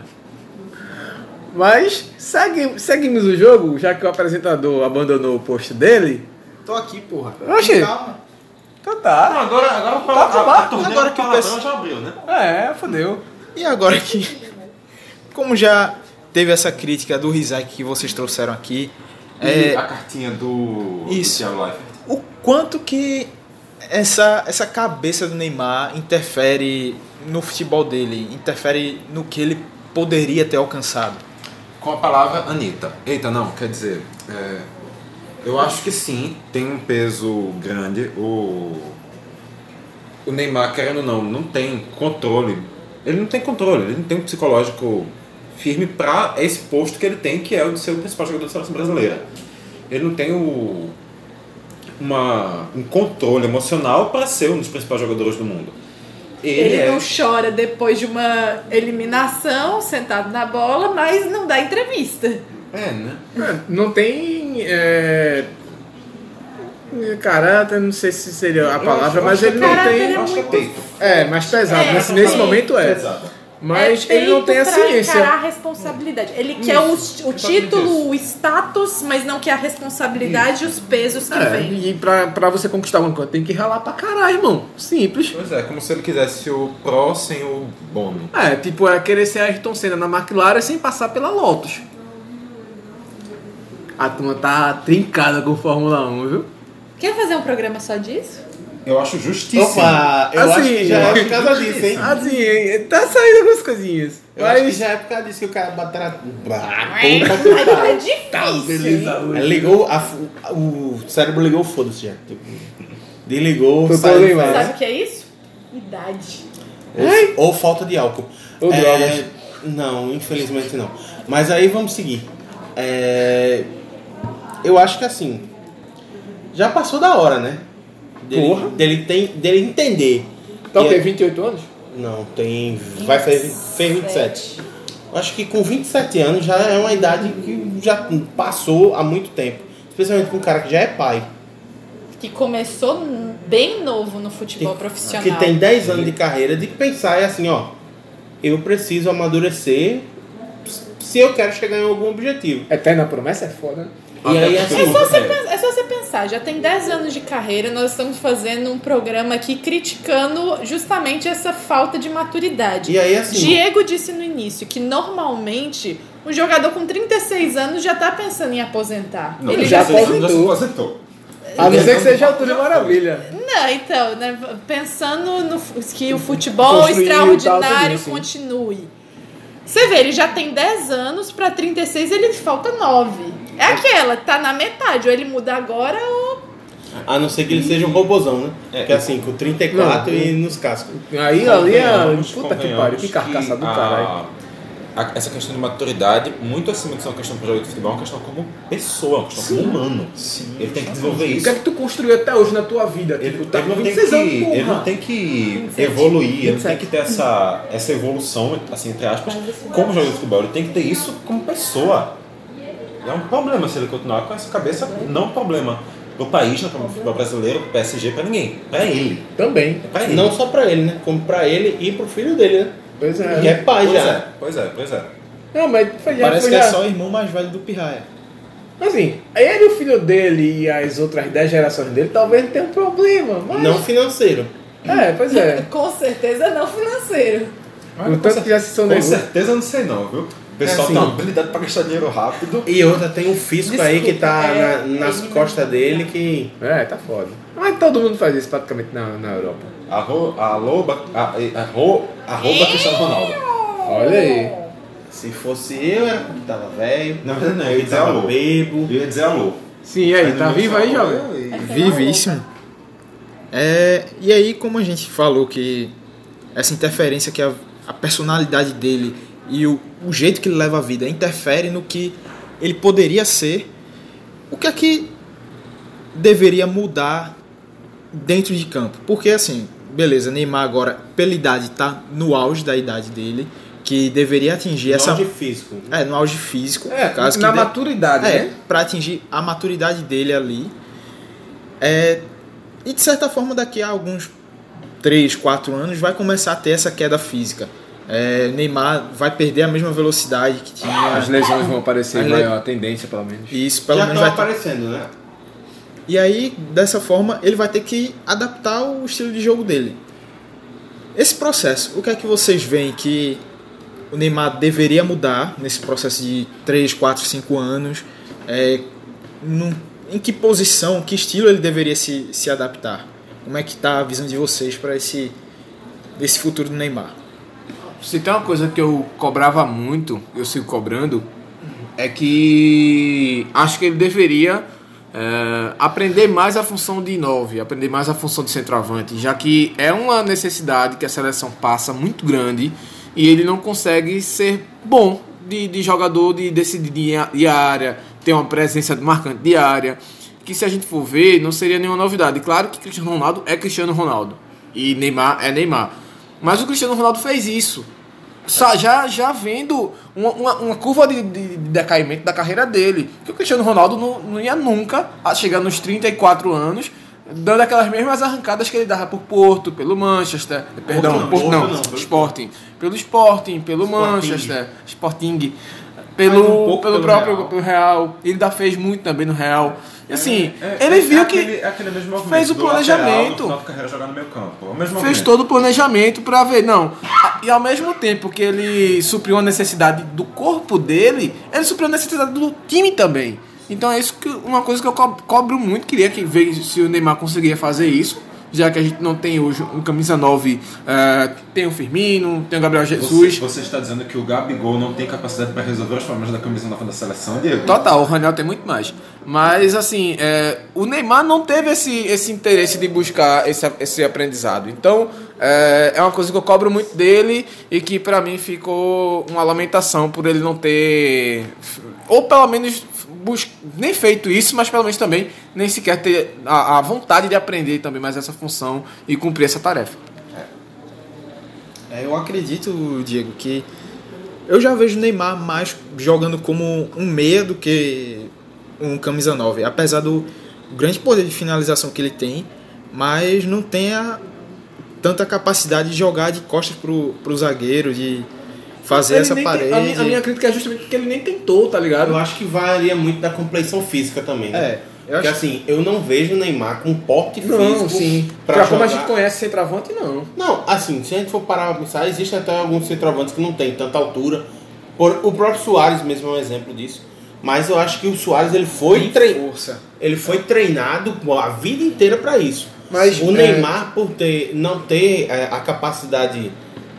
Speaker 5: Mas segue, seguimos o jogo, já que o apresentador abandonou o posto dele.
Speaker 6: Tô aqui, porra.
Speaker 5: Oxi.
Speaker 6: Calma.
Speaker 5: Então tá.
Speaker 7: Não, Ah, agora- agora o
Speaker 5: tá
Speaker 7: pala-
Speaker 5: pro
Speaker 7: a- a
Speaker 5: barco.
Speaker 7: torneira
Speaker 5: Agora
Speaker 7: do
Speaker 5: que o
Speaker 7: palavrão
Speaker 5: pessoal-
Speaker 7: já abriu, né?
Speaker 5: É, fodeu.
Speaker 6: E agora que. Como já teve essa crítica do Rizai que vocês trouxeram aqui,
Speaker 7: E
Speaker 6: é,
Speaker 7: a cartinha do,
Speaker 6: Isso.
Speaker 7: do Thiago Leifert.
Speaker 6: o quanto que essa, essa cabeça do Neymar interfere no futebol dele, interfere no que ele poderia ter alcançado?
Speaker 7: com a palavra Anitta. Eita, não, quer dizer, é, eu acho que sim, tem um peso grande. O, o Neymar, querendo ou não, não tem controle. Ele não tem controle, ele não tem um psicológico firme para esse posto que ele tem, que é o de ser o principal jogador da seleção brasileira. Ele não tem o, uma, um controle emocional para ser um dos principais jogadores do mundo.
Speaker 4: Ele,
Speaker 7: é-
Speaker 4: não chora depois de uma eliminação, sentado na bola, mas não dá entrevista.
Speaker 7: É, né?
Speaker 5: Não tem. É... Caráter, não sei se seria a palavra, mas ele não tem.
Speaker 7: Acho que é peito.
Speaker 5: É, mais pesado.
Speaker 4: É,
Speaker 5: nesse nesse
Speaker 4: sim.
Speaker 5: momento é.
Speaker 7: Pesado.
Speaker 5: Mas
Speaker 4: É
Speaker 5: ele não
Speaker 4: feito
Speaker 5: tem a
Speaker 4: pra
Speaker 5: ciência.
Speaker 4: encarar a responsabilidade. Ele quer o, o título, o status, mas não quer a responsabilidade e os pesos que
Speaker 5: É,
Speaker 4: vem.
Speaker 5: e pra, pra você conquistar alguma coisa, tem que ralar pra caralho, irmão. Simples.
Speaker 7: Pois é, como se ele quisesse o pró sem o bono.
Speaker 5: É, tipo, é querer ser Ayrton Senna na McLaren sem passar pela Lotus. A turma tá trincada com Fórmula 1, viu?
Speaker 4: Quer fazer um programa só disso?
Speaker 7: Eu acho justíssimo.
Speaker 8: Opa, eu acho que já é por causa disso, hein?
Speaker 5: Assim, tá saindo algumas coisinhas.
Speaker 8: Eu acho que já é por causa disso que o cara batera.
Speaker 4: É difícil.
Speaker 8: Ligou, a f- o cérebro ligou, foda-se já. Tipo, desligou,
Speaker 5: Foi né?
Speaker 8: saiu
Speaker 5: pra
Speaker 8: de
Speaker 5: Neymar.
Speaker 8: férias.
Speaker 4: Sabe o que é isso? Idade.
Speaker 8: Ou, ou falta de álcool.
Speaker 5: Ou
Speaker 8: É,
Speaker 5: drogas.
Speaker 8: Não, infelizmente não. Mas aí vamos seguir. É, eu acho que assim. Já passou da hora, né? Dele,
Speaker 5: Porra.
Speaker 8: Dele, tem, dele entender.
Speaker 5: Tá o
Speaker 8: E
Speaker 5: quê?
Speaker 8: é-
Speaker 5: 28 anos?
Speaker 8: Não, tem. Vai fazer fez 27. Eu acho que com 27 anos já é uma idade que já passou há muito tempo. Especialmente com um cara que já é pai.
Speaker 4: Que começou bem novo no futebol profissional.
Speaker 8: que tem 10 anos de carreira, de pensar é assim, ó, eu preciso amadurecer se eu quero chegar em algum objetivo.
Speaker 5: Eterna promessa é foda, né?
Speaker 8: E aí assim,
Speaker 4: É só, você, pen- é só você pensar, já tem 10 anos de carreira, nós estamos fazendo um programa aqui criticando justamente essa falta de maturidade.
Speaker 8: E aí, assim-
Speaker 4: Diego disse no início que normalmente um jogador com 36 anos já tá pensando em aposentar.
Speaker 7: Não,
Speaker 5: Ele já
Speaker 7: esse ano se
Speaker 5: aposentou.
Speaker 7: aposentou.
Speaker 5: A não ser que seja a altura de maravilha.
Speaker 4: Não, então, né, pensando no fu- que o futebol
Speaker 5: Construir tal, tudo
Speaker 4: extraordinário
Speaker 5: isso.
Speaker 4: continue. Você vê, ele já tem 10 anos, pra 36 ele falta 9. É aquela, tá na metade, ou ele muda agora ou
Speaker 8: a não ser que ele seja um robozão, né? que é assim, com 34 e nos cascos.
Speaker 5: Aí, ali, é.
Speaker 7: Convenhamos,
Speaker 5: Puta que pariu,
Speaker 7: convenhamos
Speaker 5: que carcaça do
Speaker 7: a-
Speaker 5: caralho.
Speaker 7: a- essa questão de maturidade, muito acima de ser uma questão para jogador de futebol, é uma questão como pessoa, é uma questão como humano. Ele tem que desenvolver
Speaker 5: O que é
Speaker 7: isso.
Speaker 5: que tu construiu até hoje na tua vida? Tipo, tá
Speaker 7: Ele
Speaker 5: com
Speaker 7: não, tem
Speaker 5: 26
Speaker 7: que,
Speaker 5: anos, porra.
Speaker 7: ele não tem que
Speaker 5: 27.
Speaker 7: evoluir, ele não tem
Speaker 5: 27.
Speaker 7: que ter essa, essa evolução, assim, entre aspas, como jogador de futebol. Ele tem que ter isso como pessoa. É um problema se ele continuar com essa cabeça, não um problema pro país, não é um problema pro futebol brasileiro, pro PSG, pra ninguém. Pra ele.
Speaker 5: Também.
Speaker 7: É pra ele.
Speaker 8: Não só pra ele, né? Como pra ele e pro filho dele, né?
Speaker 5: Pois é.
Speaker 8: Que é pai
Speaker 7: pois
Speaker 8: já.
Speaker 7: É, pois é, pois é.
Speaker 5: Não, mas foi já.
Speaker 6: Parece
Speaker 5: foi
Speaker 6: que é
Speaker 5: já-
Speaker 6: só o irmão mais velho do Pirraia.
Speaker 11: Assim, ele, o filho dele e as outras 10 gerações dele talvez tenham um problema, mas...
Speaker 8: Não um financeiro.
Speaker 11: É, pois é.
Speaker 4: Com certeza não financeiro.
Speaker 11: O tanto que já se são
Speaker 10: Com certeza não sei não, viu? O pessoal
Speaker 8: É assim.
Speaker 7: tá
Speaker 10: tem uma habilidade pra gastar dinheiro rápido.
Speaker 8: E outra, tem um fisco aí que tá na- nas costas dele que.
Speaker 11: É, tá foda. Mas todo mundo faz isso praticamente na, na Europa.
Speaker 10: Arro, alô, arro, arroba Cristiano Ronaldo.
Speaker 11: Olha aí.
Speaker 8: Se fosse eu, era porque tava velho.
Speaker 10: Na verdade, não, eu ia dizer alô.
Speaker 8: bebo.
Speaker 10: Eu ia dizer alô.
Speaker 11: Sim, e aí,
Speaker 10: tá vivo aí, jovem?
Speaker 6: Vivíssimo. É, e aí, como a gente falou que essa interferência que a, a personalidade dele e o, o jeito que ele leva a vida interfere no que ele poderia ser, o que é que deveria mudar dentro de campo? Porque assim, beleza, Neymar agora, pela idade, tá no auge da idade dele, que deveria atingir
Speaker 8: No
Speaker 6: essa...
Speaker 8: auge físico.
Speaker 6: É, no auge físico.
Speaker 8: É,
Speaker 6: no caso
Speaker 8: na
Speaker 6: que
Speaker 8: maturidade,
Speaker 6: é,
Speaker 8: né?
Speaker 6: Pra atingir a maturidade dele ali. É, e de certa forma, daqui a alguns 3, 4 anos, vai começar a ter essa queda física. É, Neymar vai perder a mesma velocidade que tinha.
Speaker 5: As lesões vão aparecer
Speaker 6: As le-
Speaker 5: maior, a tendência pelo menos.
Speaker 6: Isso, pelo
Speaker 5: Ah, Já
Speaker 6: menos
Speaker 10: tá
Speaker 5: tão
Speaker 7: tá
Speaker 6: vai ter-
Speaker 8: aparecendo, né?
Speaker 6: E aí, dessa forma, ele vai ter que adaptar o estilo de jogo dele. Esse processo, o que é que vocês veem que o Neymar deveria mudar nesse processo de 3, 4, 5 anos? É, num- em que posição, que estilo ele deveria se, se adaptar? Como é que tá a visão de vocês para esse, esse futuro do Neymar?
Speaker 5: Se tem uma coisa que eu cobrava muito, eu sigo cobrando, é que acho que ele deveria eh, aprender mais a função de 9, aprender mais a função de centroavante, já que é uma necessidade que a seleção passa muito grande e ele não consegue ser bom de, de jogador de decidir de a- de área, ter uma presença marcante de área, que se a gente for ver, não seria nenhuma novidade. Claro que Cristiano Ronaldo é Cristiano Ronaldo e Neymar é Neymar. Mas o Cristiano Ronaldo fez isso. Só já, já vendo uma, uma- uma curva de, de- de decaimento da carreira dele. Que o Cristiano Ronaldo não, não ia nunca a chegar nos 34 anos dando aquelas mesmas arrancadas que ele dava por Porto, pelo Manchester. eh, Perdão,
Speaker 8: não,
Speaker 5: Porto
Speaker 8: Porto
Speaker 5: não,
Speaker 8: não, pelo-
Speaker 5: Sporting. Pelo Sporting, pelo
Speaker 8: Sporting.
Speaker 5: Manchester, Sporting.
Speaker 8: Mas
Speaker 5: Pelo,
Speaker 8: um pouco
Speaker 5: pelo,
Speaker 8: pelo
Speaker 5: próprio
Speaker 8: Real.
Speaker 5: pelo Real. Ele ainda fez muito também no Real. E assim,
Speaker 10: É,
Speaker 5: ele
Speaker 10: é
Speaker 5: viu
Speaker 10: aquele,
Speaker 5: que
Speaker 10: é aquele mesmo movimento
Speaker 5: fez o
Speaker 10: do lateral,
Speaker 5: planejamento.
Speaker 10: no final da carreira jogar no meio campo. É o mesmo
Speaker 5: fez
Speaker 10: movimento.
Speaker 5: todo o planejamento pra ver, não. A- E ao mesmo tempo que ele supriu a necessidade do corpo dele, ele supriu a necessidade do time também. Então é isso que uma coisa que eu co- cobro muito, queria que ver se o Neymar conseguia fazer isso, já que a gente não tem hoje um camisa 9, eh, tem o Firmino, tem o Gabriel Jesus.
Speaker 10: Você, você está dizendo que o Gabigol não tem capacidade para resolver os problemas da camisa nova da seleção, Diego?
Speaker 7: Tá-
Speaker 5: Total, o Ranel tem muito mais. Mas, assim, é, o Neymar não teve esse, esse interesse de buscar esse, esse aprendizado. Então, é, é uma coisa que eu cobro muito dele e que, pra mim, ficou uma lamentação por ele não ter. Ou pelo menos. bus- Nem feito isso, mas pelo menos também nem sequer ter a, a vontade de aprender também mais essa função e cumprir essa tarefa.
Speaker 6: É, Eu acredito, Diego, que eu já vejo o Neymar mais jogando como um meia do que um camisa 9. Apesar do grande poder de finalização que ele tem, mas não tem a tanta capacidade de jogar de costas pro, pro zagueiro, de fazer
Speaker 5: Ele
Speaker 6: essa
Speaker 5: nem tem- a
Speaker 6: parede.
Speaker 5: minha- a minha crítica é justamente que ele nem tentou, tá ligado?
Speaker 8: Eu acho que varia muito da compleição física também, né?
Speaker 6: É.
Speaker 8: Porque assim, eu não vejo o Neymar com porte físico.
Speaker 5: Pra, como
Speaker 8: jogar.
Speaker 5: a gente conhece centroavante, não.
Speaker 8: Não, assim, se a gente for parar pra pensar, existem até alguns centroavantes que não têm tanta altura. Por- o próprio Soares mesmo é um exemplo disso. Mas eu acho que o Soares ele foi tre- Ele foi treinado a vida inteira para isso.
Speaker 6: Mas,
Speaker 8: o
Speaker 6: é-
Speaker 8: Neymar por ter não ter é, a capacidade,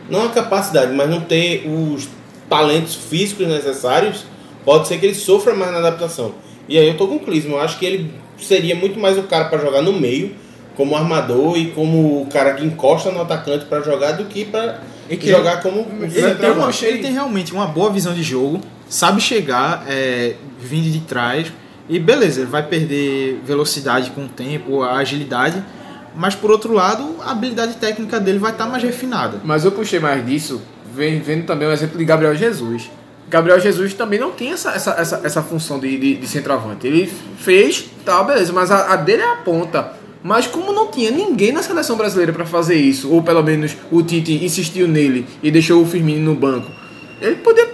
Speaker 8: não a capacidade, mas não ter os talentos físicos necessários, pode ser que ele sofra mais na adaptação. E aí eu tô com o Clisma, eu acho que ele seria muito mais o cara para jogar no meio como armador e como o cara que encosta no atacante para jogar do que para jogar como um
Speaker 6: ele tem, uma-
Speaker 8: centroavante.
Speaker 6: ele tem realmente uma boa visão de jogo, sabe chegar é, vindo de trás e beleza, ele vai perder velocidade com o tempo, a agilidade, mas por outro lado, a habilidade técnica dele vai estar mais refinada.
Speaker 5: Mas eu puxei mais disso, vem- vendo também o exemplo de Gabriel Jesus. Gabriel Jesus também não tem essa, essa, essa, essa função de, de, de centroavante. Ele fez, tá, beleza, mas a, a dele é a ponta. Mas como não tinha ninguém na seleção brasileira pra fazer isso, ou pelo menos o Tite insistiu nele e deixou o Firmino no banco, ele podia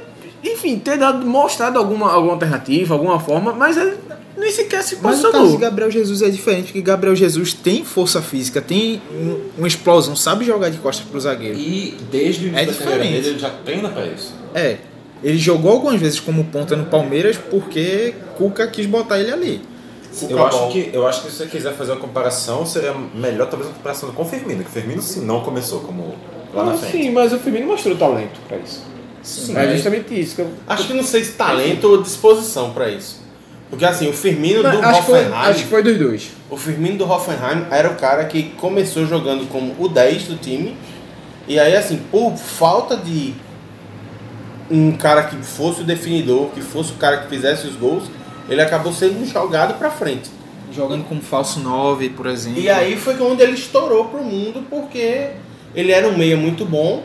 Speaker 5: ir enfim, ter dado, mostrado alguma, alguma alternativa, alguma forma, mas ele nem sequer se
Speaker 6: Mas o caso de
Speaker 5: posicionou.
Speaker 6: Gabriel Jesus é diferente, porque Gabriel Jesus tem força física, tem um- uma explosão, sabe jogar de costas pro zagueiro.
Speaker 7: E desde o
Speaker 6: É
Speaker 7: início da carreira
Speaker 6: diferente.
Speaker 7: dele, ele já treina pra isso.
Speaker 6: É. Ele jogou algumas vezes como ponta no Palmeiras porque Cuca quis botar ele ali.
Speaker 7: Eu acho, que, eu acho que se você quiser fazer uma comparação, seria melhor talvez uma comparação com o Firmino, que o Firmino sim não começou como lá na
Speaker 5: Não,
Speaker 7: frente.
Speaker 5: Sim, mas o Firmino mostrou talento pra isso.
Speaker 8: Sim,
Speaker 5: é
Speaker 8: mas-
Speaker 5: justamente isso que eu...
Speaker 8: Acho que não sei se talento ou disposição pra isso. Porque assim, o Firmino
Speaker 5: Não,
Speaker 8: do
Speaker 5: acho que foi-
Speaker 8: Hoffenheim.
Speaker 5: acho que foi dos dois.
Speaker 8: O Firmino do Hoffenheim era o cara que começou jogando como o 10 do time. E aí, assim, por falta de um cara que fosse o definidor, que fosse o cara que fizesse os gols, ele acabou sendo jogado pra frente.
Speaker 6: Jogando como falso 9, por exemplo.
Speaker 8: E aí foi onde ele estourou pro mundo, porque ele era um meia muito bom,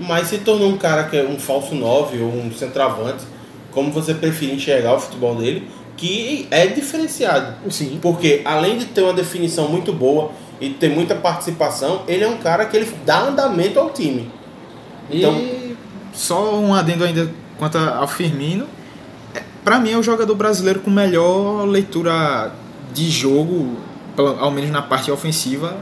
Speaker 8: mas se tornou um cara que é um falso 9 ou um centroavante, como você preferir enxergar o futebol dele, que é diferenciado.
Speaker 6: Sim.
Speaker 8: Porque além de ter uma definição muito boa e ter muita participação, ele é um cara que ele dá andamento ao time. Então,
Speaker 6: E só um adendo ainda quanto a- ao Firmino. É, Pra mim é o jogador brasileiro com melhor leitura de jogo, pelo- ao menos na parte ofensiva,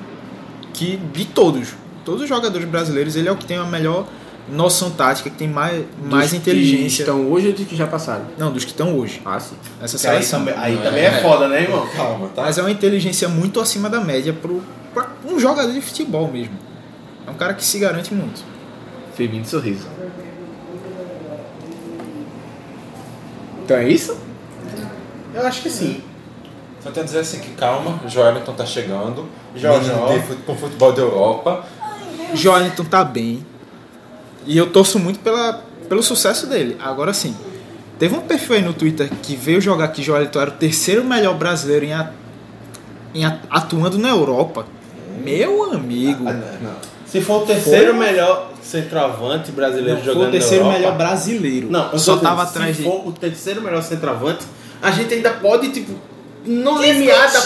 Speaker 6: que de todos. Todos os jogadores brasileiros, ele é o que tem a melhor noção tática, que tem mais, mais
Speaker 5: que
Speaker 6: inteligência.
Speaker 5: estão hoje ou dos que já passaram?
Speaker 6: Não, dos que estão hoje.
Speaker 5: Ah, sim.
Speaker 6: Essa
Speaker 5: Que aí
Speaker 6: seleção.
Speaker 5: também- aí também é foda, né, irmão? Calma,
Speaker 7: tá?
Speaker 6: Mas é uma inteligência muito acima da média pro, pra um jogador de futebol mesmo. É um cara que se garante muito.
Speaker 5: Firmino Sorriso. Então é isso?
Speaker 8: eu acho que sim.
Speaker 7: Só tenho a dizer assim que calma, o Joelinton tá chegando.
Speaker 6: Jó,
Speaker 7: menino
Speaker 6: Jó.
Speaker 7: de fut- com futebol da Europa.
Speaker 6: Joelinton tá bem. E eu torço muito pela, pelo sucesso dele. Agora sim, teve um perfil aí no Twitter que veio jogar que Joelinton era o terceiro melhor brasileiro em, a- em a- atuando na Europa. Meu amigo.
Speaker 8: Ah, Se for o terceiro
Speaker 6: Foi?
Speaker 8: melhor centroavante brasileiro
Speaker 6: Não, foi
Speaker 8: jogando
Speaker 6: o terceiro
Speaker 8: na Europa,
Speaker 6: melhor brasileiro.
Speaker 8: Não,
Speaker 6: Eu só
Speaker 8: tô dizendo,
Speaker 6: tava atrás
Speaker 8: se
Speaker 6: de-
Speaker 8: for o terceiro melhor centroavante, a gente ainda pode, tipo, no limiar da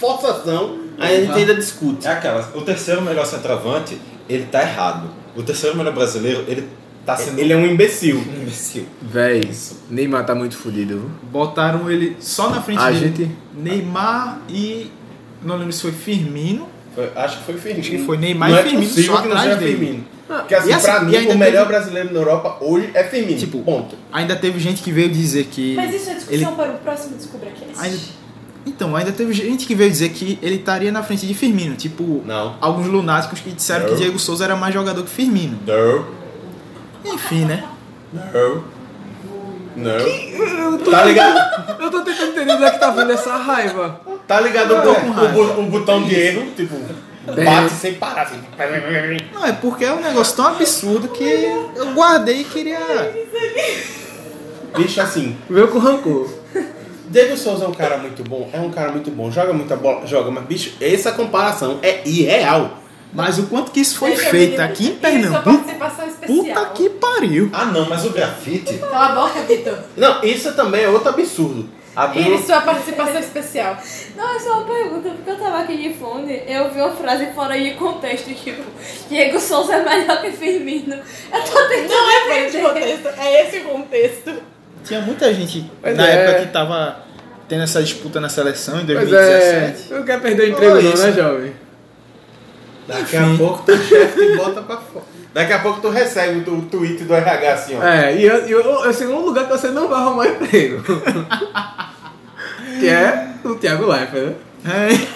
Speaker 8: forçação, aí a gente ainda discute.
Speaker 7: É aquela, o terceiro melhor centroavante, ele tá errado. O terceiro melhor brasileiro, ele tá sendo.
Speaker 8: Ele é um imbecil.
Speaker 7: Um imbecil.
Speaker 5: Véi, É Neymar tá muito fodido. viu?
Speaker 6: Botaram ele só na frente
Speaker 5: A
Speaker 6: dele.
Speaker 5: gente-
Speaker 6: Neymar e. Não lembro se foi Firmino.
Speaker 8: Foi- acho que foi Firmino.
Speaker 6: Acho que foi Neymar
Speaker 8: Não
Speaker 6: e
Speaker 8: é
Speaker 6: Firmino
Speaker 8: possível
Speaker 6: só
Speaker 8: que não
Speaker 6: atrás
Speaker 8: seja
Speaker 6: dele.
Speaker 8: Firmino.
Speaker 6: Ah,
Speaker 8: Porque assim,
Speaker 6: e assim,
Speaker 8: pra
Speaker 6: e
Speaker 8: mim,
Speaker 6: ainda
Speaker 8: o melhor
Speaker 6: teve-
Speaker 8: brasileiro na Europa hoje é Firmino. Tipo, ponto.
Speaker 6: Ainda teve gente que veio dizer que.
Speaker 22: Mas isso é
Speaker 6: ele
Speaker 22: discussão para o próximo Descubra Cast.
Speaker 6: Ainda- Então, ainda teve gente que veio dizer que ele estaria na frente de Firmino. Tipo, alguns lunáticos que disseram
Speaker 8: Não.
Speaker 6: que Diego Souza era mais jogador que Firmino. Enfim, né?
Speaker 8: Não. Não.
Speaker 5: Eu
Speaker 8: Tá ligado?
Speaker 5: Eu tô tentando entender onde é que tá vindo essa raiva.
Speaker 8: Tá ligado?
Speaker 5: Eu tô com raiva.
Speaker 8: O, o, o botão de erro, tipo,
Speaker 6: Bem.
Speaker 8: bate sem parar. Assim.
Speaker 6: Não, é porque é um negócio tão absurdo que eu guardei e queria.
Speaker 8: Bicho, assim.
Speaker 5: Veio com rancor.
Speaker 8: Diego Souza é um cara muito bom, é um cara muito bom, joga muita bola, joga, mas bicho, essa comparação é irreal.
Speaker 6: Mas o quanto que isso
Speaker 4: é
Speaker 6: foi
Speaker 8: Deixa eu
Speaker 6: feito
Speaker 8: ver.
Speaker 6: aqui em
Speaker 8: Isso
Speaker 6: Pernambuco?
Speaker 13: Participação
Speaker 6: Puta
Speaker 13: especial.
Speaker 6: que pariu!
Speaker 7: Ah não, mas o grafite.
Speaker 13: Cala a boca, Vitor.
Speaker 8: Não, isso também é outro absurdo. A Bruna-
Speaker 13: E sua participação especial.
Speaker 22: Não, é só uma pergunta, porque eu tava aqui de fone, eu vi uma frase fora de contexto, tipo, Diego Souza é melhor que Firmino. Eu tô tentando
Speaker 13: Não é fora de
Speaker 22: entender.
Speaker 13: contexto, é esse o contexto.
Speaker 6: Tinha muita gente
Speaker 5: Pois
Speaker 6: na
Speaker 5: é.
Speaker 6: época que tava tendo essa disputa na seleção em
Speaker 5: Pois
Speaker 6: 2017.
Speaker 5: é, não quer perder o emprego
Speaker 6: Olha
Speaker 5: não,
Speaker 6: isso.
Speaker 5: né, jovem?
Speaker 8: Daqui a pouco tu chefe te bota pra fora. Daqui a pouco tu recebe o tu- tweet do RH assim, ó.
Speaker 5: É, e eu, e eu, é o segundo lugar que você não vai arrumar emprego. que é o Thiago Leifert, né?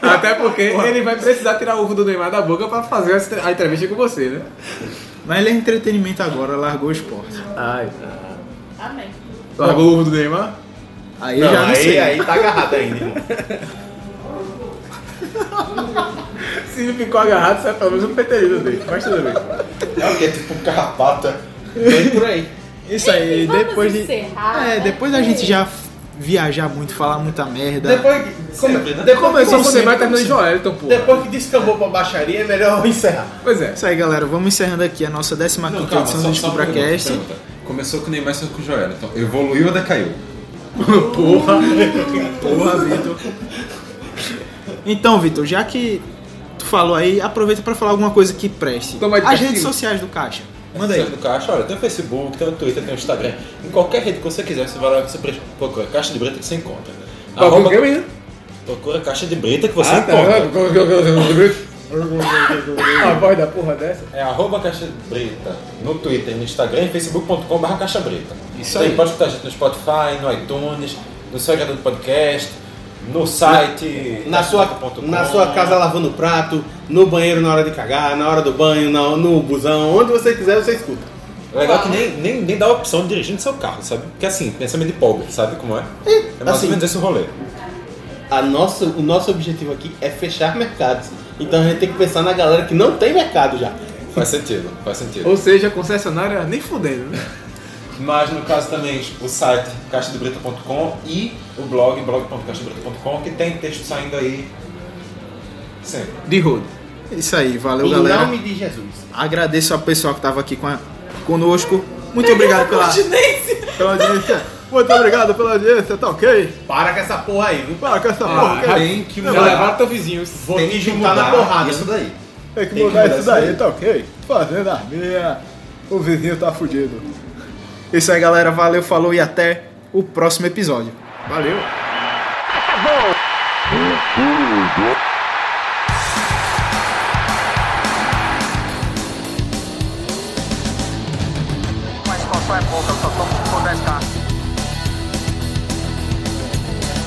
Speaker 5: Até porque ele vai precisar tirar o ovo do Neymar da boca pra fazer a estre- a entrevista com você, né?
Speaker 6: Mas ele é entretenimento agora, largou o esporte.
Speaker 5: Ai.
Speaker 13: Amém.
Speaker 5: Largou o ovo do Neymar?
Speaker 6: Aí eu já não
Speaker 8: aí,
Speaker 6: sei.
Speaker 3: é.
Speaker 8: aí tá agarrado ainda, irmão.
Speaker 5: Se ele ficou agarrado, sai pelo menos um peterido dele. Mas tudo bem.
Speaker 7: É o que? Tipo carrapata.
Speaker 6: Bem por aí. Isso aí,
Speaker 13: Enfim, vamos
Speaker 6: depois de.
Speaker 13: encerrar,
Speaker 6: É,
Speaker 13: né?
Speaker 6: depois da gente já f- viajar muito, falar muita merda.
Speaker 8: Depois que.
Speaker 7: é
Speaker 8: Como, depois
Speaker 6: Começou com o Neymar,
Speaker 8: terminou
Speaker 6: terminou em Joel, então, porra.
Speaker 8: Depois que descambou pra baixaria, é melhor eu encerrar.
Speaker 5: Pois é.
Speaker 6: Isso aí, galera. Vamos encerrando aqui a nossa 15
Speaker 7: Não,
Speaker 6: quinta
Speaker 7: calma,
Speaker 6: edição do
Speaker 7: só, só uma
Speaker 6: DescubraCast.
Speaker 7: pergunta. Começou com o Neymar saiu com o Joel. Então, evoluiu ou decaiu?
Speaker 6: Porra! Porra, Vitor. Então, Vitor, já que tu falou aí, aproveita pra falar alguma coisa que preste.
Speaker 5: Toma de
Speaker 6: As
Speaker 5: castigo.
Speaker 6: redes sociais do Caixa. Manda aí.
Speaker 7: do Caixa, olha, tem o Facebook, tem o Twitter, tem o Instagram. Em qualquer rede que você quiser, você vai lá, você pre- procura Caixa de Brita que você encontra.
Speaker 23: Procura o quê, menino?
Speaker 7: Procura Caixa de Brita que você
Speaker 23: Ah, tá.
Speaker 7: encontra.
Speaker 3: A voz da porra dessa?
Speaker 7: É arroba Caixa Brita no Twitter, no Instagram e facebook.com.br Caixa Brita.
Speaker 3: Isso
Speaker 7: Tem
Speaker 3: aí.
Speaker 7: Pode escutar a gente no Spotify, no iTunes, no seu agregador de podcast, no site. é
Speaker 8: Na sua, na sua casa lavando prato, no banheiro na hora de cagar, na hora do banho, na- no busão, onde você quiser, você escuta.
Speaker 7: É Legal que nem, nem, nem dá a opção de dirigir no seu carro, sabe? Porque assim, pensamento de pobre, sabe como é? É mais
Speaker 8: assim,
Speaker 7: ou menos esse o rolê.
Speaker 8: A nossa, o nosso objetivo aqui é fechar mercados. Então a gente tem que pensar na galera que não tem mercado já.
Speaker 7: Faz sentido, faz sentido.
Speaker 5: Ou seja, a concessionária nem fudendo, né?
Speaker 7: Mas no caso também o site caixadebrita.com e o blog blog.caixadebrita.com que tem texto saindo aí sempre.
Speaker 6: De rodo. Isso aí, valeu
Speaker 7: Em
Speaker 6: galera.
Speaker 7: nome
Speaker 8: de Jesus.
Speaker 6: Agradeço ao pessoal que estava aqui com a- conosco. Muito obrigado pela, pela audiência. Muito obrigado pela audiência, tá ok?
Speaker 8: Para com essa porra aí, viu?
Speaker 6: Para com essa
Speaker 8: Ah,
Speaker 6: porra. cara.
Speaker 8: tem que
Speaker 6: Não,
Speaker 8: mudar.
Speaker 6: vai-
Speaker 8: Mata vizinhos. Vou te juntar na porrada.
Speaker 7: Isso daí.
Speaker 3: Tem que
Speaker 8: Tem que
Speaker 3: mudar
Speaker 8: mudar
Speaker 3: isso
Speaker 8: isso
Speaker 3: daí,
Speaker 8: daí.
Speaker 3: tá ok? Fazendo a minha. O vizinho tá fudido.
Speaker 6: Isso aí, galera. Valeu, falou e até o próximo episódio. Valeu.
Speaker 4: Mas qual é pouca, só tomo se puder estar.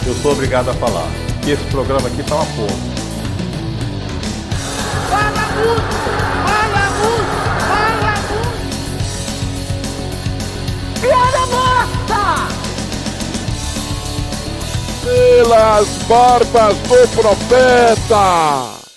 Speaker 24: Eu sou obrigado a falar que esse programa aqui tá uma porra.
Speaker 4: Fala muito! Fala muito! Fala muito! Piada morta!
Speaker 25: Pelas barbas do profeta!